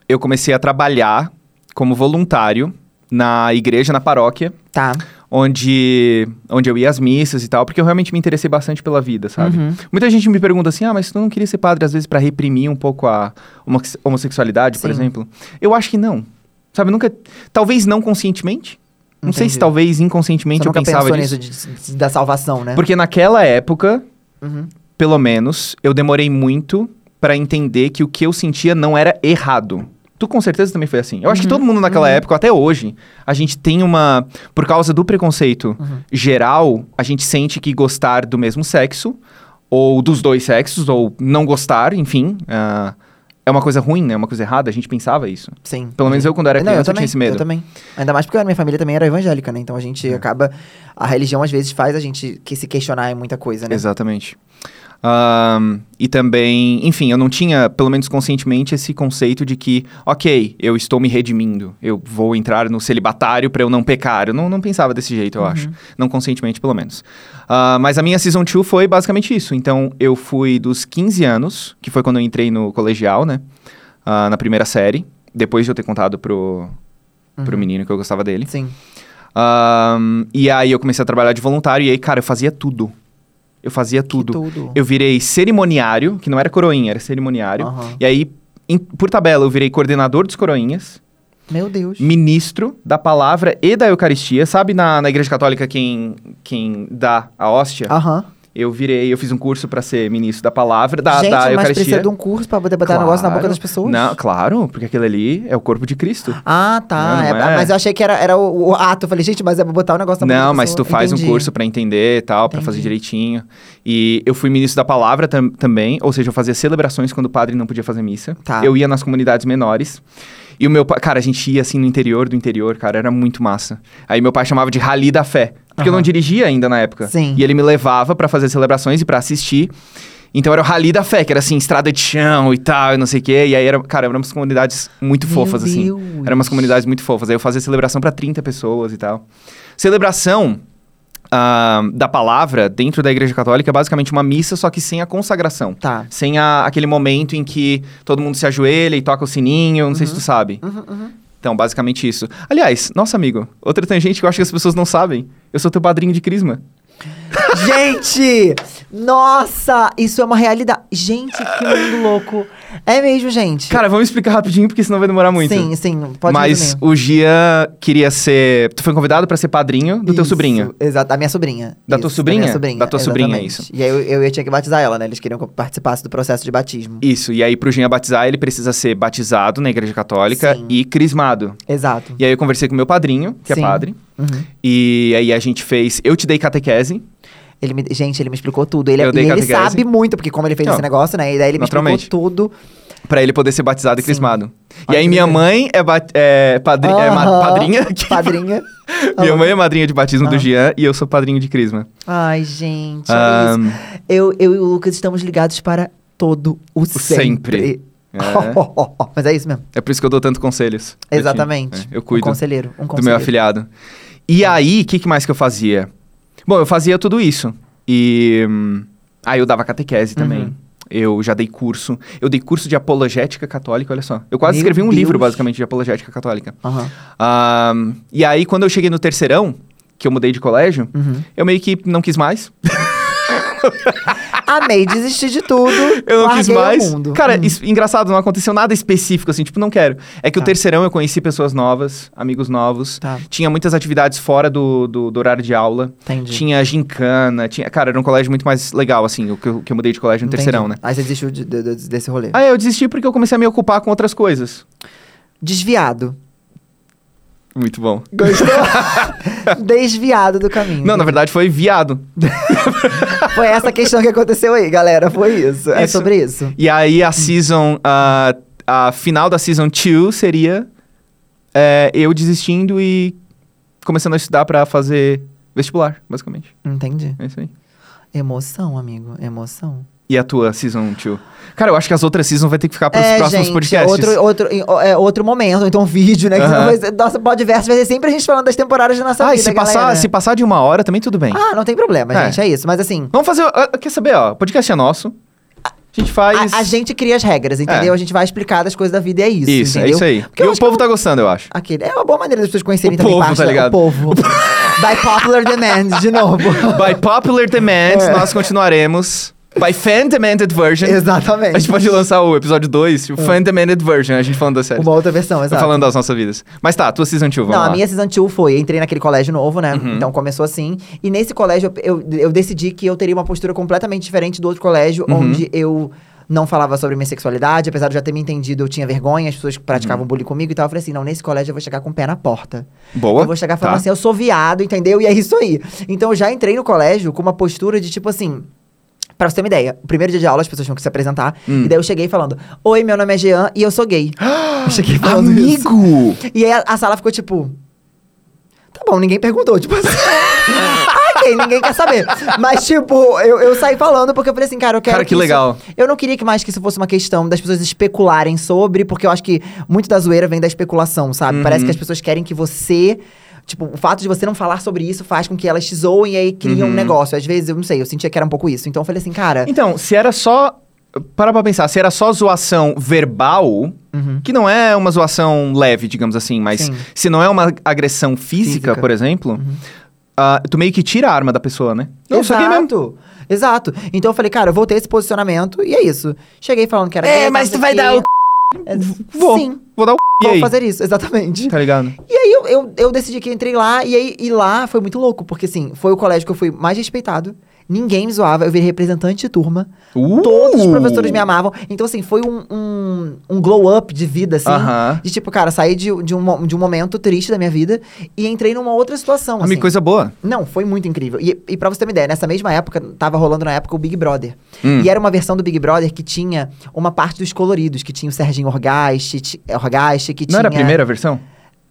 Speaker 1: eu comecei a trabalhar como voluntário na igreja, na paróquia,
Speaker 2: Tá.
Speaker 1: onde onde eu ia às missas e tal, porque eu realmente me interessei bastante pela vida, sabe?
Speaker 2: Uhum.
Speaker 1: Muita gente me pergunta assim: "Ah, mas tu não queria ser padre às vezes pra reprimir um pouco a homo- homossexualidade, por
Speaker 2: Sim.
Speaker 1: exemplo?" Eu acho que não. Sabe, nunca talvez não conscientemente? Não sei se
Speaker 2: Entendi.
Speaker 1: talvez inconscientemente
Speaker 2: Você
Speaker 1: eu
Speaker 2: nunca
Speaker 1: pensava
Speaker 2: pensou
Speaker 1: disso.
Speaker 2: nisso de- de- da salvação, né?
Speaker 1: Porque naquela época
Speaker 2: Uhum.
Speaker 1: pelo menos, eu demorei muito pra entender que o que eu sentia não era errado. Tu com certeza também foi assim. Eu acho que
Speaker 2: Uhum.
Speaker 1: todo mundo naquela época, até hoje, a gente tem uma. Por causa do preconceito
Speaker 2: Uhum.
Speaker 1: geral, a gente sente que gostar do mesmo sexo, ou dos dois sexos, ou não gostar, enfim, ah, é uma coisa ruim, né? É uma coisa errada, a gente pensava isso.
Speaker 2: Sim. É,
Speaker 1: Pelo menos eu, quando era
Speaker 2: Não,
Speaker 1: criança, eu
Speaker 2: também,
Speaker 1: tinha esse medo. É.
Speaker 2: Eu também. Ainda mais porque a minha família também era evangélica, né? Então a gente acaba. A religião às vezes faz a gente que se questionar em muita coisa, né?
Speaker 1: Exatamente. Ahn, e também, enfim, eu não tinha, pelo menos conscientemente, esse conceito de que, ok, eu estou me redimindo, eu vou entrar no celibatário para eu não pecar. Eu não, não pensava desse jeito, eu acho. Não conscientemente, pelo menos. Ah, mas a minha Season 2 foi basicamente isso. Então, eu fui dos 15 anos, que foi quando eu entrei no colegial, né? Ah, na primeira série, depois de eu ter contado pro, pro menino que eu gostava dele.
Speaker 2: Sim.
Speaker 1: Ahn, e aí eu comecei a trabalhar de voluntário e aí, cara, eu fazia tudo. Eu fazia tudo.
Speaker 2: Tudo.
Speaker 1: Eu virei cerimoniário, que não era coroinha, era cerimoniário.
Speaker 2: Aham.
Speaker 1: E aí, em- por tabela, eu virei coordenador dos coroinhas,
Speaker 2: Meu Deus.
Speaker 1: ministro da palavra e da Eucaristia. Sabe na, na Igreja Católica quem, quem dá a hóstia?
Speaker 2: Aham.
Speaker 1: Eu virei, eu fiz um curso pra ser ministro da palavra, da,
Speaker 2: gente,
Speaker 1: da
Speaker 2: mas
Speaker 1: Eucaristia.
Speaker 2: precisa de um curso pra poder botar
Speaker 1: Claro.
Speaker 2: negócio na boca das pessoas.
Speaker 1: Não, claro, porque aquilo ali é o corpo de Cristo.
Speaker 2: Ah, tá.
Speaker 1: Não, não
Speaker 2: É,
Speaker 1: é.
Speaker 2: Mas eu achei que era, era o, o ato. Eu falei, gente, mas é pra botar o negócio na boca
Speaker 1: Não,
Speaker 2: das
Speaker 1: mas tu
Speaker 2: pessoas.
Speaker 1: faz um
Speaker 2: Entendi.
Speaker 1: curso pra entender e tal, pra fazer
Speaker 2: Entendi.
Speaker 1: direitinho. E eu fui ministro da palavra tam- também, ou seja, eu fazia celebrações quando o padre não podia fazer missa.
Speaker 2: Tá.
Speaker 1: Eu ia nas comunidades menores. E o meu pai, cara, a gente ia assim no interior do interior, cara, era muito massa. Aí meu pai chamava de Rally da Fé, porque eu não
Speaker 2: Aham.
Speaker 1: dirigia ainda na época.
Speaker 2: Sim.
Speaker 1: E ele me levava pra fazer celebrações e pra assistir. Então era o Rally da Fé, que era assim, estrada de chão e tal, e não sei o quê. E aí era, cara, eram umas comunidades muito
Speaker 2: Meu
Speaker 1: fofas assim.
Speaker 2: Deus.
Speaker 1: Eram umas comunidades muito fofas. Aí eu fazia celebração pra 30 pessoas e tal. Celebração ah, da palavra dentro da Igreja Católica é basicamente uma missa, só que sem a consagração.
Speaker 2: Tá.
Speaker 1: Sem a- aquele momento em que todo mundo se ajoelha e toca o sininho, não sei se
Speaker 2: Uhum.
Speaker 1: tu sabe. Então, basicamente isso. Aliás, nosso amigo, outra tangente que eu acho que as pessoas não sabem. Eu sou teu padrinho de crisma.
Speaker 2: Gente! Nossa! Isso é uma realidade. Gente, que mundo louco. É mesmo, gente.
Speaker 1: Cara, vamos explicar rapidinho, porque senão vai demorar muito.
Speaker 2: Sim, sim. Pode
Speaker 1: Mas
Speaker 2: resumir.
Speaker 1: o Gia queria ser. Tu foi convidado pra ser padrinho do teu
Speaker 2: Isso,
Speaker 1: sobrinho.
Speaker 2: Exato, da minha sobrinha.
Speaker 1: Da tua
Speaker 2: Da,
Speaker 1: sobrinha?
Speaker 2: minha sobrinha.
Speaker 1: Da tua sobrinha, é
Speaker 2: exatamente.
Speaker 1: isso.
Speaker 2: E aí eu, eu, eu tinha que batizar ela, né? Eles queriam que eu participasse do processo de batismo.
Speaker 1: Isso, e aí pro Jean batizar, ele precisa ser batizado na igreja católica
Speaker 2: Sim.
Speaker 1: e crismado.
Speaker 2: Exato.
Speaker 1: E aí eu conversei com meu padrinho, que é
Speaker 2: Sim.
Speaker 1: padre,
Speaker 2: Uhum.
Speaker 1: e aí a gente fez, eu te dei catequese,
Speaker 2: Ele me, gente, ele me explicou tudo. Ele, é-
Speaker 1: Eu dei
Speaker 2: e ele
Speaker 1: catequese.
Speaker 2: sabe muito, porque como ele fez
Speaker 1: Não.
Speaker 2: esse negócio, né? E daí ele me
Speaker 1: Naturalmente.
Speaker 2: explicou tudo.
Speaker 1: pra ele poder ser batizado e
Speaker 2: Sim.
Speaker 1: crismado. e
Speaker 2: Olha
Speaker 1: aí
Speaker 2: que
Speaker 1: minha
Speaker 2: legal.
Speaker 1: mãe é, ba- é padri- é ma-
Speaker 2: Aham. *laughs*
Speaker 1: padrinha, que-
Speaker 2: Padrinha.
Speaker 1: minha
Speaker 2: Aham.
Speaker 1: mãe é madrinha de batismo do Jean e eu sou padrinho de crisma.
Speaker 2: Ai, gente, olha
Speaker 1: Ahn.
Speaker 2: isso. Eu, eu e o Lucas estamos ligados para todo o,
Speaker 1: sempre.
Speaker 2: sempre.
Speaker 1: É.
Speaker 2: *laughs* Mas é isso mesmo.
Speaker 1: É por isso que eu dou tanto conselhos. pra ti.
Speaker 2: Exatamente.
Speaker 1: É, eu cuido.
Speaker 2: Um conselheiro. Um
Speaker 1: do meu
Speaker 2: conselheiro.
Speaker 1: afiliado. E aí, o que, que mais que eu fazia? Bom, eu fazia tudo isso. E. hum, Aí eu dava catequese também.
Speaker 2: Uhum.
Speaker 1: Eu já dei curso. Eu dei curso de apologética católica, olha só. Eu quase
Speaker 2: Meu
Speaker 1: escrevi um
Speaker 2: Deus.
Speaker 1: livro, basicamente, de apologética católica.
Speaker 2: Aham.
Speaker 1: Ahn, e aí, quando eu cheguei no terceirão, que eu mudei de colégio,
Speaker 2: Hum. uhum.
Speaker 1: eu meio que não quis mais.
Speaker 2: Amei, desisti de tudo.
Speaker 1: *laughs* Eu não
Speaker 2: larguei
Speaker 1: quis mais.
Speaker 2: O mundo. Hum.
Speaker 1: Cara, isso- engraçado, não aconteceu nada específico, assim, tipo, não quero. É que o
Speaker 2: Tá.
Speaker 1: terceirão eu conheci pessoas novas, amigos novos.
Speaker 2: Tá.
Speaker 1: Tinha muitas atividades fora do, do- do horário de aula.
Speaker 2: Entendi.
Speaker 1: Tinha gincana, tinha. Cara, era um colégio muito mais legal, assim, o que eu, que eu mudei de colégio no
Speaker 2: Entendi.
Speaker 1: terceirão, né?
Speaker 2: Aí você desistiu de- de- de- desse rolê.
Speaker 1: Aí eu desisti porque eu comecei a me ocupar com outras coisas. *laughs*
Speaker 2: Desviado.
Speaker 1: Muito bom.
Speaker 2: Gostou? Desviado do caminho.
Speaker 1: Não, na verdade foi viado.
Speaker 2: Foi essa questão que aconteceu aí, galera. Foi isso. É
Speaker 1: Isso.
Speaker 2: sobre isso.
Speaker 1: E aí
Speaker 2: Hum.
Speaker 1: a season. ah, a final da season 2 seria é, eu desistindo e começando a estudar pra fazer vestibular, basicamente.
Speaker 2: Entendi.
Speaker 1: É isso aí.
Speaker 2: Emoção, amigo. Emoção.
Speaker 1: E a tua Season 2? Cara, eu acho que as outras Seasons vai ter que ficar pros próximos
Speaker 2: É, gente,
Speaker 1: podcasts.
Speaker 2: Outro, outro, em- ó, é, outro momento, ou então um vídeo, né? Que
Speaker 1: Aham.
Speaker 2: senão vai ser- nossa, podcast vai ser sempre a gente falando das temporadas da nossa
Speaker 1: Ah, e
Speaker 2: vida,
Speaker 1: se passar,
Speaker 2: galera.
Speaker 1: se passar de uma hora também tudo bem.
Speaker 2: Ah, não tem problema,
Speaker 1: É.
Speaker 2: gente. É isso. Mas assim,
Speaker 1: Vamos fazer... ah, Quer saber, ó? O podcast é nosso. A gente faz...
Speaker 2: a, a gente cria as regras, entendeu?
Speaker 1: É.
Speaker 2: A gente vai explicar das coisas da vida e é isso,
Speaker 1: Isso, é
Speaker 2: entendeu?
Speaker 1: isso aí.
Speaker 2: Porque eu
Speaker 1: e o
Speaker 2: acho que
Speaker 1: povo
Speaker 2: eu-
Speaker 1: tá gostando, eu acho.
Speaker 2: Aquele. É uma boa maneira das pessoas conhecerem
Speaker 1: O
Speaker 2: também
Speaker 1: povo,
Speaker 2: parte
Speaker 1: tá
Speaker 2: da-
Speaker 1: ligado?
Speaker 2: O
Speaker 1: *laughs*
Speaker 2: povo. By popular demand, de novo.
Speaker 1: By popular demand,
Speaker 2: É.
Speaker 1: nós continuaremos. By fan demanded version.
Speaker 2: Exatamente.
Speaker 1: A *laughs* gente pode lançar o episódio 2, o fan demanded version, a gente falando da série. Tá
Speaker 2: Uma outra versão, exato.
Speaker 1: Falando das nossas vidas. Mas tá, tua Season 2, vamos
Speaker 2: Não,
Speaker 1: lá. Uhum.
Speaker 2: a minha season 2 foi, eu entrei naquele colégio novo, né? Então começou assim. E nesse colégio eu, eu, eu decidi que eu teria uma postura completamente diferente do outro colégio,
Speaker 1: Uhum.
Speaker 2: onde eu não falava sobre minha sexualidade, apesar de eu já ter me entendido, eu tinha vergonha, as pessoas praticavam
Speaker 1: Uhum.
Speaker 2: bullying comigo e tal. Eu falei assim: não, nesse colégio eu vou chegar com o pé na porta.
Speaker 1: Boa,
Speaker 2: Eu vou chegar falando
Speaker 1: tá.
Speaker 2: assim, eu sou viado, entendeu? E é isso aí. Então eu já entrei no colégio com uma postura de tipo assim. Pra você ter uma ideia, o primeiro dia de aula as pessoas tinham que se apresentar.
Speaker 1: Hum.
Speaker 2: E daí eu cheguei falando: Oi, meu nome é Jean e eu
Speaker 1: *gasps*
Speaker 2: sou gay. eu cheguei falando isso.
Speaker 1: Amigo!
Speaker 2: E aí a, a sala ficou tipo. Tá bom, ninguém perguntou, tipo assim. *laughs* "Ah, ok, ninguém quer saber. Mas, tipo, eu, eu saí falando porque eu falei assim, cara, eu quero.
Speaker 1: Cara, que legal.
Speaker 2: isso- eu não queria que mais que isso fosse uma questão das pessoas especularem sobre, porque eu acho que muito da zoeira vem da especulação, sabe?
Speaker 1: Uhum.
Speaker 2: Parece que as pessoas querem que você. Tipo, o fato de você não falar sobre isso faz com que elas te zoem e aí criam um
Speaker 1: Uhum.
Speaker 2: negócio. Às vezes, eu não sei, eu sentia que era um pouco isso. Então eu falei assim, cara.
Speaker 1: Então, se era só. Para pra pensar, se era só zoação verbal, que não é uma zoação leve, digamos assim, mas
Speaker 2: Uhum. Sim.
Speaker 1: se não é uma agressão física,
Speaker 2: Física. Uhum.
Speaker 1: por exemplo, ah, tu meio que tira a arma da pessoa, né? Não, isso aqui é mesmo.
Speaker 2: Exato. Exato. Então eu falei, cara, eu vou ter esse posicionamento e é isso. Cheguei falando que era gay,
Speaker 1: É,
Speaker 2: tal,
Speaker 1: mas
Speaker 2: não sei
Speaker 1: tu vai
Speaker 2: quê.
Speaker 1: dar o.
Speaker 2: É,
Speaker 1: Vou.
Speaker 2: Sim,
Speaker 1: Vou dar o. E
Speaker 2: vou
Speaker 1: aí?
Speaker 2: fazer isso, exatamente.
Speaker 1: Tá ligado?
Speaker 2: E aí eu, eu, eu decidi que entrei lá, e aí e lá foi muito louco, porque assim, foi o colégio que eu fui mais respeitado. Ninguém me zoava, eu virei representante de turma.
Speaker 1: Uh!
Speaker 2: Todos os professores me amavam. Então, assim, foi um, um, um glow up de vida, assim.
Speaker 1: Aham.
Speaker 2: De tipo, cara, saí de, de, um, mo- de um momento triste da minha vida e entrei numa outra situação.
Speaker 1: Amigo,
Speaker 2: assim.
Speaker 1: coisa boa.
Speaker 2: Não, foi muito incrível. E, e pra você ter uma ideia, nessa mesma época, tava rolando na época o Big Brother.
Speaker 1: Hum.
Speaker 2: E era uma versão do Big Brother que tinha uma parte dos coloridos, que tinha o Serginho Orgaste, ti- Orgaste que
Speaker 1: Não
Speaker 2: tinha...
Speaker 1: era a primeira versão?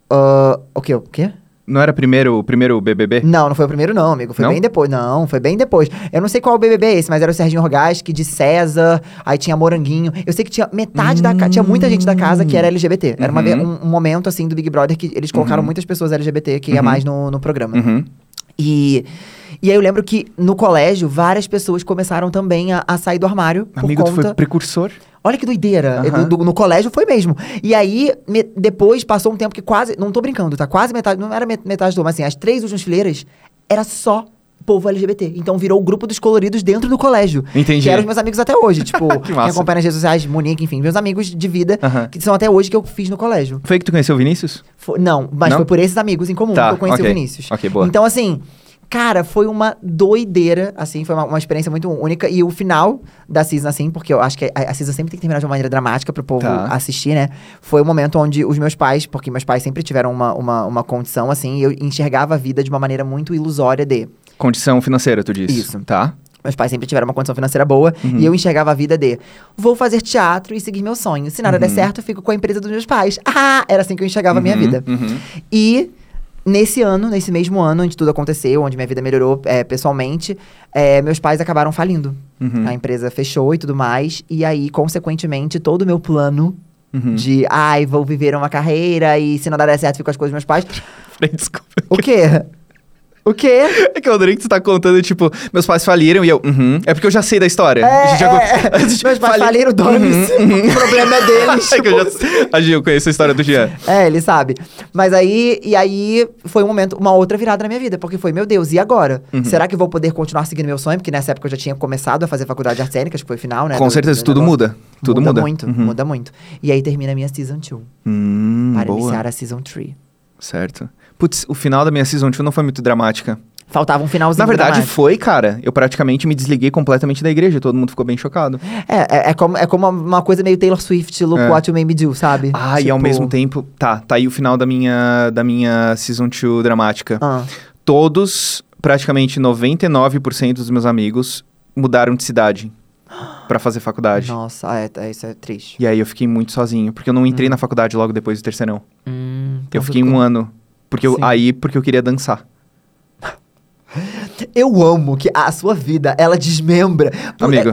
Speaker 2: Ah, o quê? O quê?
Speaker 1: Não era primeiro o primeiro BBB?
Speaker 2: Não, não foi o primeiro não, amigo. Foi
Speaker 1: Não?
Speaker 2: bem depois. Não, foi bem depois. Eu não sei qual BBB é esse, mas era o Serginho Orgaste, de César, aí tinha Moranguinho. Eu sei que tinha metade da casa, tinha muita gente da casa que era LGBT. Era uma ve-
Speaker 1: Hum. Uhum.
Speaker 2: um, um momento, assim, do Big Brother que eles colocaram muitas pessoas LGBT que ia mais no, no programa.
Speaker 1: Uhum.
Speaker 2: E, e aí eu lembro que no colégio, várias pessoas começaram também a, a sair do armário por
Speaker 1: Amigo, tu
Speaker 2: conta...
Speaker 1: foi precursor.
Speaker 2: Olha que doideira.
Speaker 1: Aham.
Speaker 2: Eu- do- no colégio foi mesmo. E aí, me- depois passou um tempo que quase. Não tô brincando, tá? Quase metade. Não era met- metade do mas assim, as três últimas fileiras era só povo LGBT. Então virou o grupo dos coloridos dentro do colégio.
Speaker 1: Entendi.
Speaker 2: Que eram os meus amigos até hoje. Tipo,
Speaker 1: *laughs* Que massa.
Speaker 2: quem acompanha nas redes sociais, Monique, enfim, meus amigos de vida,
Speaker 1: Aham.
Speaker 2: que são até hoje que eu fiz no colégio.
Speaker 1: Foi que tu conheceu o Vinícius?
Speaker 2: Fo- não, mas
Speaker 1: Não?
Speaker 2: foi por esses amigos em comum
Speaker 1: Tá,
Speaker 2: que eu conheci
Speaker 1: ok.
Speaker 2: o Vinícius.
Speaker 1: Ok, boa.
Speaker 2: Então, assim, cara, foi uma doideira, assim, foi uma, uma experiência muito única. E o final da season, assim, porque eu acho que a, a season sempre tem que terminar de uma maneira dramática pro povo
Speaker 1: Tá.
Speaker 2: assistir, né? Foi o momento onde os meus pais, porque meus pais sempre tiveram uma, uma, uma condição, assim, e eu enxergava a vida de uma maneira muito ilusória de.
Speaker 1: Condição financeira, tu disse.
Speaker 2: Isso. *laughs*
Speaker 1: Tá.
Speaker 2: Meus pais sempre tiveram uma condição financeira boa
Speaker 1: Uhum.
Speaker 2: e eu enxergava a vida de vou fazer teatro e seguir meu sonho. Se nada der certo, eu fico com a empresa dos meus pais. *laughs* Ah! Era assim que eu enxergava a minha vida.
Speaker 1: Uhum. Uhum.
Speaker 2: E nesse ano, nesse mesmo ano onde tudo aconteceu, onde minha vida melhorou é, pessoalmente, é, meus pais acabaram falindo.
Speaker 1: Uhum.
Speaker 2: A empresa fechou e tudo mais. E aí, consequentemente, todo o meu plano
Speaker 1: Uhum.
Speaker 2: de ai, vou viver uma carreira e se não der certo, fico com as coisas dos meus pais.
Speaker 1: Desculpa.
Speaker 2: O quê? O quê?
Speaker 1: *laughs* É que eu adorei que tu tá contando, tipo, meus pais faliram e eu, uhum. É porque eu já sei da história. a gente já...
Speaker 2: *laughs*
Speaker 1: *laughs*
Speaker 2: é,
Speaker 1: a gente
Speaker 2: Meus pais
Speaker 1: fali-
Speaker 2: faliram Uhum, o Domes. O problema é
Speaker 1: *laughs*
Speaker 2: deles.
Speaker 1: É que eu já... A Gi, eu conheço a história do Jean.
Speaker 2: *laughs* É, ele sabe. Mas aí, e aí foi um momento, uma outra virada na minha vida, porque foi, meu Deus, e agora?
Speaker 1: Uhum.
Speaker 2: Será que eu vou poder continuar seguindo meu sonho? Porque nessa época eu já tinha começado a fazer faculdade de artes cênicas, que foi o final, né?
Speaker 1: Com
Speaker 2: do-
Speaker 1: certeza,
Speaker 2: do
Speaker 1: tudo
Speaker 2: negócio.
Speaker 1: muda. Tudo muda.
Speaker 2: muito,
Speaker 1: Uhum.
Speaker 2: muda muito. E aí termina a minha season 2,
Speaker 1: Hum,
Speaker 2: para
Speaker 1: boa.
Speaker 2: iniciar a season 3.
Speaker 1: Certo. Putz, o final da minha Season 2 não foi muito dramática.
Speaker 2: Faltava um finalzinho
Speaker 1: Na verdade,
Speaker 2: dramático.
Speaker 1: foi, cara. Eu praticamente me desliguei completamente da igreja. Todo mundo ficou bem chocado.
Speaker 2: É, é, é como, é como uma coisa meio Taylor Swift, Look
Speaker 1: É.
Speaker 2: What You Made Me Do, sabe?
Speaker 1: Ah, e ao
Speaker 2: Tipo,
Speaker 1: mesmo tempo... Tá, tá aí o final da minha, da minha Season 2 dramática.
Speaker 2: ah.
Speaker 1: Todos, praticamente 99% dos meus amigos mudaram de cidade pra fazer faculdade.
Speaker 2: Nossa, ah, é, é, isso é triste.
Speaker 1: E aí eu fiquei muito sozinho, porque eu não entrei na faculdade logo depois do terceirão.
Speaker 2: Hum, então
Speaker 1: Eu fiquei
Speaker 2: ficou-
Speaker 1: um ano. Porque eu,
Speaker 2: Sim.
Speaker 1: aí, porque eu queria dançar.
Speaker 2: Eu amo que a sua vida, ela desmembra. Por-
Speaker 1: Amigo.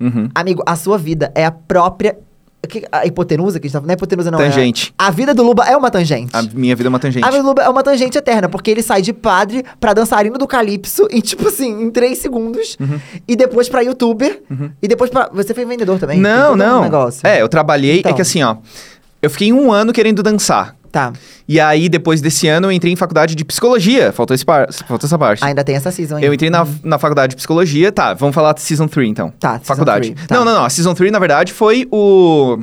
Speaker 2: é-
Speaker 1: Uhum.
Speaker 2: Amigo, a sua vida é a própria. o que- A hipotenusa que a gente tá Não é hipotenusa, não. é-
Speaker 1: Tangente.
Speaker 2: a vida do Luba é uma tangente.
Speaker 1: A minha vida é uma tangente.
Speaker 2: A vida do Luba é uma tangente eterna, porque ele sai de padre pra dançarino do calypso em, tipo assim, em três segundos.
Speaker 1: Uhum.
Speaker 2: E depois pra youtuber. E depois pra. Você foi vendedor também? tem
Speaker 1: Não,
Speaker 2: todo um
Speaker 1: não.
Speaker 2: negócio.
Speaker 1: É, eu trabalhei. É
Speaker 2: Então.
Speaker 1: que assim, ó. Eu fiquei um ano querendo dançar.
Speaker 2: Tá.
Speaker 1: E aí, depois desse ano, eu entrei em faculdade de psicologia. Faltou, esse par... Faltou essa parte.
Speaker 2: Ainda tem essa season aí.
Speaker 1: Eu entrei na, na faculdade de psicologia. Tá, vamos falar de Season 3, então.
Speaker 2: Tá, season
Speaker 1: Faculdade.
Speaker 2: three, tá.
Speaker 1: Não, não, não. A Season 3, na verdade, foi o.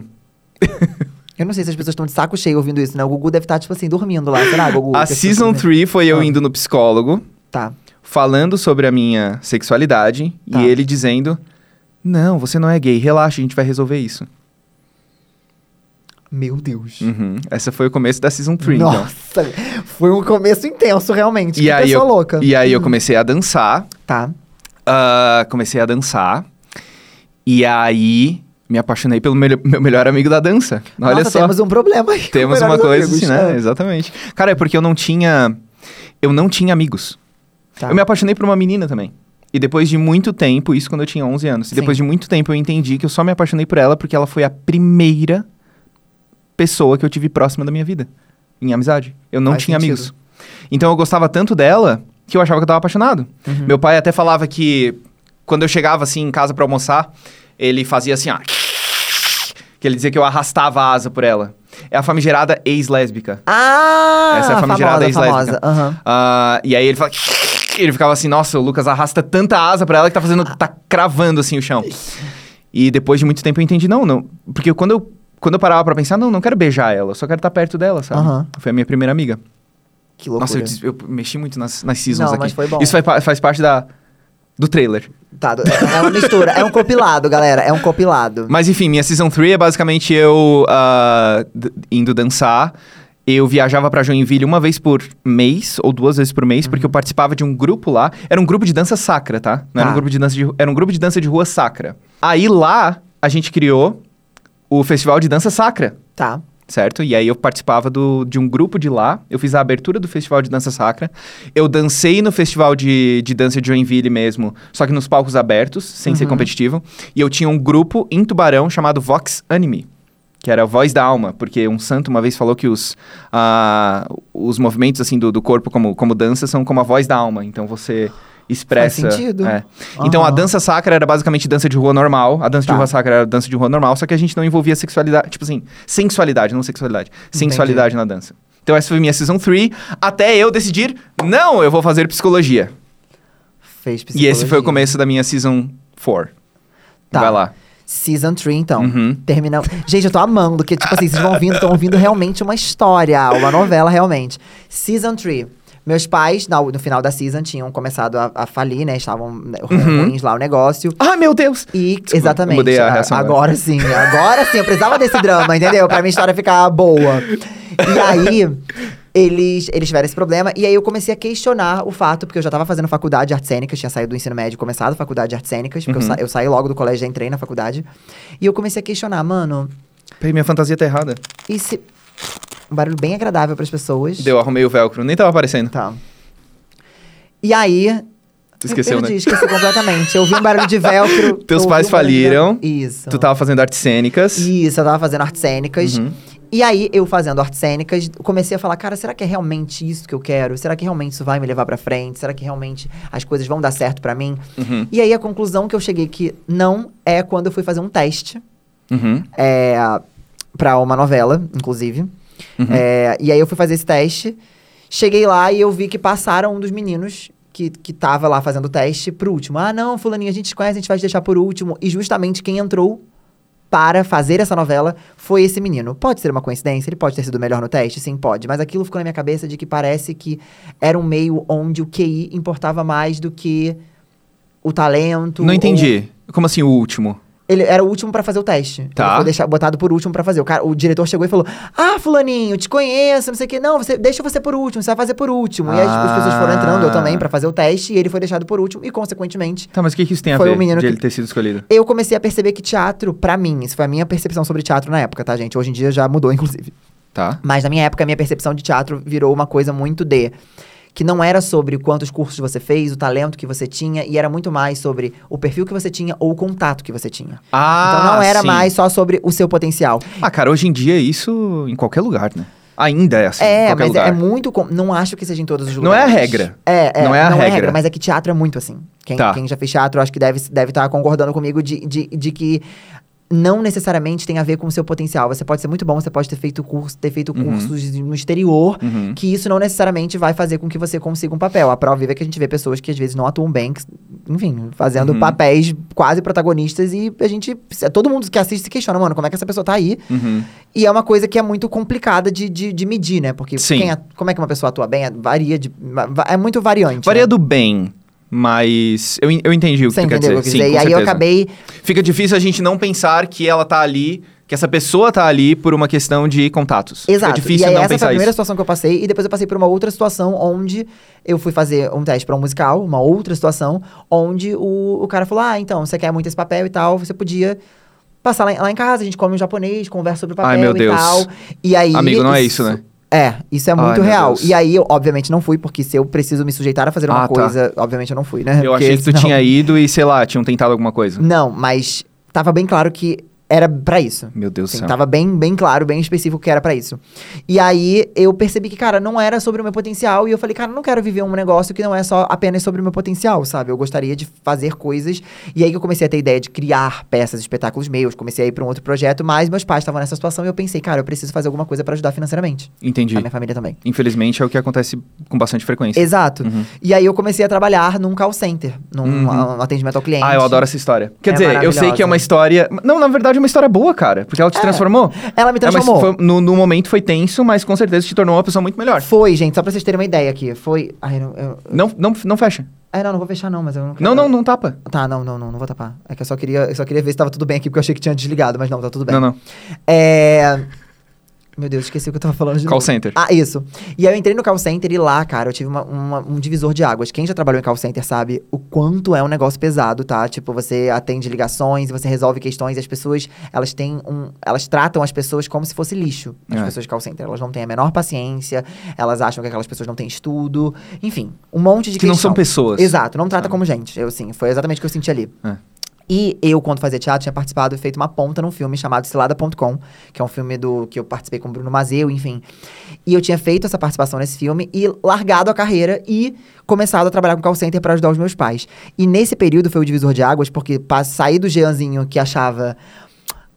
Speaker 2: Eu não sei se as pessoas estão de saco cheio ouvindo isso, né? O Gugu deve estar, tipo assim, dormindo lá. Será, Gugu?
Speaker 1: a
Speaker 2: Que as pessoas
Speaker 1: Season
Speaker 2: dormem?
Speaker 1: 3 foi eu
Speaker 2: Ah.
Speaker 1: indo no psicólogo,
Speaker 2: Tá.
Speaker 1: falando sobre a minha sexualidade.
Speaker 2: Tá.
Speaker 1: E ele dizendo: Não, você não é gay, relaxa, a gente vai resolver isso.
Speaker 2: Meu Deus.
Speaker 1: Uhum. Essa foi o começo da Season 3, então.
Speaker 2: Nossa, foi um começo intenso, realmente. que pessoa
Speaker 1: eu,
Speaker 2: louca.
Speaker 1: E aí eu comecei a dançar.
Speaker 2: Tá.
Speaker 1: ah, comecei a dançar. E aí me apaixonei pelo melho- meu melhor amigo da dança. Olha
Speaker 2: Nossa,
Speaker 1: só.
Speaker 2: temos um problema aí. com
Speaker 1: Temos uma
Speaker 2: melhores
Speaker 1: coisa
Speaker 2: amigos.
Speaker 1: assim, né?
Speaker 2: É.
Speaker 1: Exatamente. Cara, é porque eu não tinha. Eu não tinha amigos.
Speaker 2: Tá.
Speaker 1: Eu me apaixonei por uma menina também. E depois de muito tempo, isso quando eu tinha 11 anos, e
Speaker 2: Sim.
Speaker 1: depois de muito tempo eu entendi que eu só me apaixonei por ela porque ela foi a primeira pessoa que eu tive próxima da minha vida, em amizade. Eu não
Speaker 2: Faz
Speaker 1: tinha
Speaker 2: sentido.
Speaker 1: amigos. Então eu gostava tanto dela que eu achava que eu tava apaixonado.
Speaker 2: Uhum.
Speaker 1: Meu pai até falava que quando eu chegava assim em casa pra almoçar, ele fazia assim, ó, que ele dizia que eu arrastava a asa por ela. É a famigerada ex-lésbica.
Speaker 2: Ah!
Speaker 1: Essa é a famigerada
Speaker 2: famosa, famosa.
Speaker 1: ex-lésbica.
Speaker 2: Aham.
Speaker 1: Ah, e aí ele fala. *laughs* Ele ficava assim, nossa, o Lucas arrasta tanta asa pra ela que tá fazendo. tá cravando assim o chão. E depois de muito tempo eu entendi, não, não. Porque quando eu, quando eu parava pra pensar, não, não quero beijar ela, eu só quero estar perto dela, sabe?
Speaker 2: Aham.
Speaker 1: Foi a minha primeira amiga.
Speaker 2: Que loucura.
Speaker 1: Nossa, eu, des- eu mexi muito nas, nas seasons
Speaker 2: Não,
Speaker 1: aqui.
Speaker 2: mas foi bom.
Speaker 1: Isso faz, pa- faz parte da, do trailer.
Speaker 2: Tá, é é uma mistura. é um compilado, galera. É um compilado.
Speaker 1: Mas enfim, minha season 3 é basicamente eu ah, d- indo dançar. Eu viajava pra Joinville uma vez por mês, ou duas vezes por mês, porque eu participava de um grupo lá. Era um grupo de dança sacra, tá? Não era
Speaker 2: Tá.
Speaker 1: um grupo de dança de ru- Era um grupo de dança de rua sacra. Aí lá a gente criou o Festival de Dança Sacra,
Speaker 2: Tá.
Speaker 1: certo? E aí eu participava do, de um grupo de lá. Eu fiz a abertura do Festival de Dança Sacra. Eu dancei no Festival de, de Dança de Joinville mesmo, só que nos palcos abertos, sem ser competitivo. E eu tinha um grupo em Tubarão chamado Vox Anime. Que era a voz da alma, porque um santo uma vez falou que os, ah, os movimentos assim do, do corpo como, como dança são como a voz da alma. Então você expressa.
Speaker 2: sentido.
Speaker 1: É. Então a
Speaker 2: Aham.
Speaker 1: dança sacra era basicamente dança de rua normal. A dança
Speaker 2: Tá.
Speaker 1: de rua sacra era dança de rua normal, só que a gente não envolvia sexualidade. Tipo assim, sensualidade, não sexualidade. Sensualidade na dança. Então essa foi minha season 3, até eu decidir, não, eu vou fazer psicologia.
Speaker 2: Fez
Speaker 1: E esse foi o
Speaker 2: psicologia.
Speaker 1: começo da minha season 4.
Speaker 2: Tá.
Speaker 1: Vai lá.
Speaker 2: Season 3, então.
Speaker 1: Uhum.
Speaker 2: Termina... Gente, eu tô amando, que tipo assim, vocês vão ouvindo, estão ouvindo realmente uma história, uma novela, realmente. Season 3. Meus pais, na- no final da season, tinham começado a, a falir, né? Estavam né, ruins lá o negócio.
Speaker 1: Ai, Ah, meu Deus!
Speaker 2: E,
Speaker 1: Desculpa,
Speaker 2: exatamente.
Speaker 1: eu mudei a
Speaker 2: a-
Speaker 1: reação
Speaker 2: agora,
Speaker 1: agora.
Speaker 2: sim, agora sim. Eu precisava desse drama, entendeu? Pra minha história ficar boa. E aí, eles, eles tiveram esse problema. E aí, eu comecei a questionar o fato, porque eu já tava fazendo faculdade de artes cênicas, tinha saído do ensino médio, e começado a faculdade de artes cênicas, porque eu,
Speaker 1: Uhum.
Speaker 2: sa- eu saí logo do colégio, já entrei na faculdade. E eu comecei a questionar, mano,
Speaker 1: Peraí, minha fantasia tá errada.
Speaker 2: e se. Um barulho bem agradável pras pessoas.
Speaker 1: Deu, arrumei o velcro. Nem tava aparecendo.
Speaker 2: Tá. E aí.
Speaker 1: Tu esqueceu,
Speaker 2: perdi,
Speaker 1: né?
Speaker 2: esqueci completamente. Eu vi um barulho de velcro.
Speaker 1: Teus
Speaker 2: eu
Speaker 1: pais
Speaker 2: ouvi um barulho de velcro.
Speaker 1: faliram,
Speaker 2: Isso.
Speaker 1: Tu tava fazendo artes cênicas.
Speaker 2: Isso, eu tava fazendo artes cênicas. E aí, eu fazendo artes cênicas, comecei a falar, cara, será que é realmente isso que eu quero? Será que realmente isso vai me levar pra frente? Será que realmente as coisas vão dar certo pra mim?
Speaker 1: Uhum.
Speaker 2: E aí, a conclusão que eu cheguei que não é quando eu fui fazer um teste
Speaker 1: Uhum.
Speaker 2: é, para uma novela, inclusive.
Speaker 1: Uhum.
Speaker 2: É, e aí eu fui fazer esse teste. Cheguei lá e eu vi que passaram um dos meninos que, que tava lá fazendo o teste pro último. Ah, não, fulaninha, a gente te conhece, a gente vai te deixar por último. E justamente quem entrou para fazer essa novela foi esse menino. Pode ser uma coincidência, ele pode ter sido melhor no teste, sim, pode. Mas aquilo ficou na minha cabeça de que parece que era um meio onde o QI importava mais do que o talento.
Speaker 1: Não
Speaker 2: ou-
Speaker 1: entendi. Como assim, o último?
Speaker 2: ele era o último pra fazer o teste.
Speaker 1: Tá.
Speaker 2: Ele foi deixar, botado por último pra fazer. O, cara, o diretor chegou e falou: Ah, fulaninho, te conheço, não sei o quê. Não, você, deixa você por último, você vai fazer por último. E as, as pessoas foram entrando, eu também, pra fazer o teste. E ele foi deixado por último. E, consequentemente,
Speaker 1: Tá, mas o que, que isso tem a
Speaker 2: Foi
Speaker 1: ver
Speaker 2: o menino
Speaker 1: de
Speaker 2: que-
Speaker 1: ele ter sido escolhido?
Speaker 2: eu comecei a perceber que teatro, pra mim, isso foi a minha percepção sobre teatro na época, tá, gente? Hoje em dia já mudou, inclusive.
Speaker 1: Tá.
Speaker 2: Mas na minha época, a minha percepção de teatro virou uma coisa muito de. Que não era sobre quantos cursos você fez, o talento que você tinha, e era muito mais sobre o perfil que você tinha ou o contato que você tinha.
Speaker 1: Ah,
Speaker 2: então não era
Speaker 1: sim.
Speaker 2: mais só sobre o seu potencial.
Speaker 1: Ah, cara, hoje em dia é isso em qualquer lugar, né? Ainda é assim, em
Speaker 2: É,
Speaker 1: qualquer
Speaker 2: mas é-
Speaker 1: lugar.
Speaker 2: é muito. com- Não acho que seja em todos os
Speaker 1: Não é a
Speaker 2: lugares.
Speaker 1: regra.
Speaker 2: É, é,
Speaker 1: Não é a regra.
Speaker 2: mas é que teatro é muito assim. Quem,
Speaker 1: Tá.
Speaker 2: quem já fez teatro, acho que deve estar deve tá concordando comigo de, de, de que não necessariamente tem a ver com o seu potencial. Você pode ser muito bom, você pode ter feito curso, ter feito cursos no exterior,
Speaker 1: Uhum.
Speaker 2: que isso não necessariamente vai fazer com que você consiga um papel. A prova viva é que a gente vê pessoas que às vezes não atuam bem, que- enfim, fazendo
Speaker 1: Uhum.
Speaker 2: papéis quase protagonistas e a gente. Todo mundo que assiste se questiona, mano, como é que essa pessoa tá aí?
Speaker 1: Uhum.
Speaker 2: E é uma coisa que é muito complicada de, de, de medir, né? Porque
Speaker 1: Sim.
Speaker 2: quem a- como é que uma pessoa atua bem? É- Varia de. va- va- É muito variante.
Speaker 1: Varia
Speaker 2: né?
Speaker 1: do bem, mas eu, en- eu entendi o que
Speaker 2: Você
Speaker 1: tu quer dizer.
Speaker 2: entendeu o que eu quis
Speaker 1: Sim,
Speaker 2: dizer?
Speaker 1: com
Speaker 2: E aí eu
Speaker 1: certeza.
Speaker 2: acabei.
Speaker 1: Fica difícil a gente não pensar que ela tá ali que essa pessoa tá ali por uma questão de contatos.
Speaker 2: Exato.
Speaker 1: É difícil
Speaker 2: e aí,
Speaker 1: não
Speaker 2: essa foi
Speaker 1: pensar
Speaker 2: a primeira
Speaker 1: isso.
Speaker 2: situação que eu passei. E depois eu passei por uma outra situação onde eu fui fazer um teste pra um musical, uma outra situação, onde o, o cara falou: Ah, então, você quer muito esse papel e tal, você podia passar lá, em- lá em casa, a gente come um japonês, conversa sobre o papel
Speaker 1: Ai, meu
Speaker 2: e
Speaker 1: Deus.
Speaker 2: tal. E aí.
Speaker 1: Amigo, não é isso, né?
Speaker 2: É, isso é
Speaker 1: Ai,
Speaker 2: muito
Speaker 1: meu
Speaker 2: real.
Speaker 1: Deus.
Speaker 2: E aí, eu, obviamente, não fui, porque se eu preciso me sujeitar a fazer uma
Speaker 1: Ah, tá.
Speaker 2: coisa, obviamente eu não fui, né?
Speaker 1: Eu
Speaker 2: Porque
Speaker 1: achei que tu
Speaker 2: senão-
Speaker 1: tinha ido e, sei lá, tinham tentado alguma coisa.
Speaker 2: Não, mas tava bem claro que era pra isso.
Speaker 1: Meu Deus do
Speaker 2: Sim,
Speaker 1: céu.
Speaker 2: tava bem, bem claro, bem específico que era pra isso. E aí eu percebi que, cara, não era sobre o meu potencial. E eu falei, cara, eu não quero viver um negócio que não é só apenas sobre o meu potencial, sabe? Eu gostaria de fazer coisas. E aí que eu comecei a ter ideia de criar peças, espetáculos meus. Comecei a ir pra um outro projeto, mas meus pais estavam nessa situação e eu pensei, cara, eu preciso fazer alguma coisa pra ajudar financeiramente.
Speaker 1: Entendi.
Speaker 2: A minha família também.
Speaker 1: Infelizmente é o que acontece com bastante frequência.
Speaker 2: Exato.
Speaker 1: Uhum.
Speaker 2: E aí eu comecei a trabalhar num call center, num
Speaker 1: Uhum.
Speaker 2: a- um atendimento ao cliente.
Speaker 1: Ah, eu adoro essa história. Quer
Speaker 2: É
Speaker 1: dizer, eu sei que é uma
Speaker 2: maravilhosa.
Speaker 1: história. Não, na verdade é uma história boa, cara. Porque ela te
Speaker 2: É.
Speaker 1: transformou.
Speaker 2: Ela me
Speaker 1: É, mas
Speaker 2: transformou.
Speaker 1: foi- no, no momento foi tenso, mas com certeza te tornou uma pessoa muito melhor.
Speaker 2: Foi, gente, só pra vocês terem uma ideia aqui. Foi. Ai, não, eu...
Speaker 1: Não, não, não fecha.
Speaker 2: Ai, não, não vou fechar, não, mas eu não quero.
Speaker 1: Não, não, não tapa.
Speaker 2: Tá, não, não, não, não vou tapar. É que eu só queria, eu só queria ver se tava tudo bem aqui, porque eu achei que tinha desligado, mas não, tá tudo bem.
Speaker 1: Não, não.
Speaker 2: É. Meu Deus, esqueci o que eu tava falando de
Speaker 1: Call
Speaker 2: novo.
Speaker 1: center.
Speaker 2: Ah, isso. E aí eu entrei no call center e lá, cara, eu tive uma- uma- um divisor de águas. Quem já trabalhou em call center sabe o quanto é um negócio pesado, tá? Tipo, você atende ligações, você resolve questões e as pessoas, elas têm um... Elas tratam as pessoas como se fosse lixo. As
Speaker 1: É.
Speaker 2: pessoas de call center, elas não têm a menor paciência, elas acham que aquelas pessoas não têm estudo. Enfim, um monte de
Speaker 1: que não são
Speaker 2: questão.
Speaker 1: pessoas. Ah.
Speaker 2: Exato, não trata como gente. Eu, assim, foi exatamente o que eu senti ali.
Speaker 1: É.
Speaker 2: E eu, quando fazia teatro, tinha participado e feito uma ponta num filme chamado Cilada.com, que é um filme do que eu participei com o Bruno Mazeu, enfim. E eu tinha feito essa participação nesse filme e largado a carreira e começado a trabalhar com call center para ajudar os meus pais. E nesse período foi o divisor de águas, porque pa- saí do Jeanzinho que achava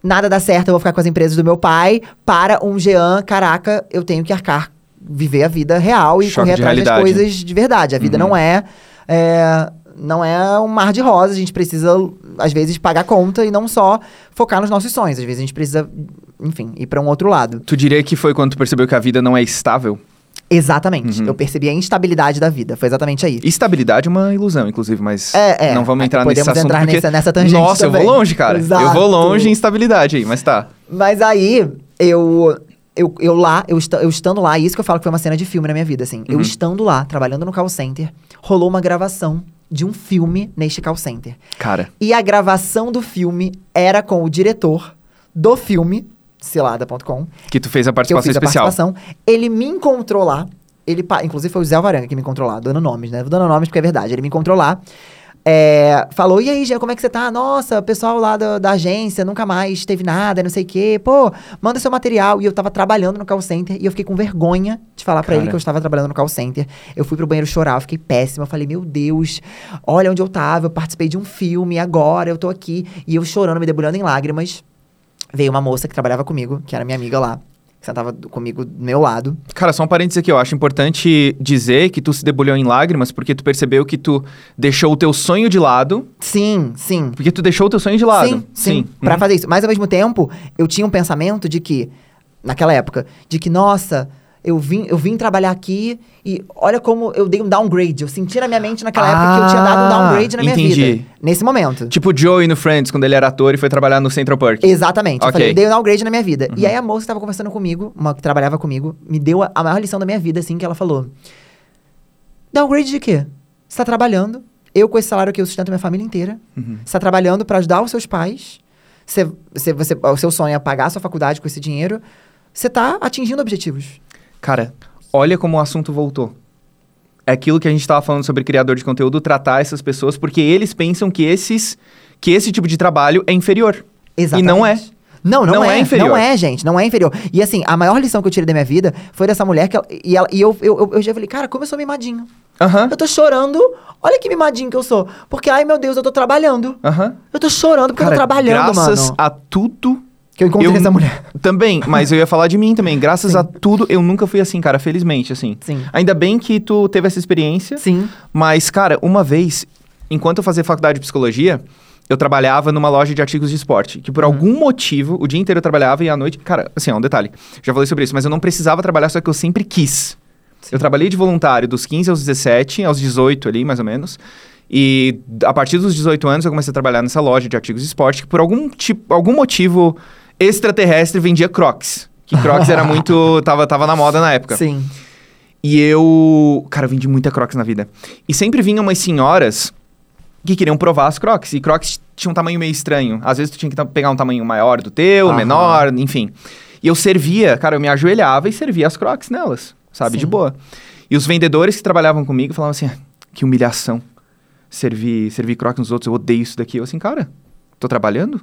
Speaker 2: nada dá certo, eu vou ficar com as empresas do meu pai, para um Jean, caraca, eu tenho que arcar, viver a vida real e
Speaker 1: Choque
Speaker 2: correr
Speaker 1: de
Speaker 2: atrás das
Speaker 1: realidade. Uhum.
Speaker 2: coisas de verdade. A vida não é, é, não é um mar de rosas, a gente precisa, às vezes, pagar conta e não só focar nos nossos sonhos. Às vezes a gente precisa, enfim, ir para um outro lado.
Speaker 1: Tu diria que foi quando tu percebeu que a vida não é estável?
Speaker 2: Exatamente.
Speaker 1: Uhum.
Speaker 2: Eu percebi a instabilidade da vida, foi exatamente aí.
Speaker 1: Estabilidade é uma ilusão, inclusive, mas
Speaker 2: É, é.
Speaker 1: não vamos
Speaker 2: É,
Speaker 1: entrar nesse
Speaker 2: podemos
Speaker 1: assunto.
Speaker 2: entrar
Speaker 1: porque...
Speaker 2: nessa- nessa tangente
Speaker 1: Nossa, eu
Speaker 2: também.
Speaker 1: vou longe, cara. Eu
Speaker 2: Exato.
Speaker 1: vou longe em estabilidade aí, mas tá.
Speaker 2: Mas aí, eu. Eu, eu lá, eu, esta- eu estando lá, e isso que eu falo que foi uma cena de filme na minha vida, assim. Eu estando lá, trabalhando no call center, rolou uma gravação de um filme neste call center.
Speaker 1: Cara,
Speaker 2: E a gravação do filme era com o diretor do filme, cilada.com,
Speaker 1: que tu fez a
Speaker 2: que eu
Speaker 1: participação
Speaker 2: fiz a
Speaker 1: especial.
Speaker 2: participação. Ele me encontrou lá. Ele, pa- inclusive, foi o Zé Alvarenga que me encontrou lá, dando nomes, né? Dando nomes porque é verdade. Ele me encontrou lá. é, falou, e aí, Jean, como é que você tá? Nossa, o pessoal lá da, da agência nunca mais teve nada, não sei o quê. Pô, manda seu material. E eu tava trabalhando no call center e eu fiquei com vergonha de falar pra ele
Speaker 1: Cara.
Speaker 2: que eu estava trabalhando no call center. Eu fui pro banheiro chorar, eu fiquei péssima. Eu falei, meu Deus, olha onde eu tava, eu participei de um filme, agora eu tô aqui. E eu chorando, me debulhando em lágrimas. Veio uma moça que trabalhava comigo, que era minha amiga lá, que sentava do- comigo do meu lado.
Speaker 1: Cara, só um parênteses aqui, eu acho importante dizer que tu se debulhou em lágrimas porque tu percebeu que tu deixou o teu sonho de lado,
Speaker 2: Sim, sim.
Speaker 1: porque tu deixou o teu sonho de lado. Hum.
Speaker 2: Sim, sim. Pra fazer isso. Mas ao mesmo tempo, eu tinha um pensamento de que, naquela época, de que, nossa. Eu vim, eu vim trabalhar aqui e olha como eu dei um downgrade. Eu senti na minha mente naquela época que eu tinha dado um
Speaker 1: Ah,
Speaker 2: downgrade na minha
Speaker 1: entendi.
Speaker 2: vida. Nesse momento.
Speaker 1: Tipo o Joey no Friends, quando ele era ator e foi trabalhar no Central Park.
Speaker 2: Exatamente.
Speaker 1: Ok.
Speaker 2: Eu
Speaker 1: Uhum.
Speaker 2: falei, eu dei um downgrade na minha vida. E aí a moça que tava conversando comigo, uma que trabalhava comigo, me deu a, a maior lição da minha vida, assim, que ela falou: Downgrade de quê? Você tá trabalhando, eu com esse salário que eu sustento minha família inteira,
Speaker 1: Uhum.
Speaker 2: você tá trabalhando pra ajudar os seus pais, você, você, você- o seu sonho é pagar a sua faculdade com esse dinheiro, você tá atingindo objetivos.
Speaker 1: Cara, olha como o assunto voltou. É aquilo que a gente tava falando sobre criador de conteúdo, tratar essas pessoas, porque eles pensam que esses. que esse tipo de trabalho é inferior.
Speaker 2: Exatamente.
Speaker 1: não é.
Speaker 2: Não, não,
Speaker 1: Não
Speaker 2: é.
Speaker 1: é inferior.
Speaker 2: Não é, gente. Não é inferior. E assim, a maior lição que eu tirei da minha vida foi dessa mulher que ela- e, ela- e eu, eu, eu, eu já falei, cara, como eu sou mimadinho.
Speaker 1: Aham.
Speaker 2: Eu tô chorando. Olha que mimadinho que eu sou. Porque, ai meu Deus, eu tô trabalhando.
Speaker 1: Aham.
Speaker 2: Eu tô chorando porque eu tô trabalhando,
Speaker 1: graças
Speaker 2: mano.
Speaker 1: a tudo.
Speaker 2: Que eu encontrei essa mulher.
Speaker 1: *laughs* Também, mas eu ia falar de mim também. Graças a tudo, eu nunca fui assim, cara, felizmente, assim.
Speaker 2: Sim.
Speaker 1: Ainda bem que tu teve essa experiência.
Speaker 2: Sim.
Speaker 1: Mas, cara, uma vez, enquanto eu fazia faculdade de psicologia, eu trabalhava numa loja de artigos de esporte. Que por algum motivo, o dia inteiro eu trabalhava e à noite. Cara, assim, é um detalhe. Já falei sobre isso, mas eu não precisava trabalhar, só que eu sempre quis. Eu trabalhei de voluntário dos 15 aos 17, aos 18 ali, mais ou menos. E a partir dos 18 anos eu comecei a trabalhar nessa loja de artigos de esporte, que por algum, tipo, algum motivo extraterrestre vendia Crocs. Que Crocs era muito. Tava, tava na moda na época.
Speaker 2: Sim.
Speaker 1: E eu. Cara, eu vendi muita Crocs na vida. E sempre vinham umas senhoras que queriam provar as Crocs. E Crocs tinha um tamanho meio estranho. Às vezes tu tinha que ta- pegar um tamanho maior do teu,
Speaker 2: Aham.
Speaker 1: menor, enfim. E eu servia, cara, eu me ajoelhava e servia as Crocs nelas, sabe? De
Speaker 2: Sim.
Speaker 1: boa. E os vendedores que trabalhavam comigo falavam assim: "Ah, que humilhação. Servir, servir Crocs nos outros, eu odeio isso daqui. Eu assim, cara, tô trabalhando?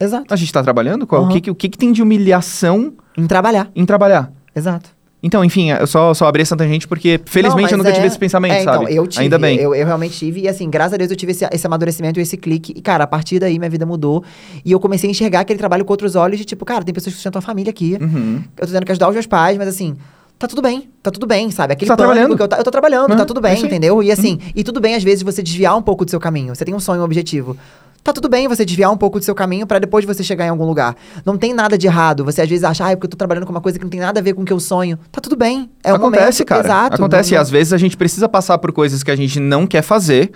Speaker 2: Exato.
Speaker 1: A gente tá trabalhando? Qual, o
Speaker 2: Aham.
Speaker 1: que que, o que, que tem de humilhação
Speaker 2: Em trabalhar.
Speaker 1: em trabalhar?
Speaker 2: Exato.
Speaker 1: Então, enfim, eu só, só abri essa tangente porque, felizmente, eu
Speaker 2: Não, mas
Speaker 1: nunca tive
Speaker 2: é-
Speaker 1: esse pensamento,
Speaker 2: é,
Speaker 1: sabe?
Speaker 2: Então, eu tive,
Speaker 1: Ainda bem.
Speaker 2: Eu, eu realmente tive, e assim, graças a Deus eu tive esse, esse amadurecimento, esse clique. E, cara, a partir daí minha vida mudou. E eu comecei a enxergar aquele trabalho com outros olhos de tipo, cara, tem pessoas que sustentam a família aqui.
Speaker 1: Uhum.
Speaker 2: Eu tô tendo que ajudar os meus pais, mas assim. Tá tudo bem, tá tudo bem, sabe? Aquele
Speaker 1: Tá
Speaker 2: pânico
Speaker 1: trabalhando.
Speaker 2: que eu, tá, eu tô trabalhando,
Speaker 1: Né?
Speaker 2: tá tudo
Speaker 1: É
Speaker 2: bem,
Speaker 1: isso aí.
Speaker 2: entendeu? E assim, e tudo bem às vezes você desviar um pouco do seu caminho. Você tem um sonho, um objetivo. Tá tudo bem você desviar um pouco do seu caminho pra depois você chegar em algum lugar. Não tem nada de errado. Você às vezes acha, ah, é porque eu tô trabalhando com uma coisa que não tem nada a ver com o que eu sonho. Tá tudo bem. É um
Speaker 1: Acontece,
Speaker 2: momento, né?
Speaker 1: cara.
Speaker 2: Exato.
Speaker 1: Acontece.
Speaker 2: Não-
Speaker 1: E às vezes a gente precisa passar por coisas que a gente não quer fazer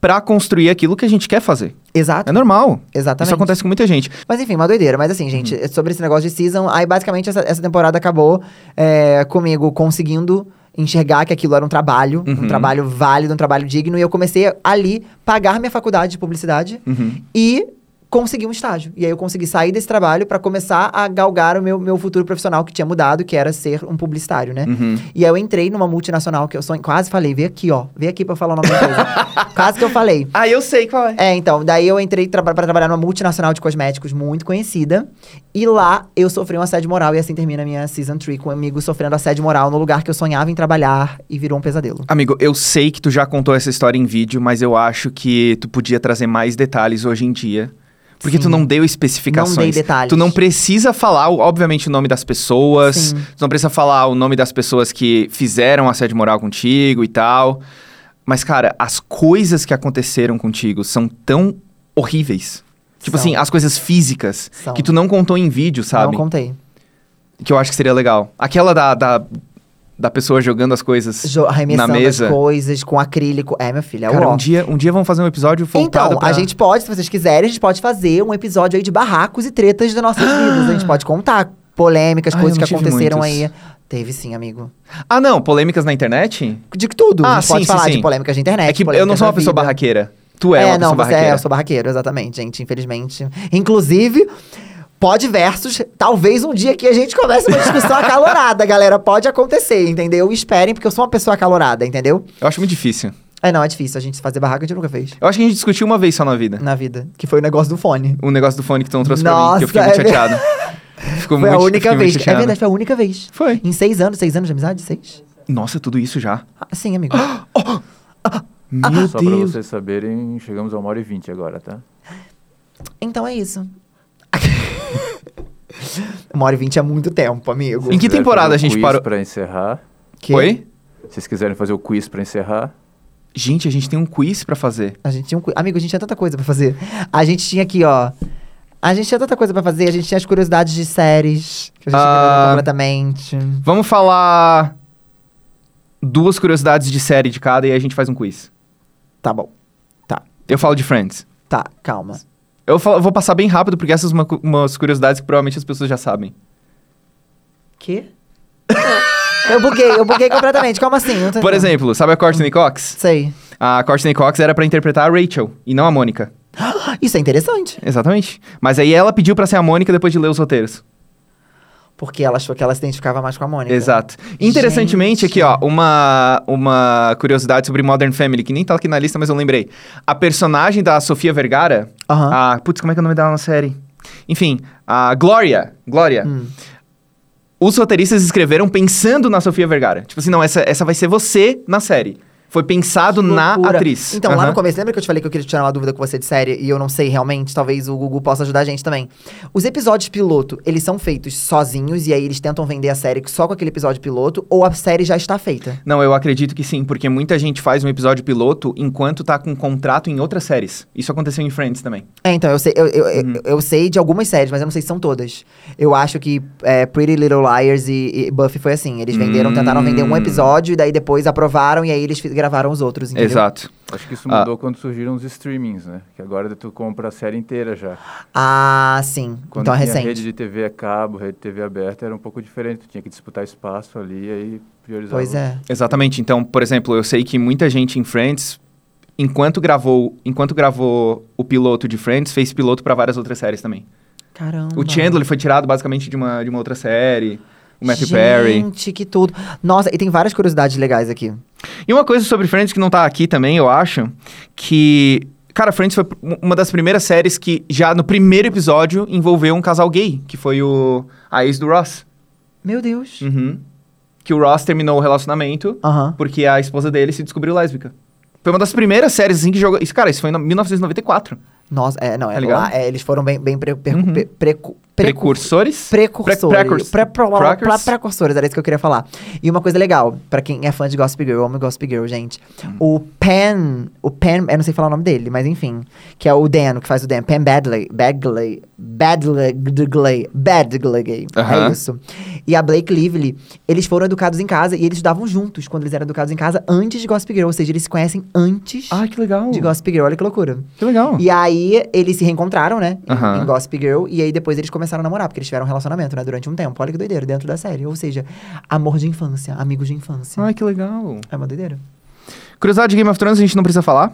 Speaker 1: pra construir aquilo que a gente quer fazer.
Speaker 2: Exato.
Speaker 1: É normal.
Speaker 2: Exatamente.
Speaker 1: Isso acontece com muita gente.
Speaker 2: Mas enfim, uma doideira. Mas assim, gente, sobre esse negócio de season, aí basicamente essa, essa temporada acabou é, comigo conseguindo enxergar que aquilo era um trabalho, um trabalho válido, um trabalho digno, e eu comecei ali pagar minha faculdade de publicidade
Speaker 1: Uhum.
Speaker 2: e consegui um estágio. E aí eu consegui sair desse trabalho pra começar a galgar o meu, meu futuro profissional que tinha mudado, que era ser um publicitário, né?
Speaker 1: Uhum.
Speaker 2: E aí eu entrei numa multinacional que eu sonho, quase falei, vem aqui, ó, vem aqui pra eu falar o nome da empresa. quase que eu falei.
Speaker 1: Ah, eu sei qual é.
Speaker 2: É, então, daí eu entrei traba- pra trabalhar numa multinacional de cosméticos muito conhecida. E lá eu sofri um assédio moral e assim termina a minha season 3 com um amigo sofrendo assédio moral no lugar que eu sonhava em trabalhar e virou um pesadelo.
Speaker 1: Amigo, eu sei que tu já contou essa história em vídeo, mas eu acho que tu podia trazer mais detalhes hoje em dia. Porque tu
Speaker 2: Sim.
Speaker 1: não deu especificações.
Speaker 2: Não dei detalhes.
Speaker 1: Tu não precisa falar, o- obviamente, o nome das pessoas.
Speaker 2: Sim.
Speaker 1: Tu não precisa falar o nome das pessoas que fizeram assédio moral contigo e tal. Mas, cara, as coisas que aconteceram contigo são tão horríveis. Tipo
Speaker 2: São.
Speaker 1: assim, as coisas físicas
Speaker 2: São.
Speaker 1: que tu não contou em vídeo, sabe?
Speaker 2: Não contei.
Speaker 1: Que eu acho que seria legal. Aquela da, da, da pessoa jogando as coisas
Speaker 2: Jo arremessando
Speaker 1: na mesa.
Speaker 2: as coisas com acrílico. É, meu filho, é
Speaker 1: Cara,
Speaker 2: o ó.
Speaker 1: um dia, um dia vamos fazer um episódio focado
Speaker 2: Então,
Speaker 1: pra...
Speaker 2: a gente pode, se vocês quiserem, a gente pode fazer um episódio aí de barracos e tretas
Speaker 1: *gasps*
Speaker 2: das nossas vidas. A gente pode contar polêmicas,
Speaker 1: Ai, eu
Speaker 2: coisas
Speaker 1: não
Speaker 2: que
Speaker 1: tive
Speaker 2: aconteceram
Speaker 1: muitos.
Speaker 2: aí. Teve sim, amigo.
Speaker 1: Ah, não, polêmicas na internet?
Speaker 2: De tudo.
Speaker 1: Ah,
Speaker 2: a gente pode
Speaker 1: sim, sim,
Speaker 2: falar
Speaker 1: sim.
Speaker 2: de polêmicas de internet.
Speaker 1: É que eu não
Speaker 2: polêmicas
Speaker 1: sou uma
Speaker 2: da
Speaker 1: pessoa
Speaker 2: vida.
Speaker 1: barraqueira. Tu é, uma
Speaker 2: não,
Speaker 1: pessoa
Speaker 2: você
Speaker 1: barraqueira.
Speaker 2: é, eu sou barraqueiro, exatamente, gente, infelizmente. Inclusive, pode versus, talvez um dia que a gente comece uma discussão *laughs* acalorada, galera. Pode acontecer, entendeu? Esperem, porque eu sou uma pessoa acalorada, entendeu?
Speaker 1: Eu acho muito difícil.
Speaker 2: É, não, é difícil. A gente fazer barraca a gente nunca fez
Speaker 1: Eu acho que a gente discutiu uma vez só na vida.
Speaker 2: na vida. Que foi o negócio do fone.
Speaker 1: O negócio do fone que tu não trouxe pra mim, que eu
Speaker 2: Nossa,
Speaker 1: fiquei muito
Speaker 2: é
Speaker 1: chateado. Ficou
Speaker 2: *laughs* foi
Speaker 1: muito,
Speaker 2: a
Speaker 1: eu
Speaker 2: única
Speaker 1: fiquei
Speaker 2: vez.
Speaker 1: Muito
Speaker 2: É
Speaker 1: chateado.
Speaker 2: verdade, foi a única vez.
Speaker 1: Foi.
Speaker 2: Em seis anos, seis anos de amizade? Seis?
Speaker 1: Nossa, tudo isso já? *gasps* Ah,
Speaker 2: Ah, sim, amigo.
Speaker 1: Meu
Speaker 3: Só pra
Speaker 1: Deus.
Speaker 3: vocês saberem, chegamos a uma hora e vinte agora, tá?
Speaker 2: então é isso. *laughs* Uma hora e vinte é muito tempo, amigo.
Speaker 1: Em que
Speaker 3: quiserem
Speaker 1: temporada
Speaker 3: fazer
Speaker 1: a
Speaker 3: o
Speaker 1: gente
Speaker 3: quiz
Speaker 1: parou?
Speaker 3: Pra encerrar.
Speaker 2: Que
Speaker 1: Oi?
Speaker 3: Se vocês quiserem fazer o quiz pra encerrar,
Speaker 1: Gente, a gente tem um quiz pra fazer.
Speaker 2: A gente tinha um... cu- Amigo, a gente tinha tanta coisa pra fazer. A gente tinha aqui, ó... A gente tinha tanta coisa pra fazer. A gente tinha as curiosidades de séries. Que a gente
Speaker 1: Ah.
Speaker 2: ignorou completamente.
Speaker 1: Vamos falar duas curiosidades de série de cada e aí a gente faz um quiz.
Speaker 2: Tá bom.
Speaker 1: Eu falo de Friends.
Speaker 2: Tá, calma.
Speaker 1: Eu falo- vou passar bem rápido, porque essas são uma cu- umas curiosidades que provavelmente as pessoas já sabem.
Speaker 2: Quê? eu buguei, eu buguei completamente. Como assim? Não tô
Speaker 1: Por
Speaker 2: entendendo.
Speaker 1: exemplo, sabe a Courtney Cox?
Speaker 2: Sei. *gasps*
Speaker 1: A Courtney Cox era pra interpretar a Rachel e não a Mônica.
Speaker 2: Isso é interessante.
Speaker 1: Exatamente. Mas aí ela pediu pra ser a Mônica depois de ler os roteiros.
Speaker 2: Porque ela achou que ela se identificava mais com a Mônica.
Speaker 1: Exato. Interessantemente,
Speaker 2: Gente.
Speaker 1: aqui, ó, uma, uma curiosidade sobre Modern Family, que nem tá aqui na lista, mas eu lembrei. A personagem da Sofia Vergara,
Speaker 2: Aham.
Speaker 1: a. Putz, como é que é o nome dela na série? Enfim, a Gloria. Gloria.
Speaker 2: Hum.
Speaker 1: Os roteiristas escreveram pensando na Sofia Vergara. Tipo assim, não, essa, essa vai ser você na série. Foi pensado na
Speaker 2: Loucura.
Speaker 1: atriz.
Speaker 2: Então, lá
Speaker 1: Aham.
Speaker 2: no começo, lembra que eu te falei que eu queria tirar uma dúvida com você de série e eu não sei realmente? Talvez o Google possa ajudar a gente também. Os episódios piloto, eles são feitos sozinhos e aí eles tentam vender a série só com aquele episódio piloto ou a série já está feita?
Speaker 1: Não, eu acredito que sim, porque muita gente faz um episódio piloto enquanto tá com contrato em outras séries. Isso aconteceu em Friends também.
Speaker 2: É, então, eu sei, eu, eu, eu- eu sei de algumas séries, mas eu não sei se são todas. Eu acho que é, Pretty Little Liars e, e Buffy foi assim. Eles venderam,
Speaker 1: Hum.
Speaker 2: tentaram vender um episódio, e daí depois aprovaram, e aí eles fi- gravaram os outros, entendeu?
Speaker 1: Exato.
Speaker 3: Acho que isso mudou quando surgiram os streamings, né? Que agora tu compra a série inteira já.
Speaker 2: Ah, sim.
Speaker 3: Quando
Speaker 2: então é
Speaker 3: tinha
Speaker 2: recente.
Speaker 3: rede de TV a cabo, rede de TV aberta, era um pouco diferente. Tu tinha que disputar espaço ali e aí priorizar.
Speaker 2: Pois
Speaker 3: os-
Speaker 2: é.
Speaker 1: Exatamente. Então, por exemplo, eu sei que muita gente em Friends, enquanto gravou, enquanto gravou o piloto de Friends, fez piloto pra várias outras séries também.
Speaker 2: Caramba.
Speaker 1: O Chandler ele foi tirado basicamente de uma, de uma outra série. O Matthew
Speaker 2: Gente,
Speaker 1: Perry.
Speaker 2: que tudo. Nossa, e tem várias curiosidades legais aqui.
Speaker 1: E uma coisa sobre Friends que não tá aqui também, eu acho, que. Cara, Friends foi um- uma das primeiras séries que já no primeiro episódio envolveu um casal gay, que foi o a ex do Ross.
Speaker 2: Meu Deus.
Speaker 1: Uhum. Que o Ross terminou o relacionamento
Speaker 2: Aham.
Speaker 1: porque a esposa dele se descobriu lésbica. Foi uma das primeiras séries assim que jogou. Isso, cara, isso foi em 1994.
Speaker 2: Nossa, é, não, é,
Speaker 1: Tá ligado?
Speaker 2: lá, é, eles foram bem, bem pre, percu-
Speaker 1: Uhum.
Speaker 2: pre- precu- precu-
Speaker 1: Precursores?
Speaker 2: precursores.
Speaker 1: Precursores.
Speaker 2: Pre- pro- pro- pra-
Speaker 1: Precursores.
Speaker 2: Precursores, era isso que eu queria falar. E uma coisa legal, pra quem é fã de Gossip Girl, eu amo Gossip Girl, gente. O Pen, o Pen, eu não sei falar o nome dele, mas enfim, que é o Dan, o que faz o Dan, Pen Badley, Badley, Badley, Badley, Badley, é
Speaker 1: Aham.
Speaker 2: isso. E a Blake Lively, eles foram educados em casa e eles estudavam juntos quando eles eram educados em casa antes de Gossip Girl, ou seja, eles se conhecem antes
Speaker 1: Ah, que legal.
Speaker 2: de Gossip Girl, olha que loucura.
Speaker 1: Que legal.
Speaker 2: E aí, eles se reencontraram, né? em-
Speaker 1: Hum. Aham.
Speaker 2: Em Gossip Girl. E aí, depois eles começaram a namorar, porque eles tiveram um relacionamento, né? Durante um tempo. Olha que doideira, dentro da série. Ou seja, amor de infância, amigos de infância.
Speaker 1: Ai, que legal.
Speaker 2: É uma doideira.
Speaker 1: Curiosidade de Game of Thrones, a gente não precisa falar.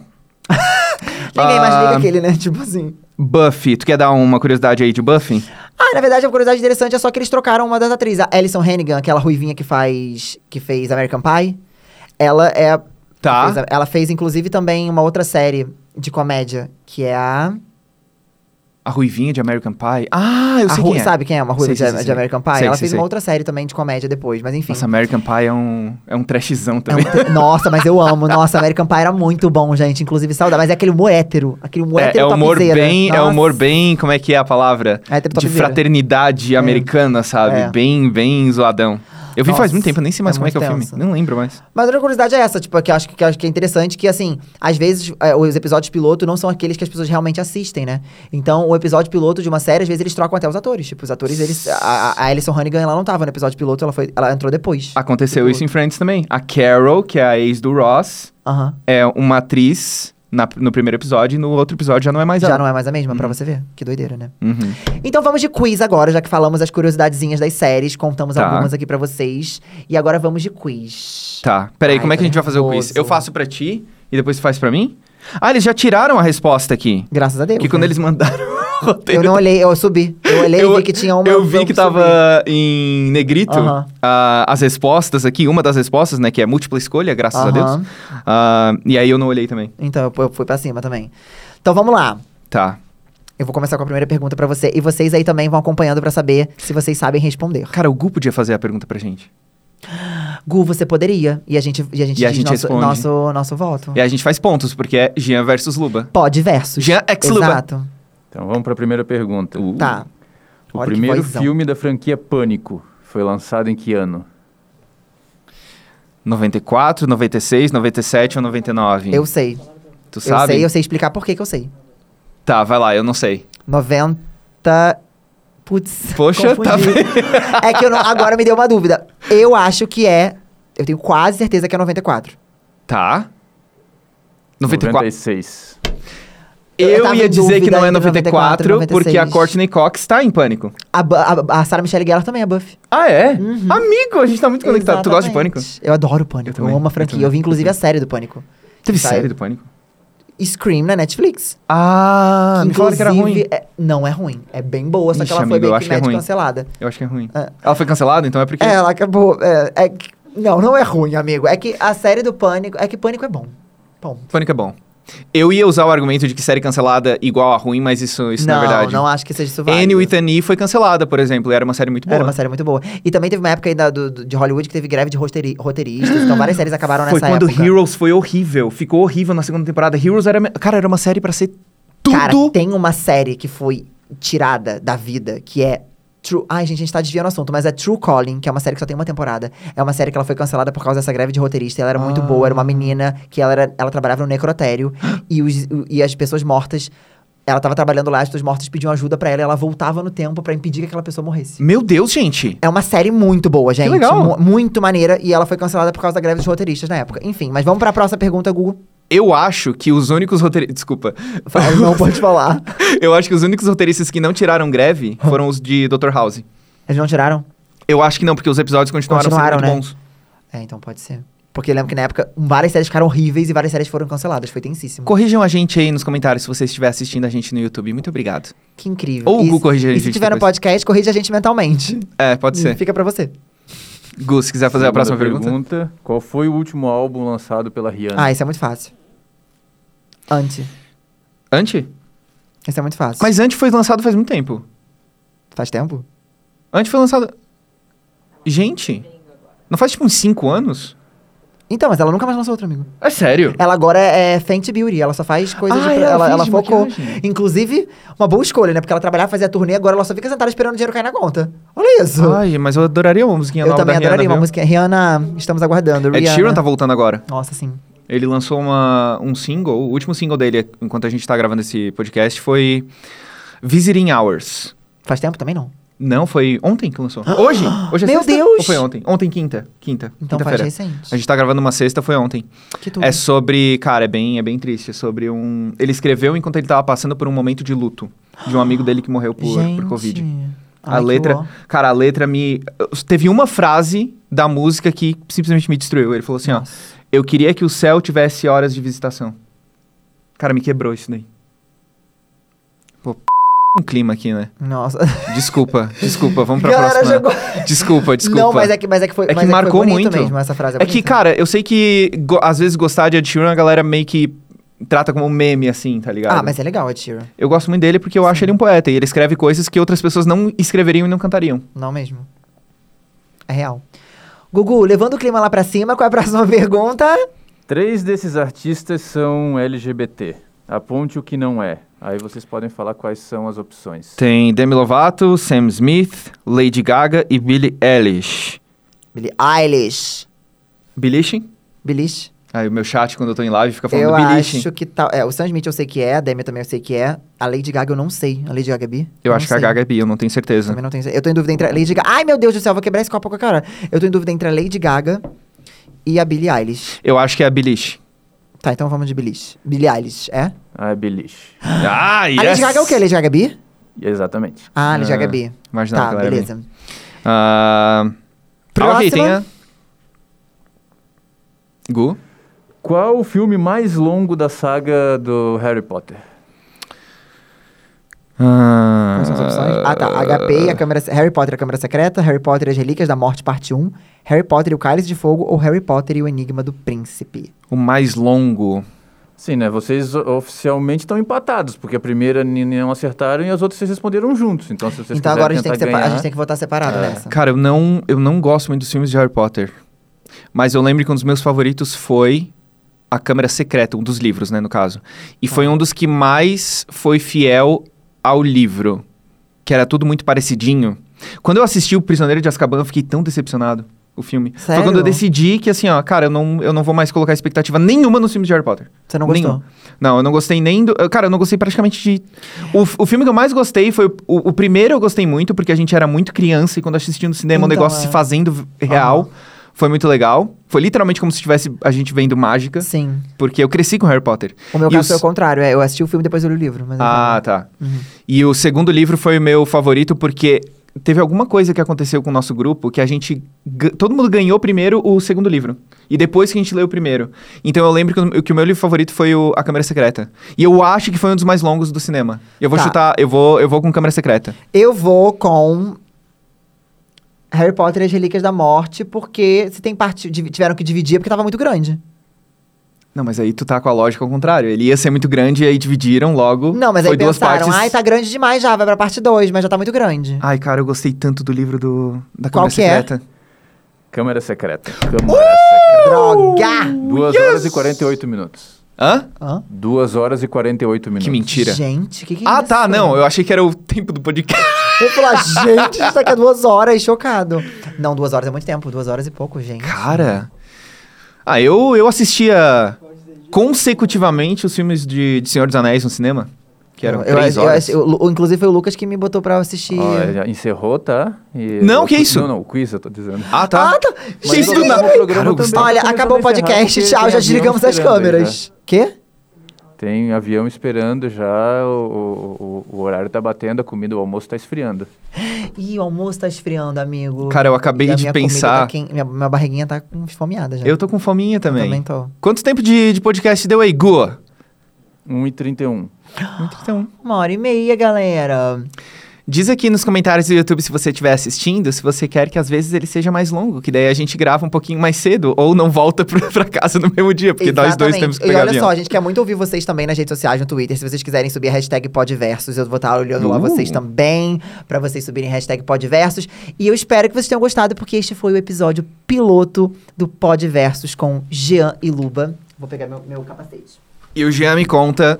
Speaker 2: Ninguém mais liga
Speaker 1: Ah.
Speaker 2: aquele, né? *laughs* Tipo assim.
Speaker 1: Buffy, tu quer dar uma curiosidade aí de Buffy?
Speaker 2: Ah, na verdade, a curiosidade interessante é só que eles trocaram uma das atrizes. A Alison Hannigan, aquela ruivinha que faz... Que fez American Pie. Ela é...
Speaker 1: Tá.
Speaker 2: fez a- ela fez, inclusive, também uma outra série de comédia. Que é a...
Speaker 1: A Ruivinha de American Pie. Ah, eu
Speaker 2: a
Speaker 1: sei
Speaker 2: Ru-
Speaker 1: quem é.
Speaker 2: Sabe quem é? Uma ruiva
Speaker 1: Sei,
Speaker 2: de,
Speaker 1: sei, sei,
Speaker 2: de
Speaker 1: sei.
Speaker 2: American Pie.
Speaker 1: Sei,
Speaker 2: ela
Speaker 1: sei,
Speaker 2: fez
Speaker 1: sei.
Speaker 2: uma outra série também de comédia depois. Mas enfim.
Speaker 1: Nossa, American Pie é um, é um trashzão
Speaker 2: É *laughs*
Speaker 1: também.
Speaker 2: um- nossa, mas eu amo. Nossa, American Pie era muito bom, gente. Inclusive, saudade. Mas é aquele humor hétero. Aquele humor
Speaker 1: É,
Speaker 2: um hétero
Speaker 1: é humor
Speaker 2: topzera.
Speaker 1: bem, é
Speaker 2: Nossa.
Speaker 1: humor bem, como é que é a palavra?
Speaker 2: Hétero
Speaker 1: De
Speaker 2: topzera.
Speaker 1: fraternidade americana, sabe?
Speaker 2: É.
Speaker 1: Bem, bem zoadão. Eu vi faz
Speaker 2: Nossa,
Speaker 1: muito tempo, eu nem sei mais
Speaker 2: é
Speaker 1: como é que é o
Speaker 2: muito
Speaker 1: filme.
Speaker 2: tenso.
Speaker 1: Não lembro mais.
Speaker 2: Mas outra curiosidade é essa, tipo, que eu acho que, que eu acho que é interessante, que assim, às vezes é, os episódios piloto não são aqueles que as pessoas realmente assistem, né? Então, o episódio piloto de uma série, às vezes eles trocam até os atores. Tipo, os atores, eles. A, a- a Alison Hannigan, ela não tava no episódio piloto, ela, foi, ela entrou depois.
Speaker 1: Aconteceu
Speaker 2: é
Speaker 1: isso em Friends também. A Carol, que é a ex do Ross,
Speaker 2: Aham.
Speaker 1: é uma atriz na- no primeiro episódio e no outro episódio já não é mais
Speaker 2: Já
Speaker 1: ela.
Speaker 2: não é mais a mesma, pra você ver. Que doideira, né?
Speaker 1: Uhum.
Speaker 2: Então vamos de quiz agora, já que falamos as curiosidadezinhas das séries, contamos
Speaker 1: Tá.
Speaker 2: algumas aqui pra vocês. E agora vamos de quiz.
Speaker 1: Tá, peraí,
Speaker 2: Ai,
Speaker 1: como é que
Speaker 2: tô
Speaker 1: a gente vai fazer o quiz?
Speaker 2: nervoso.
Speaker 1: Eu faço pra ti e depois tu faz pra mim? Ah, eles já tiraram a resposta aqui.
Speaker 2: Graças a Deus.
Speaker 1: Que quando
Speaker 2: né?
Speaker 1: eles mandaram *laughs* o
Speaker 2: Eu
Speaker 1: roteiro.
Speaker 2: não olhei, eu subi. Eu olhei e
Speaker 1: Eu-
Speaker 2: vi que tinha uma.
Speaker 1: eu vi que
Speaker 2: subi.
Speaker 1: tava em negrito
Speaker 2: Aham.
Speaker 1: ah, as respostas aqui, uma das respostas, né, que é múltipla escolha, graças a
Speaker 2: Aham.
Speaker 1: Deus. Ah, e aí eu não olhei também.
Speaker 2: Então eu, eu fui pra cima também. Então vamos lá.
Speaker 1: Tá.
Speaker 2: Eu vou começar com a primeira pergunta pra você. E vocês aí também vão acompanhando pra saber se vocês sabem responder.
Speaker 1: Cara, o Gu podia fazer a pergunta pra gente.
Speaker 2: Gu, você poderia. E a gente, e a gente
Speaker 1: E a
Speaker 2: diz
Speaker 1: gente
Speaker 2: nosso,
Speaker 1: responde.
Speaker 2: nosso, nosso voto.
Speaker 1: E aí a gente faz pontos, porque é Jean versus Luba.
Speaker 2: Pode versus.
Speaker 1: Jean ex Luba.
Speaker 2: Exato.
Speaker 3: Então vamos para a primeira pergunta.
Speaker 2: Tá.
Speaker 3: O
Speaker 2: Olha que
Speaker 3: primeiro
Speaker 2: vozão.
Speaker 3: filme da franquia Pânico foi lançado em que ano?
Speaker 1: 94, 96, 97 ou 99?
Speaker 2: Eu sei.
Speaker 1: tu
Speaker 2: Eu
Speaker 1: sabe?
Speaker 2: sei, eu sei explicar por que que eu sei.
Speaker 1: Tá, vai lá, eu não sei.
Speaker 2: 90. Putz.
Speaker 1: Poxa, tá
Speaker 2: confundi. É que eu não, agora me deu uma dúvida. Eu acho que é. Eu tenho quase certeza que é 94.
Speaker 1: *laughs* Tá. 94.
Speaker 3: 96.
Speaker 1: Eu,
Speaker 2: Eu tava em
Speaker 1: ia dizer que
Speaker 2: dúvida
Speaker 1: não é
Speaker 2: entre
Speaker 1: 94,
Speaker 2: 94,
Speaker 1: porque a
Speaker 2: 96.
Speaker 1: Courtney Cox tá em pânico.
Speaker 2: A, Bu- a, a Sarah Michelle Gellar também é Buff.
Speaker 1: Ah, é? Amigo, a gente tá muito conectado. Tu gosta de
Speaker 2: Exatamente.
Speaker 1: pânico?
Speaker 2: Eu adoro Pânico.
Speaker 1: Eu
Speaker 2: Eu,
Speaker 1: também,
Speaker 2: amo a
Speaker 1: eu
Speaker 2: franquia. Eu,
Speaker 1: também,
Speaker 2: vi, inclusive,
Speaker 1: eu
Speaker 2: a série do Pânico.
Speaker 1: Teve
Speaker 2: Saiu.
Speaker 1: série do pânico?
Speaker 2: Scream na Netflix.
Speaker 1: Ah, me falaram que era ruim.
Speaker 2: inclusive, é- não é ruim. É bem boa, só
Speaker 1: Ixi,
Speaker 2: que ela foi
Speaker 1: amigo, eu
Speaker 2: meio que
Speaker 1: acho que é
Speaker 2: médio
Speaker 1: ruim.
Speaker 2: cancelada.
Speaker 1: Eu acho que é ruim.
Speaker 2: É.
Speaker 1: Ela foi cancelada, então é porque.
Speaker 2: É, ela acabou. é- é que- não, não é ruim, amigo. É que a série do Pânico. É que Pânico é bom. Bom.
Speaker 1: Pânico é bom. Eu ia usar o argumento de que série cancelada igual a ruim, mas isso, isso
Speaker 2: não,
Speaker 1: não é verdade.
Speaker 2: não acho que seja isso
Speaker 1: Annie
Speaker 2: válido.
Speaker 1: with an E foi cancelada, por exemplo, e era uma série muito boa.
Speaker 2: Era uma série muito boa. E também teve uma época aí da- do- do- de Hollywood que teve greve de roteiri- roteiristas. então várias séries acabaram
Speaker 1: Foi
Speaker 2: nessa
Speaker 1: quando
Speaker 2: época.
Speaker 1: Heroes foi horrível. Ficou horrível na segunda temporada. Heroes era. me- Cara, era uma série pra ser tudo.
Speaker 2: Cara, tem uma série que foi tirada da vida, que é True... Ai, gente, a gente tá desviando o assunto. Mas é True Calling, que é uma série que só tem uma temporada. É uma série que ela foi cancelada por causa dessa greve de roteirista. Ela era muito
Speaker 1: Ah.
Speaker 2: boa, era uma menina que ela, era- ela trabalhava no necrotério. e, os- e as pessoas mortas... Ela tava trabalhando lá, as pessoas mortas pediam ajuda pra ela. E ela voltava no tempo pra impedir que aquela pessoa morresse.
Speaker 1: Meu Deus, gente.
Speaker 2: É uma série muito boa, gente.
Speaker 1: legal.
Speaker 2: Mu- muito maneira. E ela foi cancelada por causa da greve dos roteiristas na época. Enfim, mas vamos pra próxima pergunta, Google.
Speaker 1: Eu acho que os únicos roteiristas. Desculpa. *laughs*
Speaker 2: Fala, não pode falar.
Speaker 1: Eu acho que os únicos roteiristas que não tiraram greve foram os de Dr. House.
Speaker 2: Eles não tiraram?
Speaker 1: Eu acho que não, porque os episódios continuaram,
Speaker 2: Continuaram,
Speaker 1: sendo
Speaker 2: né?
Speaker 1: muito bons.
Speaker 2: É, então pode ser. Porque eu lembro que na época várias séries ficaram horríveis e várias séries foram canceladas. Foi tensíssimo.
Speaker 1: Corrijam a gente aí nos comentários se você estiver assistindo a gente no YouTube. Muito obrigado.
Speaker 2: que incrível.
Speaker 1: Ou o
Speaker 2: E
Speaker 1: Gu
Speaker 2: se-
Speaker 1: corrige a
Speaker 2: E
Speaker 1: gente
Speaker 2: se tiver no
Speaker 1: depois.
Speaker 2: podcast, corrige a gente mentalmente.
Speaker 1: É, pode ser.
Speaker 2: Fica pra você. Hum.
Speaker 1: Gus, se quiser fazer a próxima pergunta?
Speaker 3: Qual foi o último álbum lançado pela Rihanna?
Speaker 2: Ah, isso é muito fácil. Anti.
Speaker 1: Anti?
Speaker 2: Isso é muito fácil.
Speaker 1: Mas Anti foi lançado faz muito tempo.
Speaker 2: Faz tempo?
Speaker 1: Anti foi lançado. Gente, não faz tipo uns 5 anos?
Speaker 2: Então, mas ela nunca mais lançou outro, amigo.
Speaker 1: É sério?
Speaker 2: Ela agora é Fenty Beauty, ela só faz coisas
Speaker 1: Ah,
Speaker 2: de...
Speaker 1: ela
Speaker 2: Ela,
Speaker 1: fez
Speaker 2: ela
Speaker 1: de
Speaker 2: focou.
Speaker 1: maquiagem.
Speaker 2: Inclusive, uma boa escolha, né? Porque ela trabalhava, fazia turnê, agora ela só fica sentada esperando o dinheiro cair na conta. Olha isso.
Speaker 1: Ai, mas eu adoraria uma musiquinha
Speaker 2: eu
Speaker 1: nova
Speaker 2: também
Speaker 1: é da Rihanna,
Speaker 2: adoraria uma
Speaker 1: viu?
Speaker 2: música. Rihanna, estamos aguardando.
Speaker 1: Ed
Speaker 2: Rihanna.
Speaker 1: Sheeran tá voltando agora.
Speaker 2: Nossa, sim.
Speaker 1: Ele lançou uma, um single, o último single dele, enquanto a gente tá gravando esse podcast, foi Visiting Hours.
Speaker 2: Faz tempo também não.
Speaker 1: Não, foi ontem que lançou. Hoje? Hoje é
Speaker 2: Ah, Meu
Speaker 1: sexta?
Speaker 2: Deus!
Speaker 1: Ou foi ontem? Ontem, quinta. Quinta.
Speaker 2: Então faz
Speaker 1: quinta-feira.
Speaker 2: recente.
Speaker 1: A gente tá gravando uma sexta, foi ontem.
Speaker 2: Que tudo.
Speaker 1: É sobre. Cara, é bem, é bem triste. É sobre um. Ele escreveu enquanto ele tava passando por um momento de luto de um amigo dele que morreu por, por Covid.
Speaker 2: Ai,
Speaker 1: a
Speaker 2: que
Speaker 1: letra.
Speaker 2: ó.
Speaker 1: Cara, a letra me. Teve uma frase da música que simplesmente me destruiu. Ele falou assim: ó. Eu queria que o céu tivesse horas de visitação. Cara, me quebrou isso daí. Pô, *laughs* p... um clima aqui, né?
Speaker 2: Nossa.
Speaker 1: *laughs* Desculpa, desculpa, vamos pra
Speaker 2: Galera,
Speaker 1: próxima.
Speaker 2: jogou.
Speaker 1: Desculpa, desculpa.
Speaker 2: Não, mas é que, mas é que foi.
Speaker 1: É que
Speaker 2: mas foi
Speaker 1: marcou
Speaker 2: bonito
Speaker 1: muito.
Speaker 2: mesmo essa frase.
Speaker 1: É que,
Speaker 2: bonita.
Speaker 1: cara, eu sei que go- às vezes gostar de Ed Sheeran a galera meio que trata como um meme, assim, tá ligado?
Speaker 2: Ah, mas é legal, Ed Sheeran.
Speaker 1: Eu gosto muito dele porque eu acho ele um poeta e ele escreve coisas que outras pessoas não escreveriam e não cantariam.
Speaker 2: Não mesmo. É real. Gugu, levando o clima lá pra cima, qual é a próxima *laughs* pergunta?
Speaker 3: Três desses artistas são LGBT. Aponte o que não é. Aí vocês podem falar quais são as opções.
Speaker 1: Tem Demi Lovato, Sam Smith, Lady Gaga e Billie Eilish.
Speaker 2: Billie Eilish.
Speaker 1: Billie?
Speaker 2: Bilish?
Speaker 1: Aí o meu chat quando eu tô em live fica falando
Speaker 2: Eu
Speaker 1: Billie.
Speaker 2: acho que tal. É, o Sam Smith eu sei que é, a Demi também eu sei que é. A Lady Gaga eu não sei. A Lady Gaga é bi?
Speaker 1: Eu
Speaker 2: Não
Speaker 1: acho que a
Speaker 2: sei.
Speaker 1: Gaga é bi, eu não tenho certeza.
Speaker 2: Também não tenho certeza. Eu tô em dúvida entre a Lady Gaga. Ai, meu Deus do céu, eu vou quebrar esse copo com a cara. Eu tô em dúvida entre a Lady Gaga e a Billie Eilish.
Speaker 1: Eu acho que é a Billie.
Speaker 2: Tá, então vamos de Billie. Billie Eilish, é?
Speaker 3: Ah, é beliche.
Speaker 1: ah, yes!
Speaker 2: A Lady Gaga é o quê? Lady Gaga é bi?
Speaker 3: Exatamente.
Speaker 2: Ah, Lady
Speaker 1: Ah,
Speaker 2: Gaga é bi.
Speaker 1: Mas não,
Speaker 2: Tá,
Speaker 1: galera,
Speaker 2: beleza.
Speaker 1: Ah,
Speaker 2: Próxima.
Speaker 1: Ok, tem a... Gu?
Speaker 3: Qual o filme mais longo da saga do Harry Potter?
Speaker 1: Ah,
Speaker 2: Quais são as opções? Ah, tá. HP e a câmera... Harry Potter e a Câmara Secreta, Harry Potter e as Relíquias da Morte, parte 1, Harry Potter e o Cálice de Fogo ou Harry Potter e o Enigma do Príncipe.
Speaker 1: O mais longo.
Speaker 3: Sim, né? Vocês o- oficialmente estão empatados, porque a primeira n- não acertaram e as outras vocês responderam juntos. Então, se vocês
Speaker 2: então
Speaker 3: quiserem
Speaker 2: agora a gente, tem que
Speaker 3: tentar
Speaker 2: sepa- a
Speaker 3: ganhar,
Speaker 2: gente tem que votar separado
Speaker 1: É.
Speaker 2: nessa.
Speaker 1: Cara, eu não, eu não gosto muito dos filmes de Harry Potter. Mas eu lembro que um dos meus favoritos foi A Câmara Secreta, um dos livros, né, no caso. E foi um dos que mais foi fiel ao livro. Que era tudo muito parecidinho. Quando eu assisti O Prisioneiro de Azkaban, eu fiquei tão decepcionado. O filme.
Speaker 2: Sério?
Speaker 1: Foi quando eu decidi que, assim, ó, cara, eu não, eu não vou mais colocar expectativa nenhuma nos filmes de Harry Potter.
Speaker 2: Você não gostou?
Speaker 1: Nenhum. Não, eu não gostei nem do. eu- Cara, eu não gostei praticamente de. O, f- o filme que eu mais gostei foi. O, o primeiro eu gostei muito, porque a gente era muito criança e quando assistia no cinema, o
Speaker 2: Então,
Speaker 1: negócio
Speaker 2: é.
Speaker 1: se fazendo v- real. Foi muito legal. Foi literalmente como se tivesse a gente vendo mágica,
Speaker 2: Sim.
Speaker 1: porque eu cresci com Harry Potter.
Speaker 2: O meu
Speaker 1: E
Speaker 2: caso
Speaker 1: os-
Speaker 2: foi o contrário. é, eu assisti o filme e depois eu li o livro. Mas
Speaker 1: Ah, tá.
Speaker 2: Uhum.
Speaker 1: E o segundo livro foi o meu favorito, porque teve alguma coisa que aconteceu com o nosso grupo que a gente. ga- Todo mundo ganhou primeiro o segundo livro. E depois que a gente leu o primeiro. Então eu lembro que o, que o meu livro favorito foi o A Câmera Secreta. E eu acho que foi um dos mais longos do cinema. Eu vou
Speaker 2: Tá.
Speaker 1: chutar, eu vou, eu vou com Câmera Secreta.
Speaker 2: Eu vou com Harry Potter e as Relíquias da Morte, porque se tem parte. div- Tiveram que dividir porque tava muito grande.
Speaker 1: Não, mas aí tu tá com a lógica ao contrário. Ele ia ser muito grande e aí dividiram logo.
Speaker 2: Não, mas
Speaker 1: foi
Speaker 2: aí
Speaker 1: duas
Speaker 2: pensaram,
Speaker 1: partes.
Speaker 2: ai, tá grande demais já, vai pra parte 2, mas já tá muito grande.
Speaker 1: Ai, cara, eu gostei tanto do livro do, da
Speaker 2: Qual
Speaker 1: Câmera
Speaker 2: que é?
Speaker 1: Secreta.
Speaker 3: Câmera
Speaker 2: Uh!
Speaker 3: secreta. Câmera secreta.
Speaker 2: Droga!
Speaker 3: 2 horas e 48 minutos.
Speaker 1: Hã?
Speaker 2: Hã?
Speaker 3: 2 horas e 48 minutos.
Speaker 1: Que mentira.
Speaker 2: Gente, que que é
Speaker 1: ah,
Speaker 2: isso?
Speaker 1: tá, não. Eu achei que era o *laughs* tempo do podcast.
Speaker 2: Eu falar, gente, isso daqui a duas horas, chocado. Não, duas horas é muito tempo, duas horas e pouco, gente.
Speaker 1: Cara. Ah, eu, eu assistia consecutivamente os filmes de, de Senhor dos Anéis no cinema. que eram
Speaker 2: eu,
Speaker 1: três
Speaker 2: eu-
Speaker 1: horas.
Speaker 2: eu- eu- inclusive foi o Lucas que me botou pra assistir.
Speaker 3: Ó, encerrou, tá? E-
Speaker 1: Não, que
Speaker 3: o-
Speaker 1: isso?
Speaker 3: Não, não, o quiz eu tô dizendo.
Speaker 1: Ah, tá.
Speaker 2: Ah, tá.
Speaker 1: Mas
Speaker 2: Gente,
Speaker 1: eu
Speaker 2: do
Speaker 1: tô
Speaker 2: nada.
Speaker 1: no programa
Speaker 2: Cara,
Speaker 1: também.
Speaker 2: Gustavo, Olha,
Speaker 3: Começou
Speaker 2: acabou
Speaker 3: a
Speaker 2: o
Speaker 3: encerrar
Speaker 2: podcast.
Speaker 3: porque
Speaker 2: Tchau,
Speaker 3: tem
Speaker 2: já
Speaker 3: avião
Speaker 2: desligamos as
Speaker 3: esperando aí,
Speaker 1: né?
Speaker 3: né?
Speaker 2: câmeras. Quê?
Speaker 3: Tem avião esperando já, o, o- o- o horário tá batendo, a comida, o almoço tá esfriando.
Speaker 2: Ih, o almoço tá esfriando, amigo.
Speaker 1: Cara, eu acabei
Speaker 2: E a
Speaker 1: de
Speaker 2: minha comida
Speaker 1: pensar.
Speaker 2: tá quem- minha, minha barriguinha tá com- esfomeada já.
Speaker 1: Eu tô com fominha também.
Speaker 2: também tô.
Speaker 1: Quanto tempo de, de podcast deu aí, Gu?
Speaker 3: 1h31.
Speaker 1: Então,
Speaker 2: Uma hora e meia, galera.
Speaker 1: diz aqui nos comentários do YouTube se você estiver assistindo, se você quer que às vezes ele seja mais longo, que daí a gente grava um pouquinho mais cedo ou não volta pro- pra casa no mesmo dia, porque nós dois
Speaker 2: Exatamente.
Speaker 1: temos que
Speaker 2: E
Speaker 1: pegar
Speaker 2: olha
Speaker 1: avião.
Speaker 2: só, a gente quer muito ouvir vocês também nas redes sociais, no Twitter. Se vocês quiserem subir a hashtag Podversos, eu vou estar olhando lá
Speaker 1: Uh.
Speaker 2: vocês também, pra vocês subirem hashtag Podversos. E eu espero que vocês tenham gostado, porque este foi o episódio piloto do Podversos com Jean e Luba. Vou pegar meu, meu capacete.
Speaker 1: E o Jean me conta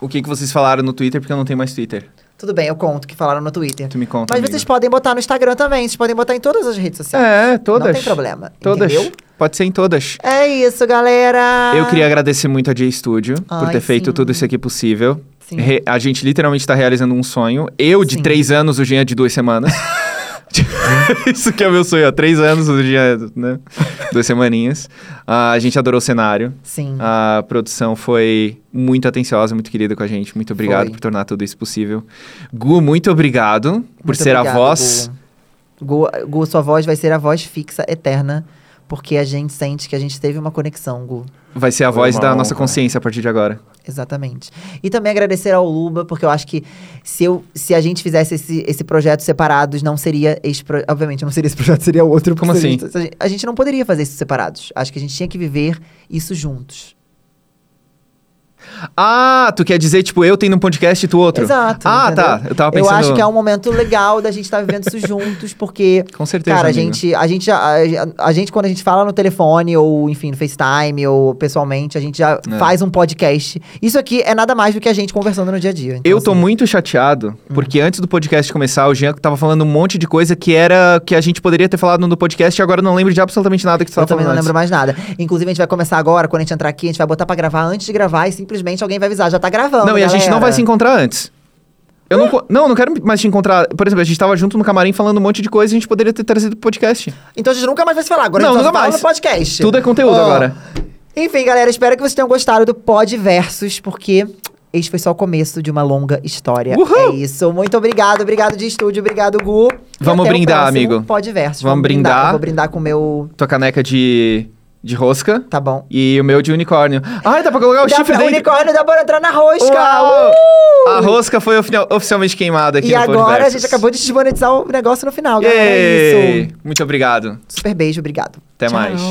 Speaker 1: o que, que vocês falaram no Twitter, porque eu não tenho mais Twitter.
Speaker 2: Tudo bem, eu conto o que falaram no Twitter.
Speaker 1: Tu me conta,
Speaker 2: Mas
Speaker 1: amiga.
Speaker 2: vocês podem botar no Instagram também, vocês podem botar em todas as redes sociais.
Speaker 1: É, todas.
Speaker 2: Não tem problema.
Speaker 1: Todas.
Speaker 2: Entendeu?
Speaker 1: Pode ser em todas.
Speaker 2: É isso, galera.
Speaker 1: Eu queria agradecer muito a J Studio por
Speaker 2: Ai,
Speaker 1: ter feito
Speaker 2: sim.
Speaker 1: tudo isso aqui possível.
Speaker 2: Sim.
Speaker 1: Re- a gente literalmente tá realizando um sonho. Eu de
Speaker 2: Sim.
Speaker 1: três anos, o Jean de duas
Speaker 2: *laughs*
Speaker 1: semanas. *laughs* isso que é meu sonho, há três anos, o Jean, né? duas semaninhas. Ah, a gente adorou o cenário.
Speaker 2: Sim.
Speaker 1: A produção foi muito atenciosa, muito querida com a gente. Muito obrigado
Speaker 2: Foi.
Speaker 1: por tornar tudo isso possível. Gu, muito obrigado por
Speaker 2: Muito
Speaker 1: ser a
Speaker 2: obrigado,
Speaker 1: voz.
Speaker 2: Gu. Gu, Gu, sua voz vai ser a voz fixa, eterna, porque a gente sente que a gente teve uma conexão, Gu.
Speaker 1: Vai ser a
Speaker 3: Foi
Speaker 1: voz
Speaker 3: uma
Speaker 1: da nossa
Speaker 3: honra.
Speaker 1: consciência a partir de agora.
Speaker 2: Exatamente. E também agradecer ao Luba, porque eu acho que se, eu, se a gente fizesse esse, esse projeto separados, não seria esse pro... Obviamente, não seria esse projeto, seria outro. porque
Speaker 1: Como
Speaker 2: seria-
Speaker 1: assim?
Speaker 2: se a gente- A gente não poderia fazer isso separados. Acho que a gente tinha que viver isso juntos.
Speaker 1: Ah, tu quer dizer, tipo, eu tenho um podcast e tu outro?
Speaker 2: Exato.
Speaker 1: Ah,
Speaker 2: entendeu?
Speaker 1: tá. Eu tava pensando.
Speaker 2: Eu acho que é um momento legal da gente estar vivendo isso juntos, porque
Speaker 1: Com certeza.
Speaker 2: Cara, a
Speaker 1: amigo.
Speaker 2: gente, a gente, já- a, a- a gente, quando a gente fala no telefone, ou enfim, no FaceTime, ou pessoalmente, a gente já
Speaker 1: É.
Speaker 2: faz um podcast. Isso aqui é nada mais do que a gente conversando no dia a dia. Então,
Speaker 1: Eu tô
Speaker 2: assim,
Speaker 1: muito chateado, porque antes do podcast começar, o Jean tava falando um monte de coisa que era que a gente poderia ter falado no podcast e agora eu não lembro de absolutamente nada que tu
Speaker 2: Eu
Speaker 1: tava
Speaker 2: também
Speaker 1: falando.
Speaker 2: não
Speaker 1: antes.
Speaker 2: lembro mais nada. Inclusive, a gente vai começar agora, quando a gente entrar aqui, a gente vai botar pra gravar antes de gravar e simplesmente alguém vai avisar, já tá gravando.
Speaker 1: Não, e a gente não vai
Speaker 2: galera.
Speaker 1: se encontrar antes. Eu
Speaker 2: Hum.
Speaker 1: não, co- não, eu não quero mais te encontrar. Por exemplo, a gente tava junto no camarim falando um monte de coisa e a gente poderia ter trazido pro podcast.
Speaker 2: Então a gente nunca mais vai se falar. Agora
Speaker 1: Não,
Speaker 2: a gente só
Speaker 1: nunca
Speaker 2: fala
Speaker 1: mais.
Speaker 2: no podcast.
Speaker 1: Tudo é conteúdo
Speaker 2: Ó,
Speaker 1: agora.
Speaker 2: Enfim, galera, espero que vocês tenham gostado do Pod Versus, porque este foi só o começo de uma longa história.
Speaker 1: Uhul!
Speaker 2: É isso. Muito obrigado, obrigado de estúdio, obrigado, Gu. E
Speaker 1: Vamos
Speaker 2: até o
Speaker 1: brindar,
Speaker 2: próximo
Speaker 1: amigo.
Speaker 2: Pod Versus.
Speaker 1: Vamos brindar.
Speaker 2: Eu vou brindar com o meu.
Speaker 1: Tua caneca de, de rosca
Speaker 2: Tá bom.
Speaker 1: e o meu de unicórnio. Ai, dá pra colocar É o
Speaker 2: dá
Speaker 1: chifre
Speaker 2: pra,
Speaker 1: dentro.
Speaker 2: unicórnio dá pra entrar na rosca!
Speaker 1: Uau!
Speaker 2: Uh!
Speaker 1: A rosca foi ofi- oficialmente queimada aqui
Speaker 2: E
Speaker 1: no
Speaker 2: agora a
Speaker 1: Podversus.
Speaker 2: gente acabou de desmonetizar o negócio no final, galera. É
Speaker 1: Yay!
Speaker 2: isso.
Speaker 1: Muito obrigado.
Speaker 2: Super beijo, obrigado.
Speaker 1: Até mais.